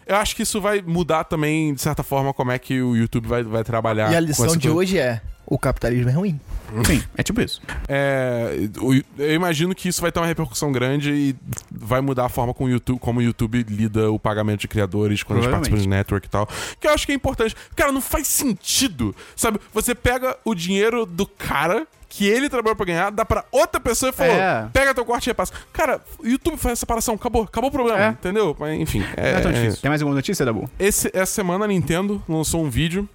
Speaker 3: Eu acho que isso vai mudar também, de certa forma, como é que o YouTube vai, vai
Speaker 2: Tá,
Speaker 3: trabalhar.
Speaker 4: E a
Speaker 3: com
Speaker 4: lição
Speaker 3: essa
Speaker 4: de
Speaker 3: coisa.
Speaker 4: hoje é: o capitalismo é ruim.
Speaker 1: Sim, é tipo isso.
Speaker 3: É, o- eu imagino que isso vai ter uma repercussão grande e vai mudar a forma como o YouTube, como o YouTube lida o pagamento de criadores quando eles
Speaker 1: Provavelmente.
Speaker 3: participam de network e tal. Que eu acho que é importante. Cara, não faz sentido. Sabe? Você pega o dinheiro do cara que ele trabalhou pra ganhar, dá pra outra pessoa e falou:
Speaker 1: É.
Speaker 3: pega teu corte e repassa. Cara, o YouTube faz essa separação, acabou, acabou o problema,
Speaker 1: É.
Speaker 3: entendeu? Mas enfim. É,
Speaker 1: Não é tão
Speaker 3: é-
Speaker 1: difícil. Tem mais alguma notícia, Dabu?
Speaker 3: esse- essa semana a Nintendo lançou um vídeo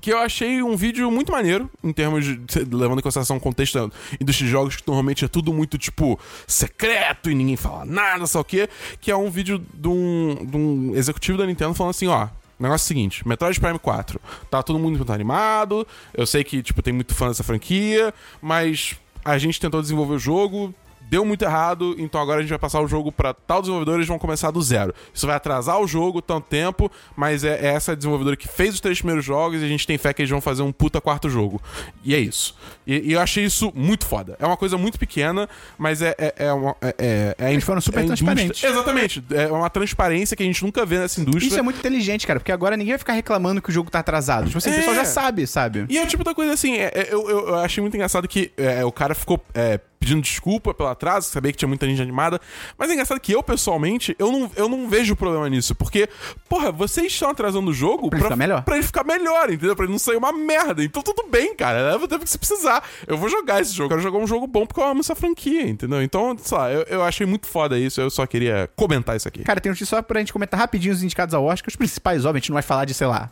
Speaker 3: que eu achei um vídeo muito maneiro, em termos de. se- levando em consideração o contexto da indústria de jogos, que normalmente é tudo muito, tipo, secreto e ninguém fala nada, sabe o quê? Que é um vídeo de um, de um executivo da Nintendo falando assim, ó. Negócio é o seguinte, Metroid Prime 4. Tá todo mundo muito animado. Eu sei que, tipo, tem muito fã dessa franquia, mas a gente tentou desenvolver o jogo, deu muito errado, então agora a gente vai passar o jogo pra tal desenvolvedor e eles vão começar do zero. Isso vai atrasar o jogo tanto tempo, mas é, é essa desenvolvedora que fez os três primeiros jogos e a gente tem fé que eles vão fazer um puta quarto jogo. E é isso. E, e eu achei isso muito foda. É uma coisa muito pequena, mas é, é, é uma. É, é, é
Speaker 1: Eles foram super
Speaker 3: é indústria-
Speaker 1: transparentes.
Speaker 3: Exatamente. É uma transparência que a gente nunca vê nessa indústria.
Speaker 1: Isso é muito inteligente, cara, porque agora ninguém vai ficar reclamando que o jogo tá atrasado. Tipo assim, o
Speaker 3: É.
Speaker 1: pessoal já sabe, sabe?
Speaker 3: E é o tipo da coisa assim, é, é, eu, eu, eu achei muito engraçado que é, o cara ficou é, pedindo desculpa pelo atraso, sabia que tinha muita gente animada, mas é engraçado que eu, pessoalmente, eu não, eu não vejo problema nisso, porque, porra, vocês estão atrasando o jogo
Speaker 1: Pra ele ficar melhor.
Speaker 3: pra ele ficar melhor, entendeu? Pra ele não sair uma merda. Então tudo bem, cara, leva o tempo que você precisar. Eu vou jogar esse jogo, eu quero jogar um jogo bom porque eu amo essa franquia, entendeu? Então, sei lá, eu, eu achei muito foda isso, eu só queria comentar isso aqui.
Speaker 1: Cara, tem notícia só pra gente comentar rapidinho os indicados ao Oscar. Os principais, obviamente, não vai falar de, sei lá.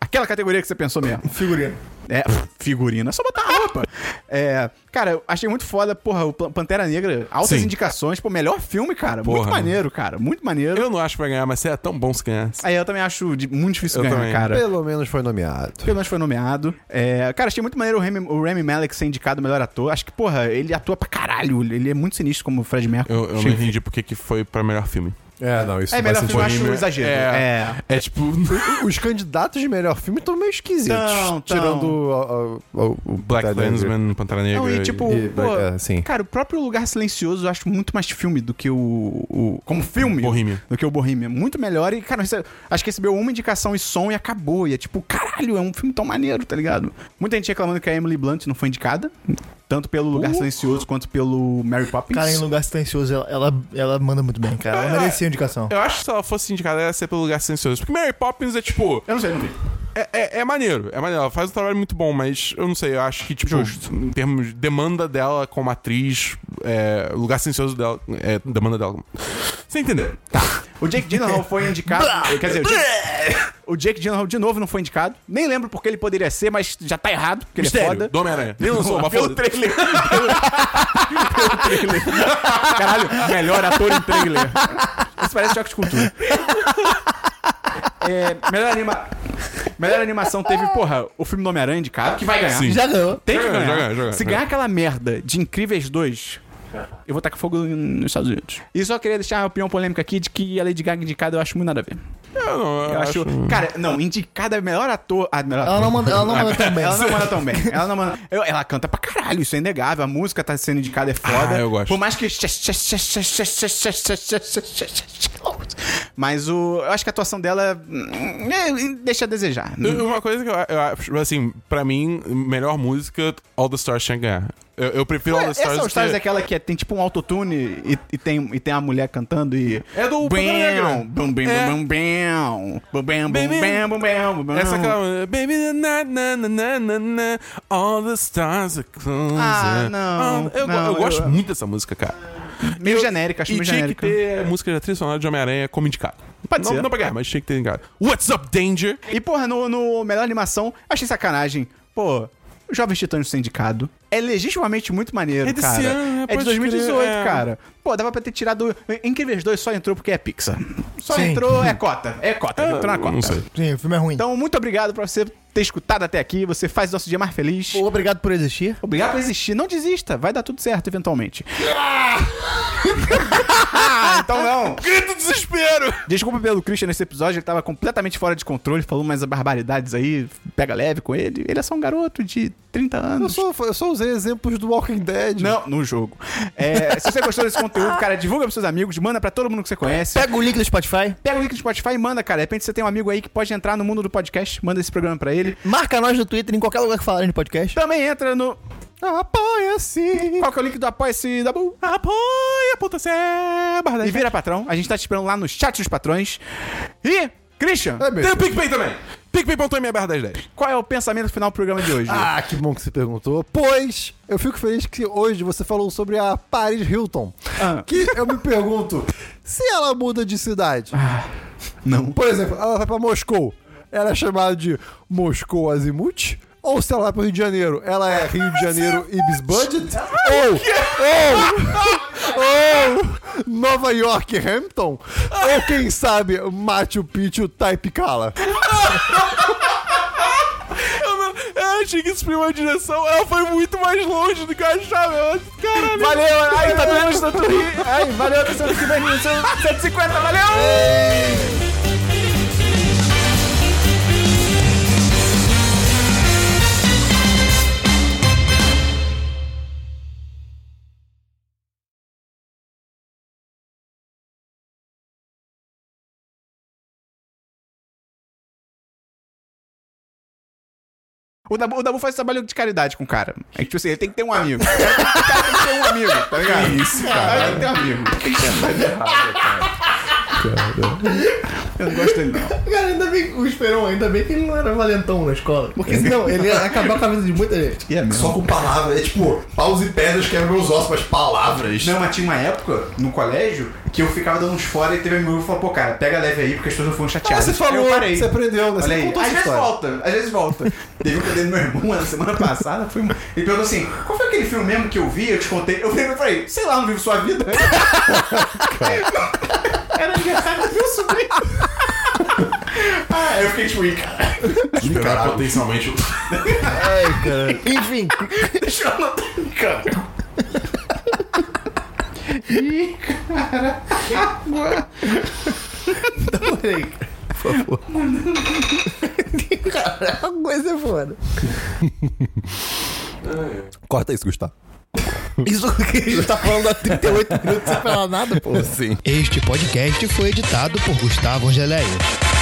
Speaker 1: Aquela categoria que você pensou mesmo.
Speaker 4: Figurino.
Speaker 1: É, figurina. É só botar a roupa. É, cara, eu achei muito foda, porra, o Pan- Pantera Negra. Altas
Speaker 3: Sim.
Speaker 1: indicações. Pô, melhor filme, cara. muito
Speaker 3: Porra,
Speaker 1: maneiro, cara. Muito maneiro.
Speaker 3: Eu não acho que vai ganhar, mas é tão bom se ganhar.
Speaker 1: Aí eu também acho de- muito difícil
Speaker 3: Eu
Speaker 1: ganhar,
Speaker 3: também.
Speaker 1: cara.
Speaker 2: Pelo menos foi nomeado.
Speaker 1: Pelo menos foi nomeado. É, cara, achei muito maneiro o Remy, o Remy Malek ser indicado melhor ator. Acho que, porra, ele atua pra caralho. Ele é muito sinistro como o Fred Mercury.
Speaker 3: Eu, eu não
Speaker 1: Achei-
Speaker 3: entendi porque que foi pra melhor filme.
Speaker 2: É, não, isso
Speaker 1: É, melhor filme eu acho um
Speaker 3: Bohemian-
Speaker 1: exagero.
Speaker 3: É. É tipo.
Speaker 2: Os candidatos de melhor filme estão meio esquisitos.
Speaker 1: Tão, tão.
Speaker 2: Tirando o, o, o, o
Speaker 3: Black
Speaker 2: Pantera Negra.
Speaker 3: Lensman, Pantera Negra.
Speaker 1: Não, e tipo,
Speaker 2: e-
Speaker 1: pô,
Speaker 2: é, sim.
Speaker 1: cara, o próprio Lugar Silencioso eu acho muito mais filme do que o. o- como filme.
Speaker 3: Bohemian.
Speaker 1: Do que o Bohemian. Muito melhor. E, cara, rece- acho que recebeu uma indicação e som e acabou. E é tipo, caralho, é um filme tão maneiro, tá ligado? Muita gente reclamando que a Emily Blunt não foi indicada. Tanto pelo Lugar Silencioso quanto pelo Mary Poppins.
Speaker 4: Cara, em lugar silencioso, ela, ela, ela manda muito bem, cara. Ela merecia indicação.
Speaker 3: Eu acho que se ela fosse indicada, ela ia ser pelo lugar silencioso. Porque Mary Poppins é tipo.
Speaker 1: Eu não sei, não vi.
Speaker 3: É, é, é maneiro, é maneiro. Ela faz um trabalho muito bom, mas eu não sei, eu acho que, tipo,
Speaker 1: Justo.
Speaker 3: em termos de demanda dela como atriz, é, lugar silencioso dela. É, demanda dela. Você entendeu?
Speaker 1: Tá O Jake Gyllenhaal foi indicado. quer dizer, o Jake, o Jake Gyllenhaal de novo não foi indicado. Nem lembro porque ele poderia ser, mas já tá errado, porque ele é foda.
Speaker 3: do Homem-Aranha. Nem lançou, mas
Speaker 1: Pelo
Speaker 3: foda.
Speaker 1: um trailer. Pelo um trailer. Caralho, melhor ator em trailer. Isso parece choque de cultura. É, melhor anima... Melhor animação teve, porra, o filme do Homem-Aranha de cara, que vai ganhar.
Speaker 3: Sim.
Speaker 4: Já ganhou.
Speaker 1: Tem que
Speaker 3: Joga,
Speaker 1: ganhar.
Speaker 3: joga, joga,
Speaker 1: Se
Speaker 3: joga.
Speaker 1: ganhar aquela merda de Incríveis 2, eu vou tacar fogo nos Estados Unidos. E só queria deixar a opinião polêmica aqui de que a Lady Gaga indicada eu acho muito nada a ver.
Speaker 3: Eu não, eu,
Speaker 1: Eu
Speaker 3: acho.
Speaker 1: acho. Cara, não, indicada é melhor ator. Ah, melhor
Speaker 4: Ela
Speaker 1: ator.
Speaker 4: não manda, ela não manda tão bem.
Speaker 1: Ela não manda tão bem. Ela não manda. Eu- ela canta pra caralho, isso é inegável. A música tá sendo indicada, é foda.
Speaker 3: Ah, eu gosto.
Speaker 1: Por mais que. Mas o. Eu acho que a atuação dela. hum, é, Deixa a desejar.
Speaker 3: Eu- Uma coisa que eu, eu acho, assim, pra mim, melhor música, All the Stars tinha que ganhar. Eu, eu prefiro All the
Speaker 1: Essa
Speaker 3: Stars.
Speaker 1: é o Stars
Speaker 3: que-
Speaker 1: é aquela que é- tem tipo um autotune e, e tem, e tem a mulher cantando e.
Speaker 3: É do Pantera Negra.
Speaker 1: Bum, bum, bum,
Speaker 3: É.
Speaker 1: bum, bum. Bum, bum, bum, bum, bum, bum, bum.
Speaker 3: Essa é aquela. Baby, na, na, na, na, na, na, all the stars are closing.
Speaker 1: Ah, não,
Speaker 3: eu, go-
Speaker 1: não,
Speaker 3: eu
Speaker 1: eu-
Speaker 3: gosto muito dessa música, cara.
Speaker 1: Meio genérica, acho
Speaker 3: E
Speaker 1: meio
Speaker 3: tinha
Speaker 1: genérica.
Speaker 3: que ter música da trilha sonora de Homem-Aranha como indicado.
Speaker 1: Pode
Speaker 3: não,
Speaker 1: ser.
Speaker 3: Não pra ganhar, mas tinha que ter indicado. What's Up, Danger?
Speaker 1: E, porra, no, no melhor animação, achei sacanagem. Pô, Jovens Titãs do Sindicato. É legitimamente muito maneiro,
Speaker 3: É desse
Speaker 1: cara.
Speaker 3: ano, né?
Speaker 1: é de
Speaker 3: Pode crer,
Speaker 1: 2018,
Speaker 3: é.
Speaker 1: cara. Pô, dava pra ter tirado. Incríveis 2 só entrou porque é Pixar. Só
Speaker 4: Sim.
Speaker 1: entrou, é cota. É cota, entrou na cota.
Speaker 3: Não sei.
Speaker 4: Sim, o filme é ruim.
Speaker 1: Então, muito obrigado pra você ter escutado até aqui. Você faz nosso dia mais feliz.
Speaker 4: Obrigado por existir.
Speaker 1: Obrigado por existir. Não desista, vai dar tudo certo eventualmente. Ah! então não.
Speaker 3: Grito desespero!
Speaker 1: Desculpa pelo Christian nesse episódio, ele tava completamente fora de controle, falou umas barbaridades aí, pega leve com ele. Ele é só um garoto de 30
Speaker 2: Eu um
Speaker 1: anos.
Speaker 2: só, eu só usei exemplos do Walking Dead.
Speaker 1: Não, no jogo. É, se você gostou desse conteúdo, cara, divulga pros seus amigos, manda pra todo mundo que você conhece.
Speaker 4: Pega o link do Spotify,
Speaker 1: Pega o link do Spotify e manda, cara. De repente você tem um amigo aí que pode entrar no mundo do podcast, manda esse programa pra ele.
Speaker 4: marca nós no Twitter, em qualquer lugar que falarem de podcast.
Speaker 1: Também entra no.
Speaker 2: Apoia-se!
Speaker 1: Qual que é o link do Apoia-se da Bu?
Speaker 3: Apoia.se barra
Speaker 1: E vira patrão. A gente tá te esperando lá no chat dos patrões. E, Christian,
Speaker 2: É,
Speaker 3: Tem um o PicPay também. PicPay.me barra 1010.
Speaker 1: qual é o pensamento final do programa de hoje?
Speaker 2: Ah, que bom que você perguntou. Pois, eu fico feliz que hoje você falou sobre a Paris Hilton.
Speaker 1: Ah.
Speaker 2: Que eu me pergunto, se ela muda de cidade,
Speaker 1: Ah, não.
Speaker 2: por exemplo, ela vai pra Moscou, ela é chamada de Moscou Azimuth? Ou se ela vai pro Rio de Janeiro, ela é Rio de Janeiro Ibis Budget?
Speaker 1: Ah,
Speaker 2: Ou, ou, ou Nova York Hampton? Ou quem sabe Machu Picchu Taipicala?
Speaker 3: Eu, não- eu achei que isso foi uma direção. Ela foi muito mais longe do que eu achava. Eu- Caralho.
Speaker 1: Valeu, ai, tá doendo de tanto rir. Ai, valeu, até semana que vem, no seu 150, valeu! O Dabu, o Dabu faz trabalho de caridade com o cara. É que, tipo assim, ele tem que ter um amigo. O cara tem que ter um amigo, tá ligado? Isso, cara. Tem que ter um amigo. Tem que ter um amigo. Eu não gosto dele, não.
Speaker 4: Tá, Cara, ainda bem, o Esperão, ainda bem que ele não era valentão na escola. Porque senão ele ia acabar com a vida de muita gente.
Speaker 1: E é mesmo.
Speaker 2: com palavras, é tipo, paus e pedras quebram meus ossos, mas palavras.
Speaker 1: Não, mas tinha uma época no colégio que eu ficava dando uns fora e teve um amigo que falou, pô, cara, pega leve aí, porque as pessoas foram chateadas.
Speaker 2: você falou,
Speaker 1: Aí eu parei.
Speaker 2: você aprendeu, né?
Speaker 1: Olha
Speaker 2: Você
Speaker 1: aí.
Speaker 2: contou
Speaker 1: Às
Speaker 2: essa
Speaker 1: vezes
Speaker 2: história.
Speaker 1: volta, às vezes volta. Teve um caderno do meu irmão na semana passada, foi... ele perguntou assim, qual foi aquele filme mesmo que eu vi, eu te contei? Eu falei, eu falei, sei lá, não vivo sua vida. Era aniversário do meu sobrinho. ah, eu fiquei tipo, ih, cara,
Speaker 3: Esperar potencialmente.
Speaker 4: Ai, É, cara. Enfim,
Speaker 1: deixa eu anotar em canto. Ih, cara, agora...
Speaker 4: peraí. Por favor. Cara, alguma coisa é foda.
Speaker 2: Corta isso, Gustavo.
Speaker 4: Isso que a gente tá falando há 38 minutos sem falar nada, pô.
Speaker 2: Sim.
Speaker 6: Este podcast foi editado por Gustavo Angeléia.